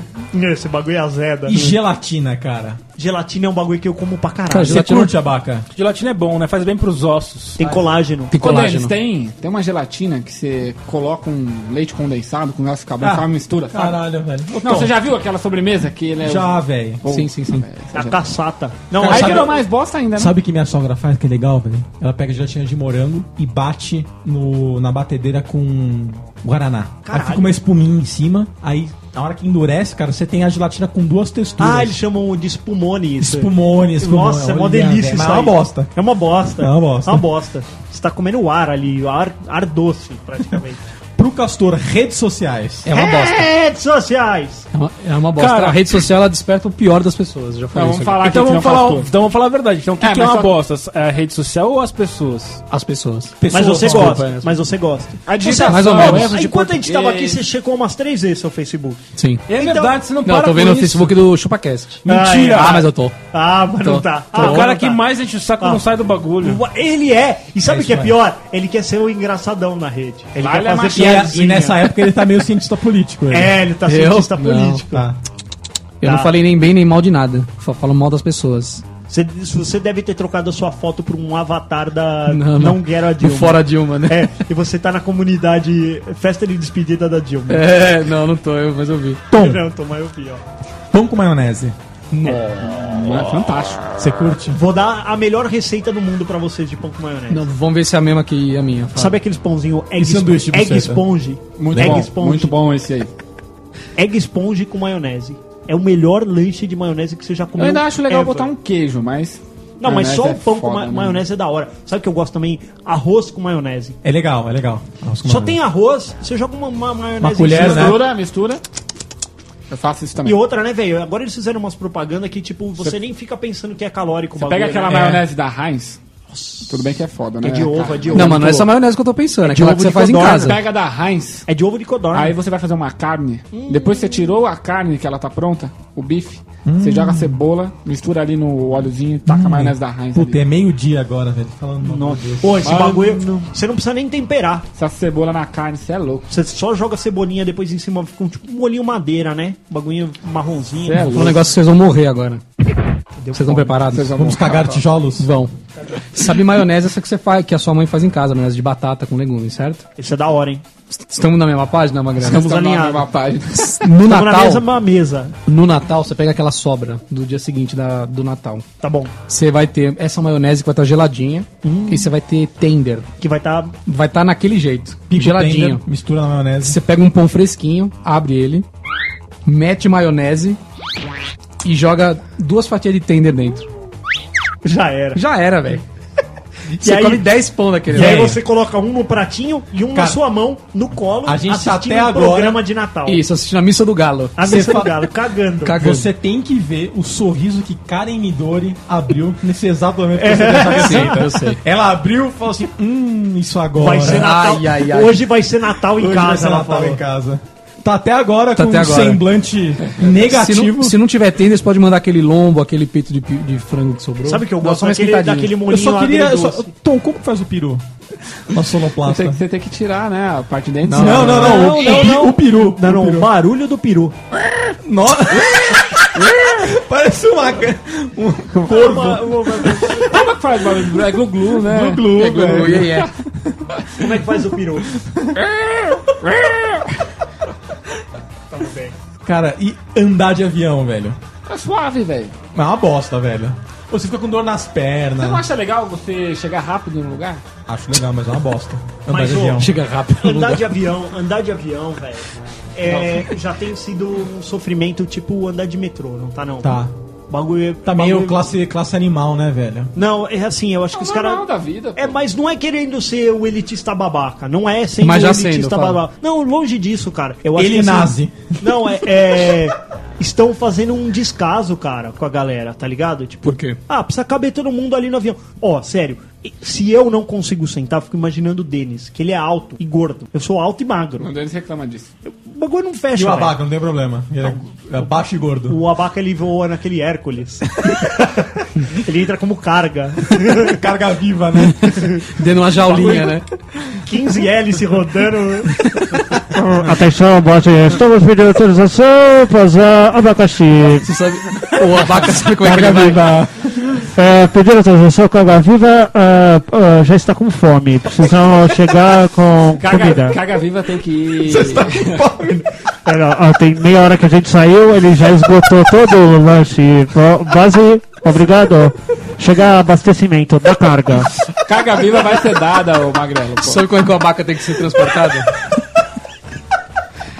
Speaker 3: Esse bagulho é azeda.
Speaker 2: E
Speaker 3: né?
Speaker 2: gelatina, cara.
Speaker 3: Gelatina é um bagulho que eu como pra caralho.
Speaker 5: Cara,
Speaker 2: Você
Speaker 5: Gelatina-
Speaker 2: curte abaca?
Speaker 6: Gelatina é bom, né? Faz bem pros ossos.
Speaker 3: Tem colágeno.
Speaker 5: Tem
Speaker 4: Ô, Denis,
Speaker 5: colágeno.
Speaker 4: tem, tem uma gelatina que você coloca um leite condensado com gás cabão,
Speaker 2: Ah,
Speaker 4: faz uma mistura, sabe?
Speaker 2: Caralho, velho. Ô,
Speaker 4: Não,
Speaker 2: Tom,
Speaker 4: você já viu aquela sobremesa que ele é...
Speaker 2: Já, velho.
Speaker 4: o-
Speaker 5: Sim, sim, sim.
Speaker 4: É, essa
Speaker 3: A
Speaker 4: gelatina.
Speaker 3: caçata. Não,
Speaker 4: Aí
Speaker 3: aí
Speaker 2: sabe-
Speaker 4: virou mais bosta ainda, né?
Speaker 2: Sabe o que minha sogra faz que é legal, velho? Ela pega gelatina de morango e bate no, na batedeira com guaraná.
Speaker 3: Caralho.
Speaker 2: Aí fica uma espuminha em cima, aí na hora que endurece, cara, você tem a gelatina com duas texturas.
Speaker 3: Ah, eles chamam de espumone isso.
Speaker 2: Espumone, espumone.
Speaker 3: Nossa, é uma
Speaker 2: Olha,
Speaker 3: delícia
Speaker 2: velho,
Speaker 3: isso
Speaker 2: mas é uma
Speaker 3: aí.
Speaker 2: bosta.
Speaker 3: É uma bosta.
Speaker 2: É uma bosta.
Speaker 3: É uma bosta. Você tá comendo ar ali, ar, ar doce, praticamente.
Speaker 2: Pro Castor, redes sociais.
Speaker 5: É uma bosta.
Speaker 3: Redes sociais.
Speaker 5: É uma, é uma bosta.
Speaker 6: Cara-
Speaker 5: a rede social ela desperta o pior das pessoas. Já falei
Speaker 4: Não, vamos
Speaker 5: isso aqui.
Speaker 4: falar
Speaker 6: Então
Speaker 4: que
Speaker 6: vamos,
Speaker 4: afinal
Speaker 6: falar,
Speaker 4: faz tudo.
Speaker 6: então vamos falar a verdade. Então o que,
Speaker 4: É,
Speaker 6: que é
Speaker 4: mas
Speaker 6: uma
Speaker 4: só-
Speaker 6: bosta? A rede social ou as pessoas?
Speaker 5: As pessoas.
Speaker 3: Mas você
Speaker 2: desculpa,
Speaker 3: gosta.
Speaker 2: é.
Speaker 3: Mas você gosta.
Speaker 4: A
Speaker 5: é
Speaker 4: digitação,
Speaker 5: mais ou menos.
Speaker 4: erro de
Speaker 3: Enquanto a gente tava aqui,
Speaker 4: português.
Speaker 3: você checou umas três vezes seu Facebook.
Speaker 5: Sim.
Speaker 6: É
Speaker 3: Então-
Speaker 6: verdade, você não,
Speaker 5: Não, eu
Speaker 6: para
Speaker 5: tô
Speaker 6: com
Speaker 5: vendo no
Speaker 6: isso.
Speaker 5: Facebook do ChupaCast.
Speaker 3: Mentira.
Speaker 5: Ah, mas eu tô.
Speaker 3: Ah, mas não Então, tá. Ah,
Speaker 6: o cara
Speaker 3: não
Speaker 6: que
Speaker 3: tá.
Speaker 6: mais enche o saco
Speaker 9: Ah.
Speaker 6: não sai do bagulho.
Speaker 3: Ele é. E sabe o
Speaker 2: isso
Speaker 3: que é
Speaker 2: aí.
Speaker 3: pior? Ele quer ser o engraçadão na rede. Ele
Speaker 4: Vale a
Speaker 3: quer fazer
Speaker 2: E, é-
Speaker 3: piadinha.
Speaker 2: e nessa época ele tá meio cientista político. ele.
Speaker 3: É, ele tá
Speaker 5: Eu?
Speaker 3: cientista
Speaker 5: Não.
Speaker 3: político.
Speaker 2: Tá.
Speaker 5: Eu
Speaker 3: Tá.
Speaker 5: não falei nem bem nem mal de nada. Só falo mal das pessoas.
Speaker 3: Você, você deve ter trocado a sua foto por um avatar da Não,
Speaker 5: Não, não.
Speaker 3: Quero a
Speaker 5: Do
Speaker 3: Dilma.
Speaker 5: fora Dilma, né?
Speaker 3: É, e você tá na comunidade Festa de Despedida da Dilma.
Speaker 5: É, não, não tô, eu, mas eu vi.
Speaker 2: Tom,
Speaker 3: Não, toma eu vi, ó.
Speaker 2: pão com maionese.
Speaker 4: É fantástico.
Speaker 2: Você curte?
Speaker 3: Vou dar a melhor receita do mundo pra vocês de pão com maionese.
Speaker 5: Não, vamos ver se é a mesma que a minha. Fala.
Speaker 3: Sabe aqueles pãozinho egg,
Speaker 2: E sanduíche de
Speaker 3: egg
Speaker 2: buceta?
Speaker 3: sponge?
Speaker 4: Muito
Speaker 3: egg
Speaker 4: bom,
Speaker 3: sponge.
Speaker 4: muito bom esse aí.
Speaker 3: Egg sponge com maionese. É o melhor lanche de maionese que você já comeu.
Speaker 4: Eu ainda acho legal
Speaker 3: ever.
Speaker 4: botar um queijo, mas...
Speaker 3: Não, mas
Speaker 4: maionese
Speaker 3: só
Speaker 4: é
Speaker 3: o pão com
Speaker 4: foda,
Speaker 3: ma-
Speaker 4: mano.
Speaker 3: maionese é da hora. Sabe o que eu gosto também? Arroz com maionese.
Speaker 2: É legal, é legal. Nossa,
Speaker 3: Só
Speaker 2: como é
Speaker 3: tem arroz, você joga uma, uma maionese
Speaker 2: Uma colher,
Speaker 3: em cima,
Speaker 2: né?
Speaker 4: Mistura, mistura. Eu faço isso também.
Speaker 3: E outra, né, velho? Agora eles fizeram umas propagandas que, tipo, você nem fica pensando que é calórico o bagulho.
Speaker 4: Pega aquela
Speaker 3: né?
Speaker 4: maionese da Heinz. Tudo bem que é foda, né?
Speaker 3: É de ovo,
Speaker 4: cara?
Speaker 3: é de ovo.
Speaker 5: Não, mano, não é essa maionese que eu tô pensando. É aquela
Speaker 3: ovo
Speaker 5: que você
Speaker 3: de
Speaker 5: faz em
Speaker 3: codorna.
Speaker 5: casa.
Speaker 4: Pega da Heinz.
Speaker 3: É de ovo de codorna.
Speaker 4: Aí você vai fazer uma carne. Depois você tirou a carne que ela tá pronta, o bife. Você joga a cebola, mistura ali no óleozinho e taca a maionese da Heinz.
Speaker 2: Puta,
Speaker 4: ali.
Speaker 2: é meio-dia agora, velho. Falando mal.
Speaker 3: Pô, esse bagulho, você não precisa nem temperar.
Speaker 4: Essa cebola na carne, você é louco.
Speaker 3: Você só joga a cebolinha depois em cima, fica um, tipo um olhinho madeira, né? Bagulho marronzinho.
Speaker 4: Cê é
Speaker 5: Um negócio que vocês vão morrer agora. Vocês estão preparados?
Speaker 4: Vocês vão
Speaker 2: Vamos cagar tijolos?
Speaker 5: Vão. Sabe maionese essa que você faz, que a sua mãe faz em casa, maionese de batata com legumes, certo?
Speaker 3: Isso é da hora, hein?
Speaker 5: Estamos na mesma página, Magrana?
Speaker 3: Estamos alinhados.
Speaker 4: uma página.
Speaker 5: No
Speaker 3: Tamo na
Speaker 5: Natal,
Speaker 3: mesma mesa.
Speaker 5: no Natal, você pega aquela sobra do dia seguinte da, do Natal.
Speaker 3: Tá bom.
Speaker 5: Você vai ter essa maionese que vai estar geladinha
Speaker 3: Hum.
Speaker 5: e você vai ter tender.
Speaker 3: Que vai tá, estar.
Speaker 5: Vai estar naquele jeito,
Speaker 3: Tipo
Speaker 5: geladinho.
Speaker 2: Tender, mistura na maionese.
Speaker 5: Você pega um pão fresquinho, abre ele, mete maionese e joga duas fatias de tender dentro.
Speaker 3: Já era.
Speaker 5: Já era, velho. Você
Speaker 3: aí-
Speaker 5: come É. 10 pão daquele.
Speaker 3: E aí
Speaker 5: velho.
Speaker 3: você coloca um no pratinho e um na
Speaker 2: Cara,
Speaker 3: sua mão, no colo,
Speaker 2: a gente tá
Speaker 3: assistindo
Speaker 2: até
Speaker 3: um
Speaker 2: agora-
Speaker 3: programa de Natal.
Speaker 5: Isso, assistindo a missa do galo.
Speaker 3: A
Speaker 2: Você
Speaker 3: mesa do
Speaker 2: fa-
Speaker 3: galo, cagando.
Speaker 5: Cagando.
Speaker 2: Você tem que ver o sorriso que Karen Midori abriu nesse exato momento que você deu essa receita.
Speaker 5: eu sei.
Speaker 2: Ela abriu e falou assim: hum, isso agora.
Speaker 3: Vai ser Natal.
Speaker 5: Ai, ai, ai.
Speaker 3: Hoje vai ser Natal em
Speaker 2: Hoje vai
Speaker 3: casa,
Speaker 2: ser
Speaker 3: ela
Speaker 2: Natal
Speaker 3: falou.
Speaker 2: em casa. Tá até agora
Speaker 5: Tá
Speaker 2: com
Speaker 5: até
Speaker 2: um
Speaker 5: agora.
Speaker 2: semblante
Speaker 5: Se
Speaker 2: negativo.
Speaker 5: não, se não tiver tender, você pode mandar aquele lombo, aquele peito de, pi- de frango que sobrou.
Speaker 3: Sabe o que eu
Speaker 5: Dá
Speaker 3: gosto
Speaker 5: só uma
Speaker 3: daquele,
Speaker 5: esquentadinha.
Speaker 3: daquele molinho
Speaker 2: eu só queria. eu só-
Speaker 3: agridoce.
Speaker 2: Tom, como faz o peru? Uma
Speaker 4: Você,
Speaker 2: sonoplasta.
Speaker 4: você tem que tirar, né? A parte dentro.
Speaker 2: Não, não, não. o,
Speaker 3: não,
Speaker 2: pi-
Speaker 3: não.
Speaker 2: o peru.
Speaker 3: Não,
Speaker 2: o
Speaker 3: não,
Speaker 2: peru.
Speaker 3: o barulho do peru.
Speaker 2: Nossa! Parece uma, ca- um corvo.
Speaker 6: Como é que faz barulho de buraco? É glu-glu, né?
Speaker 2: Glu, velho.
Speaker 5: é.
Speaker 3: Como é que faz o peru?
Speaker 2: Cara, e andar de avião, velho?
Speaker 6: É suave, velho.
Speaker 2: É uma bosta, velho. Pô, Você fica com dor nas
Speaker 6: Você não
Speaker 2: pernas.
Speaker 6: acha legal você chegar rápido em um lugar?
Speaker 2: Acho legal, mas é uma bosta. Andar
Speaker 3: Mas,
Speaker 2: de
Speaker 3: ô,
Speaker 2: avião.
Speaker 5: Chega rápido.
Speaker 3: Andar de avião, andar de avião, velho. É, já tem sido um sofrimento tipo andar de metrô, não tá não?
Speaker 2: Tá.
Speaker 3: Bagulho.
Speaker 2: Tá meio
Speaker 3: é bagulho-
Speaker 2: classe, classe animal, né, velho?
Speaker 3: Não, é assim, eu acho que os caras.
Speaker 6: normal da vida, pô.
Speaker 3: É, mas não é querendo ser o elitista babaca. Não é sendo
Speaker 5: Mas já
Speaker 3: o elitista
Speaker 5: sendo, fala.
Speaker 3: babaca. Não, longe disso, cara. Eu acho
Speaker 2: Ele
Speaker 3: que, assim,
Speaker 2: nazi.
Speaker 3: Não, é. é, Estão fazendo um descaso, cara, com a galera, tá ligado? Tipo,
Speaker 5: Por quê?
Speaker 3: ah, precisa caber todo mundo ali no avião. Ó, sério, se eu não consigo sentar, fico imaginando o Denis, que ele é alto e gordo. Eu sou alto e magro.
Speaker 6: Quando eles reclamam disso.
Speaker 3: O bagulho não fecha,
Speaker 2: E o
Speaker 3: velho.
Speaker 2: abaca, não tem problema.
Speaker 3: Tá
Speaker 2: Ele é- é baixo e gordo.
Speaker 3: O abaca ele voa naquele Hércules. ele entra como carga.
Speaker 2: Carga viva, né?
Speaker 5: Dentro de uma jaulinha, né?
Speaker 3: 15 hélice rodando.
Speaker 9: Atenção, bote. Estamos pedindo autorização para usar abacaxi.
Speaker 5: Você sabe? O abaca sabe como é que ele vai.
Speaker 9: É, pedir autorização com água viva ah, ah, já está com fome. Precisam chegar com comida.
Speaker 6: Caga, caga viva tem que ir.
Speaker 9: Era, ah, tem meia hora que a gente saiu, ele já esgotou todo o lanche. Ba- Base, obrigado. Chega abastecimento da carga.
Speaker 6: Caga viva vai ser dada, ô magrelo. Pô.
Speaker 5: Sabe como é que o abaca tem que ser transportado?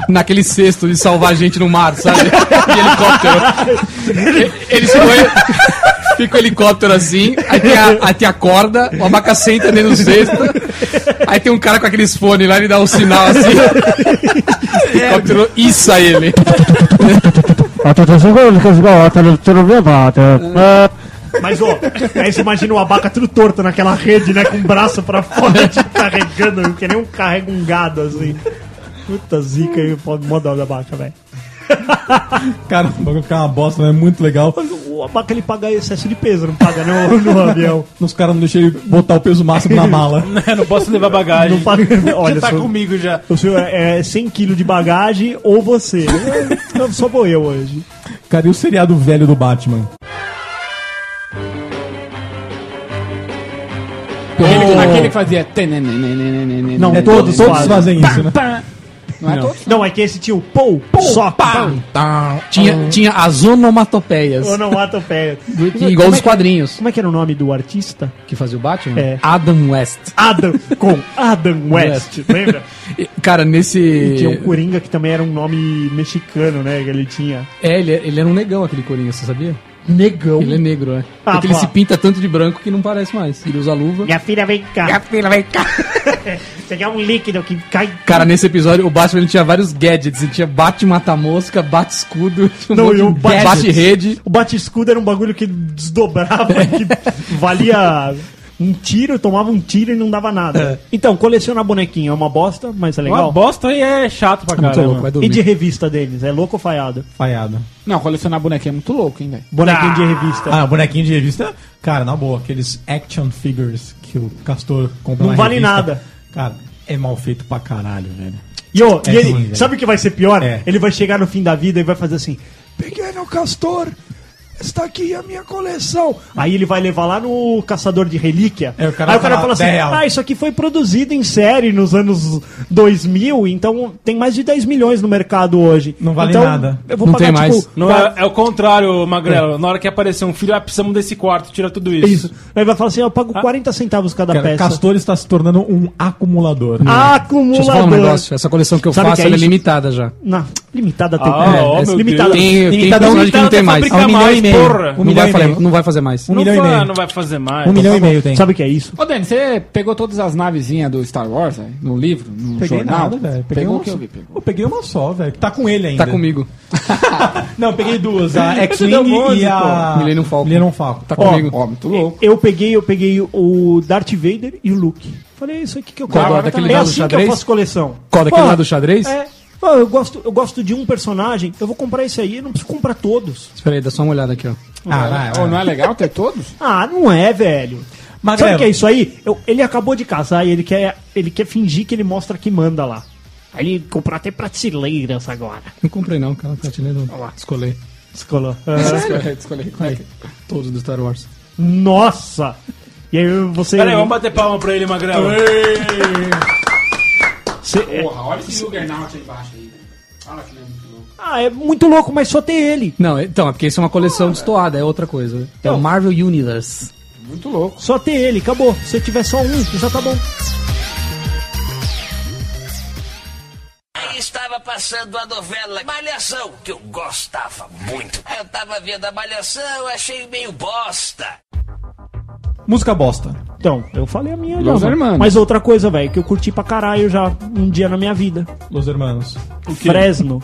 Speaker 5: Naquele cesto de salvar gente no mar, sabe? De helicóptero. E- Ele se põe. Fica o helicóptero assim, aí tem a, aí tem a corda, o abaca senta dentro do cesto, aí tem um cara com aqueles fones lá, ele dá um sinal assim. O helicóptero issa ele.
Speaker 9: Autorização pública igual autorização levada. Ah,
Speaker 3: Mas, ó, aí você imagina o abaca tudo torto naquela rede, né? Com o braço pra fora, tipo, carregando, que nem um carrega um gado, assim. Puta zica aí, moda da abaca, velho.
Speaker 2: Cara, o bagulho fica uma bosta, né? Muito legal.
Speaker 3: O abaca ele paga excesso de peso, não paga no, no avião.
Speaker 2: Os caras não deixam ele botar o peso máximo na mala.
Speaker 6: É, não posso levar bagagem.
Speaker 3: Não paga. Olha,
Speaker 6: tá
Speaker 3: sou-
Speaker 6: comigo já.
Speaker 3: o senhor é é 100 kg de bagagem ou você. Eu- Só vou eu hoje.
Speaker 2: Cara, e o seriado velho do Batman?
Speaker 6: Aquele, aquele que fazia. tenenenenenenenenen.
Speaker 3: Não,
Speaker 2: É, todos, todos fazem isso, né?
Speaker 6: Não é todo?
Speaker 3: Não, é que esse tio, pou, só, pá.
Speaker 5: Tinha, tinha as onomatopeias,
Speaker 3: Onomatopeia.
Speaker 5: que- igual os quadrinhos
Speaker 3: Como é que era o nome do artista?
Speaker 5: que fazia o Batman.
Speaker 3: É.
Speaker 5: Adam West.
Speaker 3: Adam, com Adam West, lembra?
Speaker 5: E, Cara,
Speaker 3: E tinha um
Speaker 5: nesse.
Speaker 3: Coringa que também era um nome mexicano, né? Que ele tinha.
Speaker 5: É, ele, ele era um negão aquele corinha, você sabia?
Speaker 3: Negão.
Speaker 5: Ele é negro, é.
Speaker 3: Ah,
Speaker 5: Porque ele
Speaker 3: pô.
Speaker 5: se pinta tanto de branco que não parece mais. Ele usa luva.
Speaker 3: Minha filha, vem cá. Minha filha, vem cá. Você quer um líquido que cai.
Speaker 5: Cara, nesse episódio, o Batman ele tinha vários gadgets. Ele tinha bate mata-mosca, bate escudo, tinha um
Speaker 3: Não,
Speaker 5: monte
Speaker 3: e o
Speaker 5: de bate,
Speaker 3: gadgets.
Speaker 5: rede.
Speaker 3: O bate-escudo era um bagulho que desdobrava, que valia um tiro, tomava um tiro e não dava nada. Então, colecionar bonequinho é uma bosta, mas é legal.
Speaker 6: Uma bosta e é chato pra caramba.
Speaker 5: louco, vai
Speaker 3: e
Speaker 5: dormir.
Speaker 3: de revista deles? É louco ou falhado?
Speaker 2: Falhado.
Speaker 6: Não, colecionar bonequinho é muito louco, hein, velho.
Speaker 3: Bonequinho de revista.
Speaker 2: Ah, bonequinho de revista. Cara, na boa, aqueles action figures que o Castor compra
Speaker 3: Não
Speaker 2: na
Speaker 3: vale
Speaker 2: revista.
Speaker 3: nada.
Speaker 2: Cara, é mal feito pra caralho, velho.
Speaker 3: E, ô,
Speaker 2: É
Speaker 3: e ele-
Speaker 2: ruim, velho.
Speaker 3: sabe o que vai ser pior?
Speaker 2: É.
Speaker 3: Ele vai chegar no fim da vida e vai fazer assim.
Speaker 1: Pequeno Castor, está aqui a minha coleção.
Speaker 3: Aí ele vai levar lá no caçador de relíquia.
Speaker 2: É, o cara
Speaker 3: aí o
Speaker 2: vai
Speaker 3: cara
Speaker 2: falar,
Speaker 3: fala assim:
Speaker 2: 10 real.
Speaker 3: Ah, isso aqui foi produzido em série nos anos 2000, então tem mais de 10 milhões no mercado hoje.
Speaker 2: Não vale
Speaker 3: Então,
Speaker 2: nada.
Speaker 3: Eu vou
Speaker 5: Não
Speaker 3: pagar
Speaker 5: tem mais.
Speaker 3: tipo.
Speaker 6: Não é, é o contrário, Magrelo. Na hora que aparecer um filho, ah, precisamos desse quarto, tira tudo isso.
Speaker 3: Isso. Aí vai falar assim: Eu pago 40 centavos cada
Speaker 2: Cara,
Speaker 3: peça.
Speaker 2: Ah, Castor está se tornando um acumulador.
Speaker 3: Ah,
Speaker 5: Deixa eu te falar
Speaker 3: Acumulador.
Speaker 5: um negócio. Essa coleção que eu
Speaker 3: Sabe que
Speaker 5: faço
Speaker 3: é
Speaker 5: ela é
Speaker 3: isso?
Speaker 5: limitada já.
Speaker 3: Não, limitada tem.
Speaker 6: Ah, ó,
Speaker 3: é,
Speaker 6: meu
Speaker 3: limitada.
Speaker 5: Tem, tem
Speaker 2: Limitada,
Speaker 5: personagem que não tem
Speaker 6: limitada,
Speaker 5: mais.
Speaker 6: fabrica mais, porra.
Speaker 5: Não,
Speaker 2: Um milhão
Speaker 5: vai
Speaker 2: e
Speaker 5: fazer-
Speaker 2: meio.
Speaker 5: não vai fazer mais.
Speaker 2: Um
Speaker 6: não,
Speaker 2: milhão e
Speaker 6: vai-
Speaker 2: meio.
Speaker 6: não vai fazer mais.
Speaker 2: Um milhão e meio tem.
Speaker 3: Sabe o que é isso?
Speaker 6: Ô, Dani, você pegou todas as navezinhas do Star Wars, velho? No livro, no jornal?
Speaker 2: Peguei
Speaker 6: pegou
Speaker 2: uma
Speaker 6: o que eu
Speaker 2: só.
Speaker 6: vi, pegou.
Speaker 2: Eu peguei uma só, velho. que Tá com ele ainda.
Speaker 5: Tá comigo.
Speaker 2: Não, eu peguei duas. A
Speaker 6: deu
Speaker 2: X-Wing
Speaker 6: onze,
Speaker 2: e a...
Speaker 3: Ah.
Speaker 5: pô. Millennium Falcon.
Speaker 2: Millennium Falcon.
Speaker 5: Tá
Speaker 3: Ó,
Speaker 5: comigo.
Speaker 6: Ó, muito louco.
Speaker 3: Eu peguei, eu peguei o Darth Vader e o Luke. Falei, "É isso aqui que eu
Speaker 5: Qual
Speaker 3: quero.
Speaker 5: da- daquele
Speaker 3: é
Speaker 5: lá do
Speaker 3: assim que eu
Speaker 5: xadrez?
Speaker 3: faço coleção.
Speaker 5: Qual daquele
Speaker 3: Pô,
Speaker 5: lá do xadrez?
Speaker 3: É. Pô, eu, gosto, eu gosto de um personagem, eu vou comprar esse aí, eu não preciso comprar todos.
Speaker 5: Espera aí, dá só uma olhada aqui, ó.
Speaker 2: Ah, vai,
Speaker 6: Ô,
Speaker 2: vai.
Speaker 6: não é legal ter todos?
Speaker 3: Ah, não é, velho. Sabe é
Speaker 2: Magrelo.
Speaker 3: o que é isso aí? Eu- ele acabou de casar e ele quer, ele quer fingir que ele mostra que manda lá.
Speaker 9: Aí ele comprou até prateleiras agora.
Speaker 5: Não comprei não, cara. Prateleira não. Descolei.
Speaker 3: Descolou.
Speaker 5: Descolei, descolei. Aí, Todos do Star Wars.
Speaker 3: Nossa! E aí você.
Speaker 6: Peraí, vamos bater palma pra ele, Magrão.
Speaker 3: Você-
Speaker 4: Porra, olha esse Juggernaut aí embaixo aí. velho. Olha que lindo, que louco.
Speaker 3: Ah, é muito louco, mas só tem ele.
Speaker 5: Não, então, é porque isso é uma coleção destoada, é outra coisa. né? É o Marvel Universe.
Speaker 4: Muito louco.
Speaker 3: Só tem ele, acabou. Se tiver só um, já tá bom.
Speaker 8: Aí estava passando a novela Malhação, que eu gostava muito. Aí eu tava vendo a Malhação, achei meio bosta.
Speaker 2: Música bosta.
Speaker 3: Então, eu falei a minha já.
Speaker 5: Los
Speaker 3: mano.
Speaker 5: Hermanos.
Speaker 3: Mas outra coisa, velho, que eu curti pra caralho já um dia na minha vida.
Speaker 2: Los Hermanos.
Speaker 3: Fresno.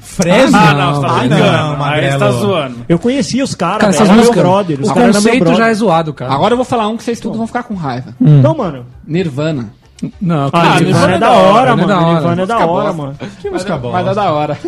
Speaker 2: Fresno?
Speaker 6: Ah, não, você tá
Speaker 2: Ah,
Speaker 6: brincando.
Speaker 2: não,
Speaker 6: Aí você
Speaker 2: Magrelo.
Speaker 6: tá zoando.
Speaker 3: Eu conheci os
Speaker 5: Cara,
Speaker 3: caras,
Speaker 5: essas
Speaker 3: velho. Era meu
Speaker 5: músicas.
Speaker 3: brother. Os
Speaker 5: o
Speaker 3: caras eram meu
Speaker 5: conceito
Speaker 3: brother.
Speaker 5: já é zoado, cara.
Speaker 3: Ah,
Speaker 4: Agora eu vou falar um que vocês todos vão ficar com raiva.
Speaker 3: Então, mano.
Speaker 4: Nirvana.
Speaker 5: Não,
Speaker 3: Ah,
Speaker 5: cara,
Speaker 3: Nirvana é da hora, mano. Nirvana é da
Speaker 4: Música
Speaker 3: hora,
Speaker 4: bosta.
Speaker 3: mano.
Speaker 4: Que música boa. Mas é da hora.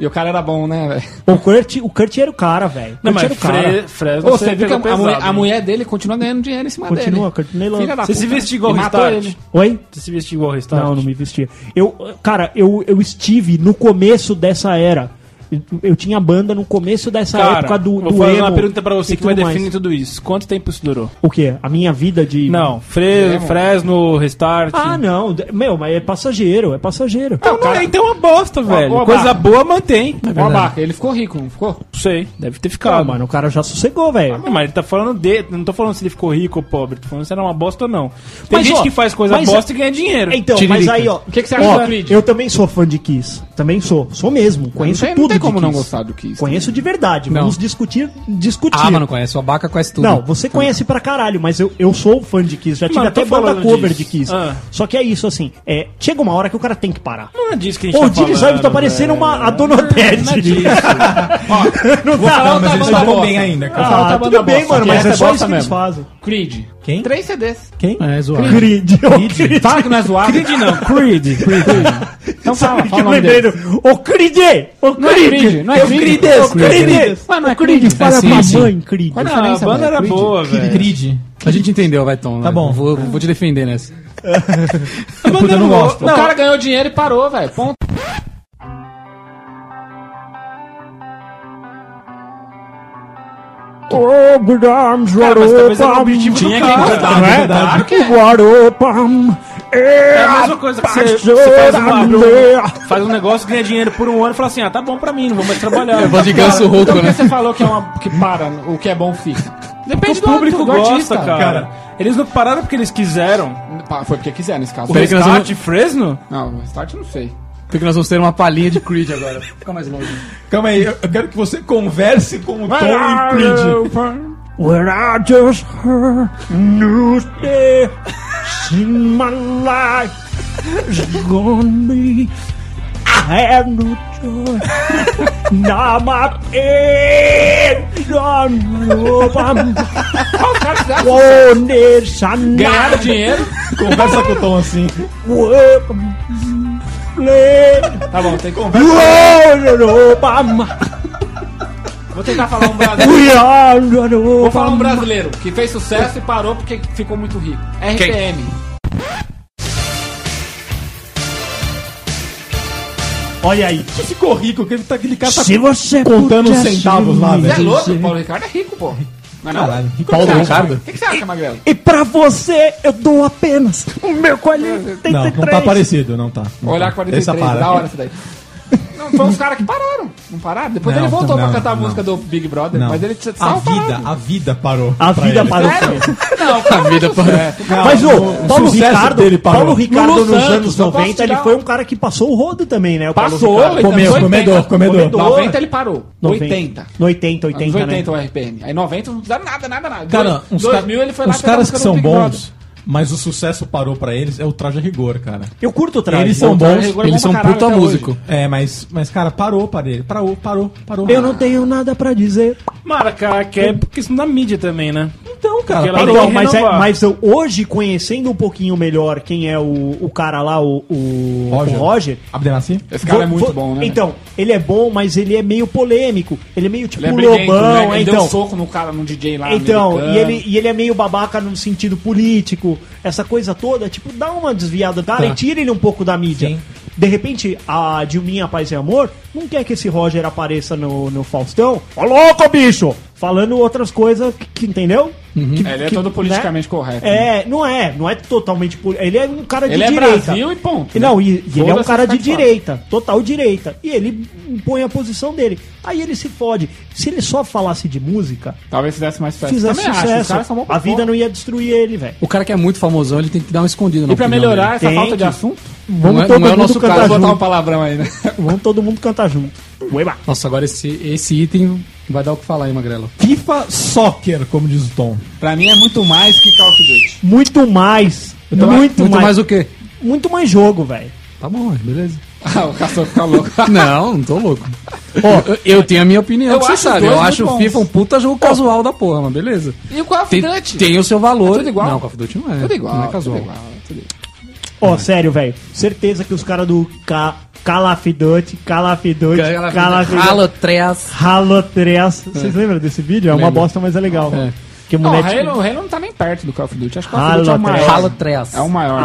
Speaker 4: E o cara era bom, né, velho?
Speaker 3: O Kurt, o Kurt era o cara, velho.
Speaker 6: Não,
Speaker 3: Kurt era
Speaker 6: mas
Speaker 3: o cara.
Speaker 6: Fre Fresno
Speaker 4: Ô, você viu que a,
Speaker 6: pegou
Speaker 4: a mulher,
Speaker 6: pesado,
Speaker 4: a
Speaker 6: né?
Speaker 4: mulher dele continua ganhando dinheiro em cima
Speaker 3: Continua,
Speaker 4: dele.
Speaker 3: Kurt Neyland.
Speaker 4: Filha da
Speaker 6: Você se
Speaker 4: puta.
Speaker 6: vestiu igual
Speaker 4: E
Speaker 6: o
Speaker 4: matou
Speaker 6: Restart?
Speaker 4: ele.
Speaker 3: Oi?
Speaker 6: Você se vestiu igual o Restart?
Speaker 3: Não, não me vestia. Eu, cara, eu, eu estive no começo dessa era. Eu, eu tinha banda no começo dessa
Speaker 6: Cara,
Speaker 3: época do,
Speaker 6: vou
Speaker 3: do
Speaker 6: fazer
Speaker 3: emo
Speaker 6: uma pergunta
Speaker 3: e
Speaker 6: pra você que
Speaker 3: tudo
Speaker 6: vai
Speaker 3: mais.
Speaker 6: definir tudo isso. Quanto tempo isso durou?
Speaker 3: O quê? A minha vida de...
Speaker 6: Não, Fre Fresno, Restart...
Speaker 3: Ah, não. de- Meu, mas é passageiro, é passageiro.
Speaker 6: Então, não é, então é uma bosta, velho.
Speaker 4: boa
Speaker 6: Coisa
Speaker 4: barra.
Speaker 6: boa mantém.
Speaker 4: Ó, a barca, ele ficou rico, não ficou?
Speaker 6: Não sei, deve ter
Speaker 3: Não,
Speaker 6: ficado.
Speaker 3: mano, o cara já sossegou, velho.
Speaker 6: Não, mas ele tá falando de. Não tô falando se ele ficou rico ou pobre, tô falando se era uma bosta ou não. Tem
Speaker 3: Mas,
Speaker 6: gente
Speaker 3: ó,
Speaker 6: que faz coisa
Speaker 3: mas-
Speaker 6: bosta e ganha dinheiro.
Speaker 3: Então, mas
Speaker 5: Tiririca.
Speaker 3: aí, ó. O
Speaker 4: que que você acha do Creed?
Speaker 3: Eu também sou fã de Kiss. Também sou. Sou mesmo. Conheço
Speaker 4: tem- não
Speaker 3: tudo
Speaker 4: tem
Speaker 3: de
Speaker 4: como não
Speaker 3: Kiss.
Speaker 4: gostar do Kiss,
Speaker 3: Conheço de verdade.
Speaker 5: Não.
Speaker 3: Vamos discutir, discutir.
Speaker 5: Ah, mano, conhece. O Abaca conhece tudo.
Speaker 3: Não, você conhece pra caralho, mas eu, eu sou fã de Kiss. Já tive
Speaker 6: Mano,
Speaker 3: até
Speaker 6: tô
Speaker 3: banda
Speaker 6: falando
Speaker 3: cover
Speaker 6: disso.
Speaker 3: de Kiss.
Speaker 6: Ah.
Speaker 3: Só que é isso, assim. É, chega uma hora que o cara tem que parar.
Speaker 6: Não é disso que a gente
Speaker 3: Pô,
Speaker 6: tá
Speaker 3: o Dini Saibo tá
Speaker 6: falando,
Speaker 3: parecendo
Speaker 6: velho.
Speaker 3: uma, a Donatete.
Speaker 6: Não é disso.
Speaker 3: Não
Speaker 4: Vou falar
Speaker 3: tá.
Speaker 4: outra
Speaker 2: Mas eles
Speaker 4: banda
Speaker 2: estavam
Speaker 4: bosta.
Speaker 2: bem ainda, cara.
Speaker 4: falar
Speaker 3: Ah,
Speaker 4: outra
Speaker 3: tudo
Speaker 4: banda
Speaker 3: bem,
Speaker 4: bosta,
Speaker 3: mano,
Speaker 4: que
Speaker 3: mas
Speaker 4: essa
Speaker 3: é
Speaker 4: é
Speaker 3: só
Speaker 4: bosta
Speaker 3: isso que eles
Speaker 4: mesmo.
Speaker 3: fazem.
Speaker 4: Creed.
Speaker 2: Quem?
Speaker 4: Três CDs.
Speaker 2: Quem?
Speaker 5: É, zoado.
Speaker 3: Creed, ô Creed.
Speaker 4: Fala que não é zoado.
Speaker 6: Creed não, Creed.
Speaker 4: Então fala,
Speaker 3: Sabe que
Speaker 4: fala
Speaker 3: eu
Speaker 4: o nome
Speaker 3: lembrei
Speaker 4: dele.
Speaker 3: do... Ô Creed! Ô
Speaker 4: Não é
Speaker 3: Creed!
Speaker 4: Creed, não é
Speaker 3: Eu
Speaker 4: Creed.
Speaker 3: Creed,
Speaker 4: Ô, Creed.
Speaker 3: Creed!
Speaker 4: Mas não é
Speaker 3: Ô, Creed,
Speaker 4: Creed,
Speaker 3: fala
Speaker 4: é
Speaker 3: pra
Speaker 4: sim,
Speaker 3: mãe, Creed.
Speaker 4: Qual é
Speaker 6: Não, a
Speaker 4: diferença,
Speaker 6: banda
Speaker 4: velho?
Speaker 6: era
Speaker 4: Creed.
Speaker 6: boa, velho.
Speaker 2: Creed.
Speaker 5: A gente entendeu, vai, Tom. né?
Speaker 2: Tá bom.
Speaker 5: Vou, vou te defender nessa.
Speaker 6: A banda era boa.
Speaker 4: O cara ganhou dinheiro e parou, velho. Ponto.
Speaker 9: Oh, Guarams,
Speaker 6: Cara, mas talvez era o objetivo do
Speaker 9: Tinha
Speaker 6: cara.
Speaker 9: não é? Guarupam,
Speaker 6: É a mesma coisa que você,
Speaker 9: Pastor
Speaker 6: você faz, um, abre
Speaker 9: André.
Speaker 6: um, faz um negócio, ganha dinheiro por um ano e fala assim, ah, tá bom pra mim, não vou mais trabalhar.
Speaker 3: Tá
Speaker 5: Eu vou de ganso rouco,
Speaker 4: Então por que
Speaker 5: né?
Speaker 4: você falou que é uma que para, o que é bom fica? Depende
Speaker 6: o
Speaker 4: do
Speaker 6: público
Speaker 4: do- do
Speaker 6: gosta,
Speaker 4: artista.
Speaker 6: cara. Eles não pararam porque eles quiseram.
Speaker 4: Pa- Foi porque quiser nesse caso.
Speaker 6: O
Speaker 5: Peraí que nós
Speaker 6: Restart Fresno?
Speaker 4: Não, o restart eu não sei.
Speaker 5: Porque nós vamos ter uma palhinha de Creed agora. Fica mais longe.
Speaker 2: Calma aí, eu eu quero que você converse com o Tom e Creed.
Speaker 9: When I just heard news day, in my life is gone be. I have no joy. now my pain is on Guarupam. On this
Speaker 4: Ganharam
Speaker 9: night,
Speaker 4: dinheiro.
Speaker 2: Conversa com o Tom assim.
Speaker 9: welcome, play.
Speaker 6: Tá bom, tem que
Speaker 9: Guarupam.
Speaker 4: Vou tentar falar um brasileiro.
Speaker 9: We are
Speaker 4: Vou falar
Speaker 9: Guarupam.
Speaker 4: um brasileiro que fez sucesso e parou porque ficou muito rico. RPM.
Speaker 3: Olha aí.
Speaker 2: Que ficou rico, que ele tá, aquele cara tá
Speaker 9: Se você
Speaker 2: contando os
Speaker 9: pudesse
Speaker 2: centavos lá,
Speaker 4: Você é
Speaker 2: velho.
Speaker 4: louco? O Paulo Ricardo é rico, pô. Não é não?
Speaker 2: Caralho.
Speaker 5: Paulo Ricardo?
Speaker 4: O que que você acha, Magrelo?
Speaker 9: E pra você eu dou apenas o meu
Speaker 2: Não,
Speaker 9: 43.
Speaker 2: não tá parecido, não tá. Não
Speaker 4: Olhar
Speaker 2: tá.
Speaker 4: 43,
Speaker 2: Essa para.
Speaker 4: da hora isso daí. Não, foi uns caras que pararam. Não pararam. Depois
Speaker 2: Não,
Speaker 4: ele voltou
Speaker 2: não,
Speaker 4: pra cantar a
Speaker 2: não.
Speaker 4: música do Big Brother,
Speaker 2: Não.
Speaker 4: mas ele se-
Speaker 2: A
Speaker 4: tava
Speaker 2: vida,
Speaker 4: parado.
Speaker 2: a vida parou.
Speaker 3: A
Speaker 2: pra
Speaker 3: vida
Speaker 2: ele.
Speaker 3: parou.
Speaker 4: Sério? Não, a vida parou.
Speaker 3: Mas ô,
Speaker 2: o
Speaker 3: Paulo
Speaker 2: sucesso
Speaker 3: Ricardo,
Speaker 2: dele parou.
Speaker 3: Paulo Ricardo
Speaker 4: Lulu
Speaker 3: nos
Speaker 4: Santos,
Speaker 3: anos
Speaker 4: eu posso
Speaker 3: 90, ele
Speaker 4: tirar-
Speaker 3: foi um cara que passou o rodo também, né? O Paulo
Speaker 4: Passou,
Speaker 3: Ricardo.
Speaker 4: ele
Speaker 2: Comeu,
Speaker 4: nos 80.
Speaker 2: comedor, comedor.
Speaker 3: um.
Speaker 4: 90 ele parou.
Speaker 3: 90.
Speaker 4: 80.
Speaker 3: 80,
Speaker 4: Anos
Speaker 3: 80,
Speaker 4: 80
Speaker 3: né?
Speaker 4: o RPM. Aí 90 não fizeram nada, nada, nada.
Speaker 2: Cara,
Speaker 4: Dois-
Speaker 2: uns,
Speaker 4: 2000
Speaker 2: ca-
Speaker 4: ele foi lá
Speaker 2: uns
Speaker 4: cantar a
Speaker 2: caras
Speaker 4: música
Speaker 2: que
Speaker 4: do
Speaker 2: são
Speaker 4: Big
Speaker 2: bons, mas o sucesso parou pra eles, é o Traje a Rigor, cara.
Speaker 3: Eu curto o traje.
Speaker 2: Eles são
Speaker 3: Eu-
Speaker 2: bons,
Speaker 4: Rigor é bom
Speaker 5: Eles são
Speaker 4: pra
Speaker 5: um
Speaker 4: caralho
Speaker 5: puta
Speaker 4: até
Speaker 5: músico.
Speaker 2: É, mas, mas cara, parou para ele. Parou, parou, parou.
Speaker 3: Eu não tenho nada pra dizer.
Speaker 6: Mara, cara, que é por questão da mídia também, né?
Speaker 2: Então, cara,
Speaker 3: Então, mas, é- mas eu- hoje, conhecendo um pouquinho melhor quem é o, o cara lá, o, o o Roger.
Speaker 2: Roger. Abdenassi?
Speaker 3: Esse cara é muito bom, né? Então, ele é bom, mas ele é meio polêmico. Ele é meio tipo
Speaker 4: Ele é briguento,
Speaker 3: lobão,
Speaker 4: né? Ele
Speaker 3: então.
Speaker 4: deu um soco no cara, no DJ lá.
Speaker 3: Então,
Speaker 4: americano.
Speaker 3: e ele, e ele é meio babaca no sentido político, essa coisa toda, tipo, dá uma desviada, cara,
Speaker 4: Tá.
Speaker 3: e tira ele um pouco da mídia. De repente, a Dilminha Paz e Amor não quer que esse Roger apareça no, no Faustão. Ó louco, bicho! Falando outras coisas, que, que- entendeu? Que-
Speaker 4: É, ele é
Speaker 3: que-
Speaker 4: todo politicamente correto. né?
Speaker 3: É, não é, não é totalmente. poli- Ele é um cara de
Speaker 4: Ele é
Speaker 3: direita.
Speaker 4: Brasil e ponto, né?
Speaker 3: Não, e, e ele é um
Speaker 4: Foda-se
Speaker 3: cara
Speaker 4: ficar
Speaker 3: de
Speaker 4: de fora.
Speaker 3: direita, total direita. E ele impõe a posição dele. Aí ele se fode. Se ele só falasse de música,
Speaker 4: Talvez fizesse mais sucesso.
Speaker 3: fizesse
Speaker 4: Também acho, os
Speaker 3: sucesso,
Speaker 4: caras são bons pra
Speaker 3: a vida
Speaker 4: porra.
Speaker 3: não ia destruir ele, velho.
Speaker 5: O cara que é muito famosão, ele tem que dar uma escondida na
Speaker 4: E pra
Speaker 5: opinião
Speaker 4: melhorar
Speaker 5: dele.
Speaker 4: essa
Speaker 3: Tem
Speaker 4: falta de
Speaker 3: que-
Speaker 4: assunto?
Speaker 5: Não
Speaker 3: Vamos
Speaker 5: é-
Speaker 3: todo
Speaker 5: não é o
Speaker 3: mundo
Speaker 5: nosso
Speaker 3: cantar
Speaker 4: Vou
Speaker 5: caso.
Speaker 4: botar um
Speaker 3: junto.
Speaker 4: palavrão aí, né?
Speaker 3: Vamos todo mundo cantar junto. Ueba.
Speaker 5: Nossa, agora esse, esse item vai dar o que falar, hein, Magrelo?
Speaker 2: FIFA Soccer, como diz o Tom.
Speaker 4: Pra mim é muito mais que Call of Duty.
Speaker 3: Muito mais. muito,
Speaker 5: Muito
Speaker 3: mais.
Speaker 5: mais o quê?
Speaker 3: Muito mais jogo, velho.
Speaker 5: Tá bom, beleza.
Speaker 4: Ah, o Castor fica louco.
Speaker 5: Não, não tô louco. eu, eu tenho a minha opinião,
Speaker 4: Eu
Speaker 5: que você
Speaker 4: acho os
Speaker 5: sabe.
Speaker 4: dois
Speaker 5: Eu
Speaker 4: muito
Speaker 5: acho o
Speaker 4: bons.
Speaker 5: FIFA um puta jogo casual da porra, mas beleza.
Speaker 4: E o Call of
Speaker 5: Tem,
Speaker 4: Duty?
Speaker 5: tem o seu valor.
Speaker 4: É tudo igual.
Speaker 5: Não, Call of Duty não é.
Speaker 4: Tudo igual.
Speaker 5: Não é casual.
Speaker 4: Tudo igual. tudo igual.
Speaker 3: Ó, sério, velho. Certeza que os caras do Ca... Call of Duty, Call of Duty, Call of Duty,
Speaker 5: Halo 3.
Speaker 3: Halo 3. Vocês lembram desse vídeo? É uma
Speaker 5: Lembro.
Speaker 3: bosta, mas é legal.
Speaker 5: É.
Speaker 3: Que o
Speaker 4: Não, o
Speaker 3: moleque.
Speaker 4: Halo, o Halo não tá nem perto do Call of Duty. Acho que o Call of
Speaker 3: Halo
Speaker 4: Duty é o
Speaker 3: atrás.
Speaker 4: maior.
Speaker 5: Halo 3.
Speaker 4: É o maior.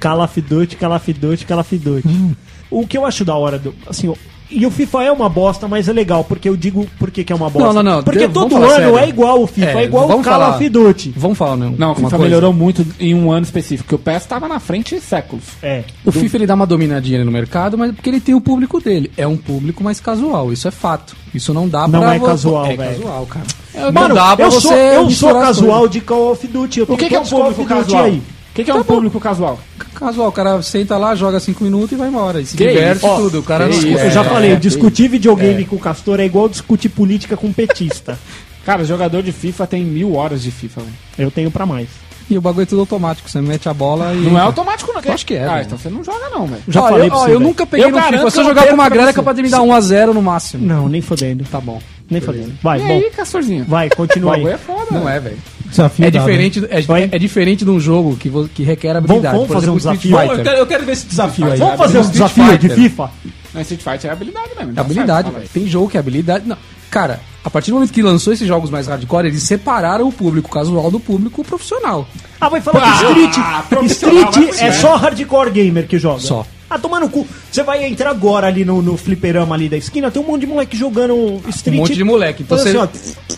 Speaker 3: Call
Speaker 4: né?
Speaker 5: um-
Speaker 3: of Duty, Call of Duty, Call of Duty, Call of Duty.
Speaker 5: Hum.
Speaker 3: O que eu acho da hora do. Assim, o- e o FIFA é uma bosta, mas é legal, porque eu digo por que que é uma bosta.
Speaker 5: Não, não, não,
Speaker 3: Porque
Speaker 5: de-
Speaker 3: todo
Speaker 5: vamos
Speaker 3: ano
Speaker 5: falar sério.
Speaker 3: é igual o FIFA, é,
Speaker 5: É,
Speaker 3: igual o
Speaker 5: vamos
Speaker 3: Call
Speaker 5: falar.
Speaker 3: of Duty.
Speaker 5: Vamos falar, né?
Speaker 4: Não, o
Speaker 5: uma
Speaker 4: FIFA
Speaker 5: coisa.
Speaker 4: melhorou muito em um ano específico, porque o PES tava na frente séculos.
Speaker 3: É.
Speaker 5: O FIFA ele dá uma dominadinha no mercado, mas é porque ele tem o público dele. É um público mais casual, isso é fato. Isso não dá
Speaker 3: Não
Speaker 5: pra.
Speaker 3: é
Speaker 5: vo-
Speaker 3: casual,
Speaker 5: é
Speaker 3: velho.
Speaker 5: casual, cara.
Speaker 3: Mano, eu sou, eu sou
Speaker 5: misturar as
Speaker 3: casual de Call of Duty. Eu
Speaker 4: O
Speaker 3: tenho
Speaker 4: que, que é um
Speaker 3: todos os Call
Speaker 4: público
Speaker 3: of Duty
Speaker 4: casual? O que, que é um público casual?
Speaker 5: coisas. Casual, o cara senta lá, joga cinco minutos e vai embora. E se
Speaker 4: Que
Speaker 5: diverte
Speaker 4: isso? Ó,
Speaker 5: tudo. O cara
Speaker 4: que
Speaker 5: não.
Speaker 4: isso?
Speaker 3: Eu já
Speaker 4: É,
Speaker 3: falei,
Speaker 4: é,
Speaker 3: discutir videogame com o Castor é igual discutir política com petista.
Speaker 4: Cara, jogador de FIFA tem mil horas de FIFA. velho.
Speaker 3: Eu tenho pra mais.
Speaker 5: E o bagulho é tudo automático. Você mete a bola e.
Speaker 4: Não é automático, não.
Speaker 5: Eu acho que é,
Speaker 4: Ah,
Speaker 5: velho.
Speaker 4: então você não joga, não, velho.
Speaker 3: Já
Speaker 5: Ó,
Speaker 3: falei
Speaker 5: eu,
Speaker 3: pra
Speaker 5: ó,
Speaker 3: você,
Speaker 5: eu
Speaker 3: velho.
Speaker 5: nunca peguei
Speaker 4: Eu
Speaker 5: no
Speaker 4: garanto
Speaker 5: FIFA. Se eu
Speaker 4: que eu
Speaker 5: jogar com
Speaker 4: perco
Speaker 5: uma
Speaker 4: pra
Speaker 5: grana, é
Speaker 4: você.
Speaker 5: capaz de me dar 1x0 no máximo.
Speaker 3: Não, nem fodendo.
Speaker 5: Tá bom.
Speaker 3: Nem fodendo. Vai,
Speaker 4: E
Speaker 3: bom.
Speaker 4: aí, Castorzinho?
Speaker 3: Vai, continua aí.
Speaker 4: Bagulho é foda,
Speaker 5: Não
Speaker 4: velho.
Speaker 5: é, velho.
Speaker 2: Desafio
Speaker 5: É
Speaker 2: dado, hein?
Speaker 5: diferente, é,
Speaker 3: Vai.
Speaker 5: é diferente de um jogo que, vo- que requer habilidade.
Speaker 3: vamos
Speaker 5: Por
Speaker 3: fazer um
Speaker 5: exemplo, Street
Speaker 3: desafio?
Speaker 2: Bom, eu
Speaker 5: Fighter.
Speaker 2: quero, eu quero ver esse desafio aí.
Speaker 3: Vamos fazer um
Speaker 5: Street
Speaker 3: desafio de
Speaker 5: Fighter.
Speaker 3: FIFA?
Speaker 4: Não, Street Fighter é habilidade mesmo.
Speaker 5: É
Speaker 4: já
Speaker 5: habilidade,
Speaker 4: sabe,
Speaker 5: velho. Tem jogo que é habilidade. Não. Cara, a partir do momento que lançou esses jogos mais hardcore, eles separaram o público casual do público profissional.
Speaker 3: Ah, vai falar que
Speaker 4: Ah,
Speaker 3: Street,
Speaker 4: profissional, vai
Speaker 3: Street
Speaker 4: pro
Speaker 3: é
Speaker 4: céu.
Speaker 3: só hardcore gamer que joga.
Speaker 5: Só.
Speaker 3: Ah, tomar no cu. Você vai entrar agora ali no, no fliperama ali da esquina, tem um monte de moleque jogando
Speaker 5: Um
Speaker 3: Street.
Speaker 5: monte de moleque. Então,
Speaker 3: Faz
Speaker 5: você...
Speaker 3: assim, ó.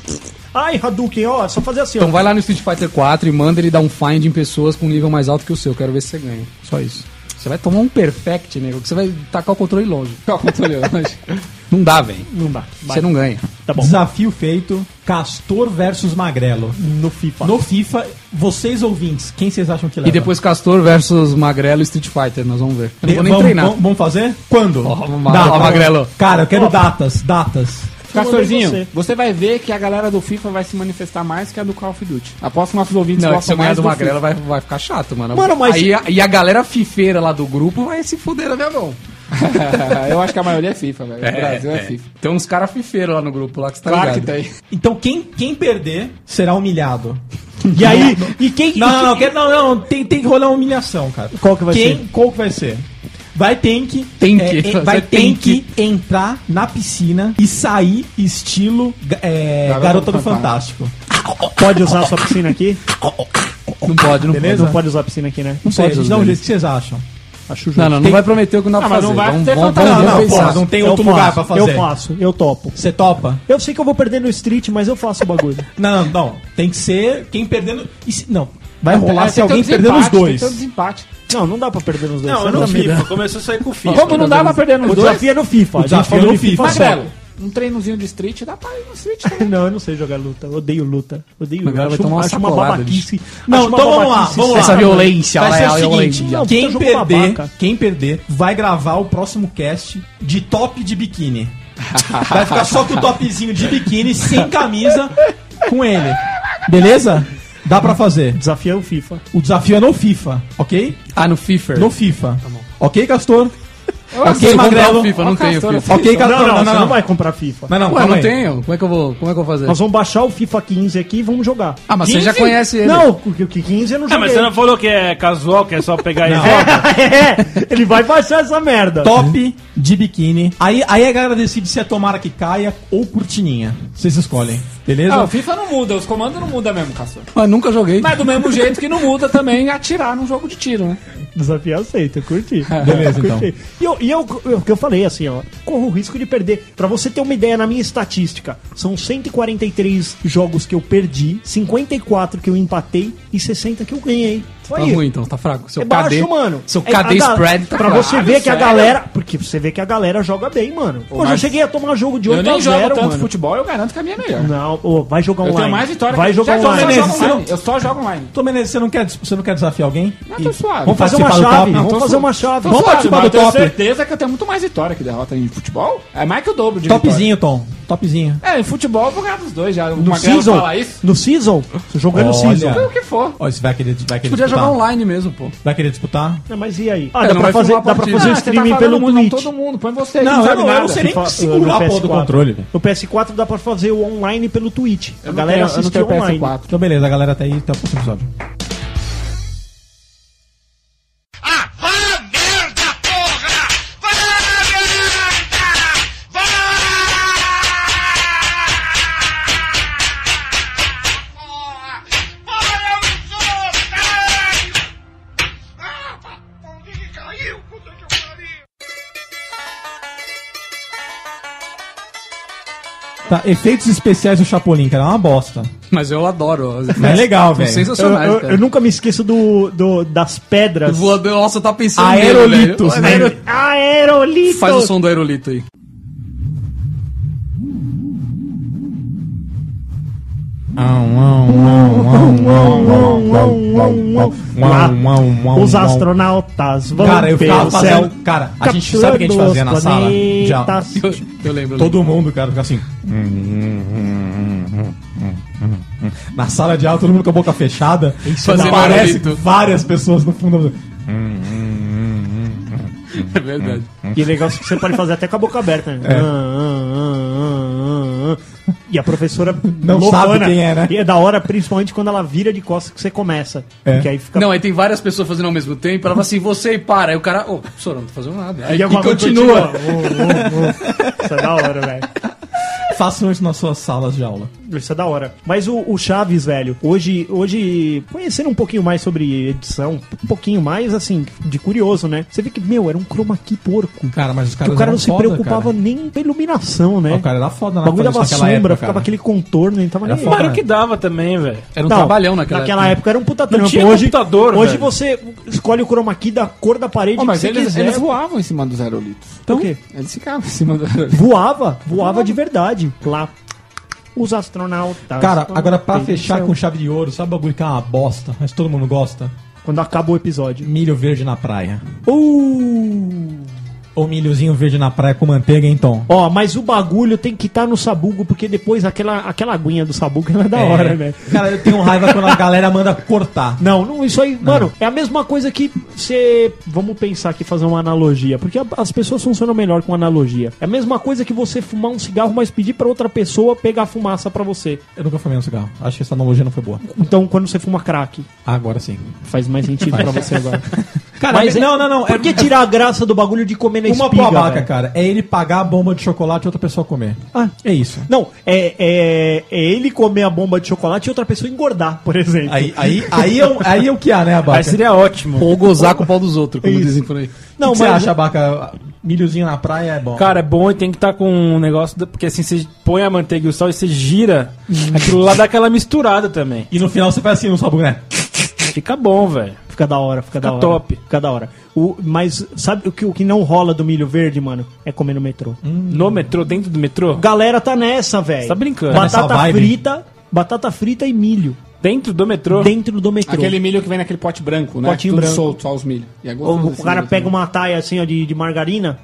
Speaker 3: Ai, Hadouken, ó, só fazer assim,
Speaker 5: então
Speaker 3: ó.
Speaker 5: vai lá no Street Fighter 4 e manda ele dar um find em pessoas com um nível mais alto que o seu. Quero ver se você ganha. Só isso. Você vai tomar um perfect, nego, que você vai tacar o controle longe.
Speaker 4: velho. Qual controle hoje?
Speaker 5: Não dá, velho.
Speaker 3: Não dá. Vai.
Speaker 5: Você não ganha.
Speaker 3: Tá bom.
Speaker 2: Desafio feito, Castor versus Magrelo.
Speaker 3: No FIFA.
Speaker 2: No FIFA, vocês ouvintes, quem vocês acham que leva?
Speaker 5: E depois Castor versus Magrelo e Street Fighter, nós vamos ver. Eu não vou nem
Speaker 2: vamos,
Speaker 5: treinar.
Speaker 2: vamos- vamos fazer? Quando?
Speaker 5: Ó, ma- ó, Magrelo.
Speaker 2: Cara, eu quero datas, datas.
Speaker 4: Castorzinho,
Speaker 3: mandei
Speaker 4: você. vai ver que a galera do FIFA vai se manifestar mais que a do Call of Duty. Aposto que nossos ouvintes
Speaker 5: Não, é que
Speaker 4: gostam
Speaker 5: se eu ganhar
Speaker 4: mais
Speaker 5: do
Speaker 4: do
Speaker 5: Magrela
Speaker 4: FIFA.
Speaker 5: vai, vai ficar chato, mano.
Speaker 3: Mano, mas-
Speaker 5: Aí a- e a galera fifeira lá do grupo vai se fuder né, na minha mão.
Speaker 4: eu acho que a maioria é FIFA, velho. o Brasil é, FIFA.
Speaker 5: Tem uns caras fifeiros lá no grupo, lá que você tá
Speaker 4: Claro que
Speaker 5: ligado.
Speaker 4: tem.
Speaker 2: Então quem, quem perder será humilhado.
Speaker 3: E aí, e quem.
Speaker 2: Não,
Speaker 3: e
Speaker 2: não, não,
Speaker 3: quem-
Speaker 2: quer- não, não, tem, tem que rolar uma humilhação, cara.
Speaker 3: Qual que vai
Speaker 2: Quem-
Speaker 3: ser?
Speaker 2: Qual que vai ser? Vai tem que,
Speaker 5: Tem
Speaker 2: é,
Speaker 5: que
Speaker 2: é,
Speaker 5: fazer
Speaker 2: vai tem
Speaker 5: tem
Speaker 2: que entrar na piscina e sair estilo é, garota, do Fantástico.
Speaker 3: Pode usar a sua piscina aqui?
Speaker 5: Não pode, não
Speaker 2: Beleza?
Speaker 5: pode.
Speaker 3: Não pode usar a piscina aqui, né?
Speaker 2: Não
Speaker 5: sei,
Speaker 2: sei,
Speaker 5: Deus
Speaker 2: não, o
Speaker 5: dele.
Speaker 2: que vocês acham?
Speaker 3: Acho justo.
Speaker 5: Não, não, não vai prometer o que não dá pra
Speaker 4: mas
Speaker 5: fazer.
Speaker 4: não vai
Speaker 5: vamos,
Speaker 4: ter
Speaker 5: vamos,
Speaker 4: fantasia,
Speaker 5: vamos
Speaker 4: não,
Speaker 5: pensar.
Speaker 2: porra, não tem
Speaker 3: Eu
Speaker 2: outro lugar pra
Speaker 3: faço,
Speaker 2: fazer.
Speaker 3: Eu faço, eu topo.
Speaker 2: Você topa?
Speaker 3: Eu sei que eu vou perder no Street, mas eu faço o bagulho.
Speaker 2: Não, não, tem que ser quem perdendo. e se- não, vai
Speaker 4: É,
Speaker 2: rolar se
Speaker 4: tem que
Speaker 2: alguém
Speaker 4: ter um
Speaker 2: perdendo os
Speaker 4: desempate,
Speaker 2: dois.
Speaker 4: Tem que ter um desempate.
Speaker 3: Não, não dá pra perder nos dois.
Speaker 11: Não,
Speaker 3: Você
Speaker 11: é no
Speaker 3: tá me dando.
Speaker 11: FIFA. Começou a sair com o FIFA.
Speaker 4: Como não dá pra perder nos
Speaker 3: O
Speaker 4: dois?
Speaker 3: desafio é no FIFA. a gente
Speaker 2: desafio
Speaker 3: falou
Speaker 2: é no FIFA.
Speaker 3: só.
Speaker 4: Magrelo, um treinozinho de street dá pra ir no street também.
Speaker 3: tá- Não, eu não sei jogar luta. Eu odeio luta. Eu Odeio
Speaker 5: Mas
Speaker 3: luta.
Speaker 5: agora vai tomar uma sacolada,
Speaker 2: Não, então vamos lá, vamos lá.
Speaker 5: Essa violência,
Speaker 2: vai ser
Speaker 5: ela é
Speaker 2: o seguinte,
Speaker 5: violenta.
Speaker 3: Não, puta
Speaker 2: quem
Speaker 3: jogo
Speaker 2: perder,
Speaker 3: babaca.
Speaker 2: quem perder vai gravar o próximo cast de top de biquíni. Vai ficar só com o topzinho de biquíni sem camisa com ele. Beleza? Dá pra fazer.
Speaker 3: Desafio é o FIFA.
Speaker 2: O desafio é no FIFA, ok?
Speaker 5: Ah, no FIFA.
Speaker 3: Tá
Speaker 2: No FIFA. Ok, Castor?
Speaker 5: Ok, magrelo. FIFA, não tenho FIFA.
Speaker 3: Ok,
Speaker 2: tá-
Speaker 3: cara, não, não,
Speaker 5: não,
Speaker 3: você
Speaker 5: não,
Speaker 3: não,
Speaker 5: não.
Speaker 3: vai comprar FIFA.
Speaker 5: Não, não, Ué, calma não aí. tenho. Como é que eu vou, como é que eu vou fazer?
Speaker 3: Nós vamos baixar o FIFA 15 aqui e vamos jogar.
Speaker 5: Ah, mas você já conhece ele.
Speaker 3: Não, o que- o que 15 eu não
Speaker 6: Ah,
Speaker 3: joguei.
Speaker 6: mas você não falou que é casual, que é só pegar e joga?
Speaker 3: É, ele vai baixar essa merda.
Speaker 2: Top de biquíni. Aí, aí a galera decide se é tomara que caia ou cortininha. Vocês escolhem, beleza?
Speaker 4: Ah, o FIFA não muda, os comandos não mudam mesmo, Cassio.
Speaker 5: Mas nunca joguei.
Speaker 4: Mas do mesmo jeito que não muda também atirar num jogo de tiro, né?
Speaker 3: Desafio aceito, eu curti.
Speaker 2: Beleza, então.
Speaker 3: Curti. E, eu, e eu, eu- o que eu falei, assim, ó, corro o risco de perder. Pra você ter uma ideia, na minha estatística, são 143 jogos que eu perdi, 54 que eu empatei e 60 que eu ganhei. Foi
Speaker 5: Tá ruim então, tá fraco. Seu
Speaker 3: é baixo, mano.
Speaker 5: Seu
Speaker 3: É, a
Speaker 5: KD
Speaker 3: ga-
Speaker 5: spread tá
Speaker 3: Pra
Speaker 5: fraco.
Speaker 3: você ver que a
Speaker 4: sério?
Speaker 3: galera. Porque você vê que a galera joga bem, mano. Pô, já
Speaker 4: mas-
Speaker 3: cheguei a tomar jogo de
Speaker 4: Eu
Speaker 3: 8
Speaker 4: nem
Speaker 3: a
Speaker 4: jogo
Speaker 3: 0,
Speaker 4: tanto
Speaker 3: mano.
Speaker 4: futebol, eu garanto que a minha é melhor.
Speaker 3: Não, ô, vai jogar
Speaker 4: Eu
Speaker 3: online.
Speaker 4: tenho mais vitória
Speaker 3: Vai
Speaker 4: que
Speaker 3: jogar
Speaker 4: Já tô-
Speaker 3: online.
Speaker 4: Eu só
Speaker 2: Menezes,
Speaker 4: jogo online. Eu só jogo online.
Speaker 2: Tô Menezes, você não quer, des- você não quer desafiar alguém?
Speaker 4: Não, tô
Speaker 2: E- Vamos
Speaker 4: suave.
Speaker 3: Vamos fazer
Speaker 2: participar
Speaker 3: uma
Speaker 2: do
Speaker 3: chave.
Speaker 2: top?
Speaker 3: Vamos fazer uma chave.
Speaker 4: Tô
Speaker 2: Vamos
Speaker 4: suave,
Speaker 2: participar
Speaker 4: mas
Speaker 2: do
Speaker 4: eu tenho
Speaker 2: top.
Speaker 4: certeza que eu tenho muito mais vitória que derrota em futebol. É mais que o dobro de vitória.
Speaker 2: Topzinho, Tom. Topzinho.
Speaker 4: É, em futebol eu vou ganhar dos dois já.
Speaker 3: No
Speaker 4: Uma
Speaker 3: season?
Speaker 4: falar isso.
Speaker 3: No season? Jogando
Speaker 2: Olha.
Speaker 3: season.
Speaker 4: Foi o que for.
Speaker 2: Ó, você vai querer, vai querer
Speaker 3: Tá.
Speaker 5: Podia jogar um-
Speaker 2: disputar?
Speaker 5: online mesmo, pô.
Speaker 2: Vai querer disputar?
Speaker 3: Não, mas e aí? Ah,
Speaker 5: É,
Speaker 3: dá,
Speaker 5: não
Speaker 3: pra
Speaker 5: vai
Speaker 3: fazer,
Speaker 5: filmar a
Speaker 3: dá pra
Speaker 5: partida.
Speaker 3: fazer um
Speaker 5: Ah,
Speaker 3: streaming
Speaker 4: tá falando
Speaker 3: pelo
Speaker 4: muito, não
Speaker 3: Twitch. é
Speaker 4: todo mundo. Põe você que
Speaker 2: Não, eu
Speaker 4: sabe
Speaker 2: não- eu
Speaker 4: nada.
Speaker 2: não sei nem
Speaker 3: FIFA,
Speaker 2: segurar a
Speaker 3: no
Speaker 2: porra do
Speaker 3: PS4.
Speaker 2: controle. velho.
Speaker 3: No PS4 dá pra fazer o online pelo Twitch. A
Speaker 4: não
Speaker 3: galera
Speaker 4: tenho- eu um não
Speaker 3: assiste
Speaker 4: tenho
Speaker 3: online.
Speaker 4: PS4.
Speaker 2: Então beleza, a galera tá aí até o próximo episódio.
Speaker 10: Ah, vá merda, porra! Vá merda! Vá! Porra! Porra, eu sou otário! Ah, pra onde que caiu? Puta que pariu!
Speaker 2: Tá, efeitos especiais do Chapolin, cara, é uma bosta.
Speaker 5: Mas eu adoro.
Speaker 2: Mas é legal,
Speaker 5: São
Speaker 2: velho.
Speaker 3: Eu,
Speaker 5: sensacionais,
Speaker 3: eu-
Speaker 5: cara.
Speaker 3: eu nunca me esqueço do, do- das pedras.
Speaker 5: Voador, nossa, tá pensando
Speaker 2: Aerolitos,
Speaker 5: nele, velho.
Speaker 2: né?
Speaker 5: Aero-
Speaker 3: Aerolitos.
Speaker 5: Faz o som do aerolito aí.
Speaker 3: Lá, Os
Speaker 2: Os
Speaker 3: astronautas vão
Speaker 2: Cara, eu ficava
Speaker 3: pelo céu.
Speaker 2: fazendo. Cara, a gente sabe o que a gente
Speaker 3: capturando
Speaker 2: fazia na
Speaker 3: os
Speaker 2: sala? Já.
Speaker 3: planetas.
Speaker 5: Eu, eu lembro.
Speaker 2: Todo mundo, cara, fica assim. Na sala de aula, todo mundo com a boca fechada.
Speaker 5: Fazendo
Speaker 2: Aparece
Speaker 5: aerolito.
Speaker 2: várias pessoas no fundo.
Speaker 5: É verdade.
Speaker 3: E legal que você pode fazer até com a boca aberta.
Speaker 2: É.
Speaker 3: Né? Ah, ah, ah, ah, ah. E a professora
Speaker 2: Não
Speaker 3: loucona.
Speaker 2: sabe quem é, né?
Speaker 3: E é da hora, principalmente quando ela vira de costas que você começa.
Speaker 2: É.
Speaker 3: Porque aí fica.
Speaker 5: Não, aí tem várias pessoas fazendo ao mesmo tempo. Ela fala assim, você e para. Aí o cara, ô, professor, eu não tô fazendo nada. Aí,
Speaker 3: E
Speaker 5: e
Speaker 3: alguma é coisa
Speaker 5: continua.
Speaker 3: continua. Oh, oh, oh. Isso é da hora, velho.
Speaker 2: Façam isso nas suas salas de aula.
Speaker 3: Isso é da hora. Mas o, o Chaves, velho, hoje, hoje, conhecendo um pouquinho mais sobre edição, um pouquinho mais, assim, de curioso, né? Você vê que, meu, era um chroma key porco.
Speaker 2: Cara, mas os
Speaker 3: Que
Speaker 2: caras
Speaker 3: o cara
Speaker 2: eram
Speaker 3: não se
Speaker 2: foda,
Speaker 3: preocupava
Speaker 2: cara.
Speaker 3: nem com a iluminação, né?
Speaker 2: O cara era foda
Speaker 3: O
Speaker 2: na
Speaker 3: bagulho
Speaker 2: fazer
Speaker 3: dava
Speaker 2: isso naquela
Speaker 3: sombra,
Speaker 2: época,
Speaker 3: ficava
Speaker 2: cara.
Speaker 3: aquele contorno, ele tava
Speaker 2: Era
Speaker 3: nem
Speaker 2: foda.
Speaker 6: Claro que dava também, velho.
Speaker 5: Era um
Speaker 3: Não,
Speaker 5: trabalhão naquela,
Speaker 3: naquela época. era um puta
Speaker 6: Não
Speaker 3: trampo.
Speaker 6: tinha
Speaker 3: hoje,
Speaker 6: computador,
Speaker 3: hoje
Speaker 6: velho.
Speaker 3: você escolhe o chroma key da cor da parede
Speaker 4: Ó,
Speaker 3: que
Speaker 4: Ah, mas
Speaker 3: você
Speaker 4: eles,
Speaker 3: quiser.
Speaker 4: eles voavam em cima dos aerolitos.
Speaker 3: Então, o quê?
Speaker 4: Eles ficavam em cima do aerolito.
Speaker 3: Voava, voava de verdade. Lá. Os astronautas.
Speaker 2: Cara, agora pra
Speaker 3: Tem
Speaker 2: fechar
Speaker 3: céu.
Speaker 2: com chave de ouro, sabe o bagulho que é uma bosta, mas todo mundo gosta?
Speaker 3: Quando acaba o episódio.
Speaker 2: Milho verde na praia.
Speaker 3: Uh!
Speaker 2: Ou milhozinho verde na praia com manteiga, hein, Tom?
Speaker 3: Ó, mas o bagulho tem que estar no sabugo, porque depois aquela, aquela aguinha do sabugo ela é da
Speaker 2: É.
Speaker 3: hora, né?
Speaker 2: Cara, eu tenho raiva quando a galera manda cortar.
Speaker 3: Não, não, isso aí, mano, é a mesma coisa que você. Vamos pensar aqui, fazer uma analogia, porque a- as pessoas funcionam melhor com analogia. É a mesma coisa que você fumar um cigarro, mas pedir pra outra pessoa pegar a fumaça pra você.
Speaker 2: Eu nunca fumei um cigarro. Acho que essa analogia não foi boa.
Speaker 3: Então, quando você fuma crack,
Speaker 2: Agora sim.
Speaker 3: faz mais sentido pra você agora.
Speaker 2: Cara,
Speaker 3: Mas
Speaker 2: é-
Speaker 3: é-
Speaker 2: não, não, não.
Speaker 3: Por que tirar a graça do bagulho de comer na
Speaker 2: uma
Speaker 3: espiga?
Speaker 2: babaca,
Speaker 3: velho?
Speaker 2: cara. É ele pagar a bomba de chocolate e outra pessoa comer.
Speaker 3: Ah.
Speaker 2: É isso.
Speaker 3: Não, é, é, é ele comer a bomba de chocolate e outra pessoa engordar, por exemplo.
Speaker 2: Aí, aí, aí, é, o- aí é o que há, né, Abaca?
Speaker 6: Aí seria ótimo.
Speaker 5: Ou gozar com o pau dos outros, como
Speaker 3: Isso.
Speaker 5: dizem por aí.
Speaker 2: Não,
Speaker 3: Não,
Speaker 2: que você
Speaker 3: mas-
Speaker 2: acha, Abaca? Milhozinho na praia é bom.
Speaker 6: Cara, é bom e tem que estar com um negócio. da- Porque assim, você põe a manteiga e o sal e você gira. Aquilo lá dá aquela misturada também.
Speaker 2: e no final você faz assim, não sabe, né?
Speaker 6: Fica bom, velho.
Speaker 3: Fica da hora, fica, da hora.
Speaker 6: top.
Speaker 3: Fica da hora. O, mas sabe o que, o que não rola do milho verde, mano? É comer no metrô.
Speaker 6: No metrô, dentro do metrô?
Speaker 3: Galera tá nessa, velho.
Speaker 6: Tá brincando.
Speaker 2: Nessa
Speaker 3: Batata
Speaker 2: vibe.
Speaker 3: frita, batata frita e milho
Speaker 6: Dentro do metrô?
Speaker 3: dentro do metrô.
Speaker 4: Aquele milho que vem naquele pote branco, né?
Speaker 3: Potinho
Speaker 4: Tudo
Speaker 3: branco.
Speaker 4: solto, só os milho. E é
Speaker 3: O,
Speaker 4: gostoso
Speaker 3: o
Speaker 4: esse
Speaker 3: cara
Speaker 4: milho
Speaker 3: pega
Speaker 4: também.
Speaker 3: uma taia assim, ó, de, de margarina,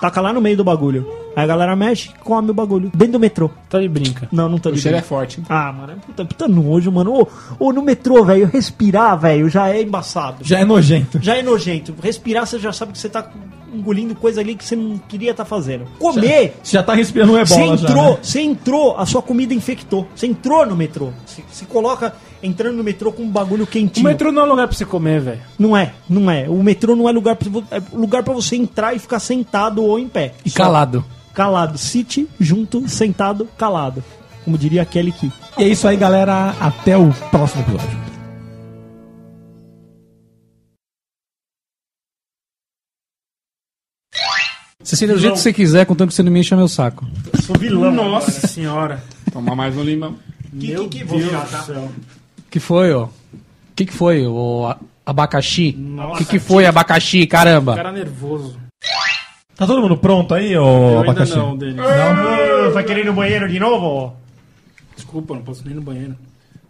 Speaker 3: taca lá no meio do bagulho. Aí a galera mexe e come o bagulho. Dentro do metrô.
Speaker 6: Tá de brinca.
Speaker 3: Não, não tô
Speaker 4: O
Speaker 3: de
Speaker 4: cheiro é
Speaker 3: brinco.
Speaker 4: forte. hein?
Speaker 3: Ah, mano, é puta, puta nojo, mano. Ô, ô, no metrô, velho, respirar, velho, já é embaçado.
Speaker 2: Já é nojento.
Speaker 3: Já é nojento. Respirar, você já sabe que você tá engolindo coisa ali que você não queria estar fazendo. Comer.
Speaker 2: Você já tá respirando um
Speaker 3: Você
Speaker 2: ebola já,
Speaker 3: entrou,
Speaker 2: né?
Speaker 3: você entrou, a sua comida infectou. Você entrou no metrô. Você se coloca entrando no metrô com um bagulho
Speaker 6: O
Speaker 3: quentinho.
Speaker 6: metrô não é lugar pra você comer, velho.
Speaker 3: Não é, não é. O metrô não é lugar pra, vo- é lugar pra você entrar e ficar sentado ou em pé.
Speaker 5: E calado.
Speaker 3: Calado. Sit, junto, sentado, calado. Como diria aquele que.
Speaker 2: E é isso aí, galera. Até o próximo episódio.
Speaker 5: Você seria do jeito que você quiser, contando que você não me encha meu saco.
Speaker 3: Sou vilão.
Speaker 6: Nossa senhora.
Speaker 4: Tomar mais um limão.
Speaker 3: Meu que, que
Speaker 6: Deus
Speaker 3: vou- tá?
Speaker 6: do céu.
Speaker 5: Que foi, ó? Que que foi, o abacaxi? Que que foi, abacaxi, caramba?
Speaker 6: Cara nervoso.
Speaker 2: Tá todo mundo pronto aí, ô
Speaker 6: Eu ainda
Speaker 2: abacaxi?
Speaker 6: não, Denis.
Speaker 3: Ah, Vai querer ir no banheiro de novo?
Speaker 6: Desculpa, não posso nem ir no banheiro.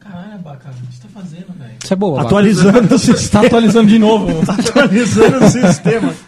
Speaker 2: Caralho, abacaxi, o que você tá fazendo, velho?
Speaker 5: Isso é boa, abacaxi.
Speaker 3: Atualizando o
Speaker 2: Você tá atualizando de novo.
Speaker 3: atualizando o sistema.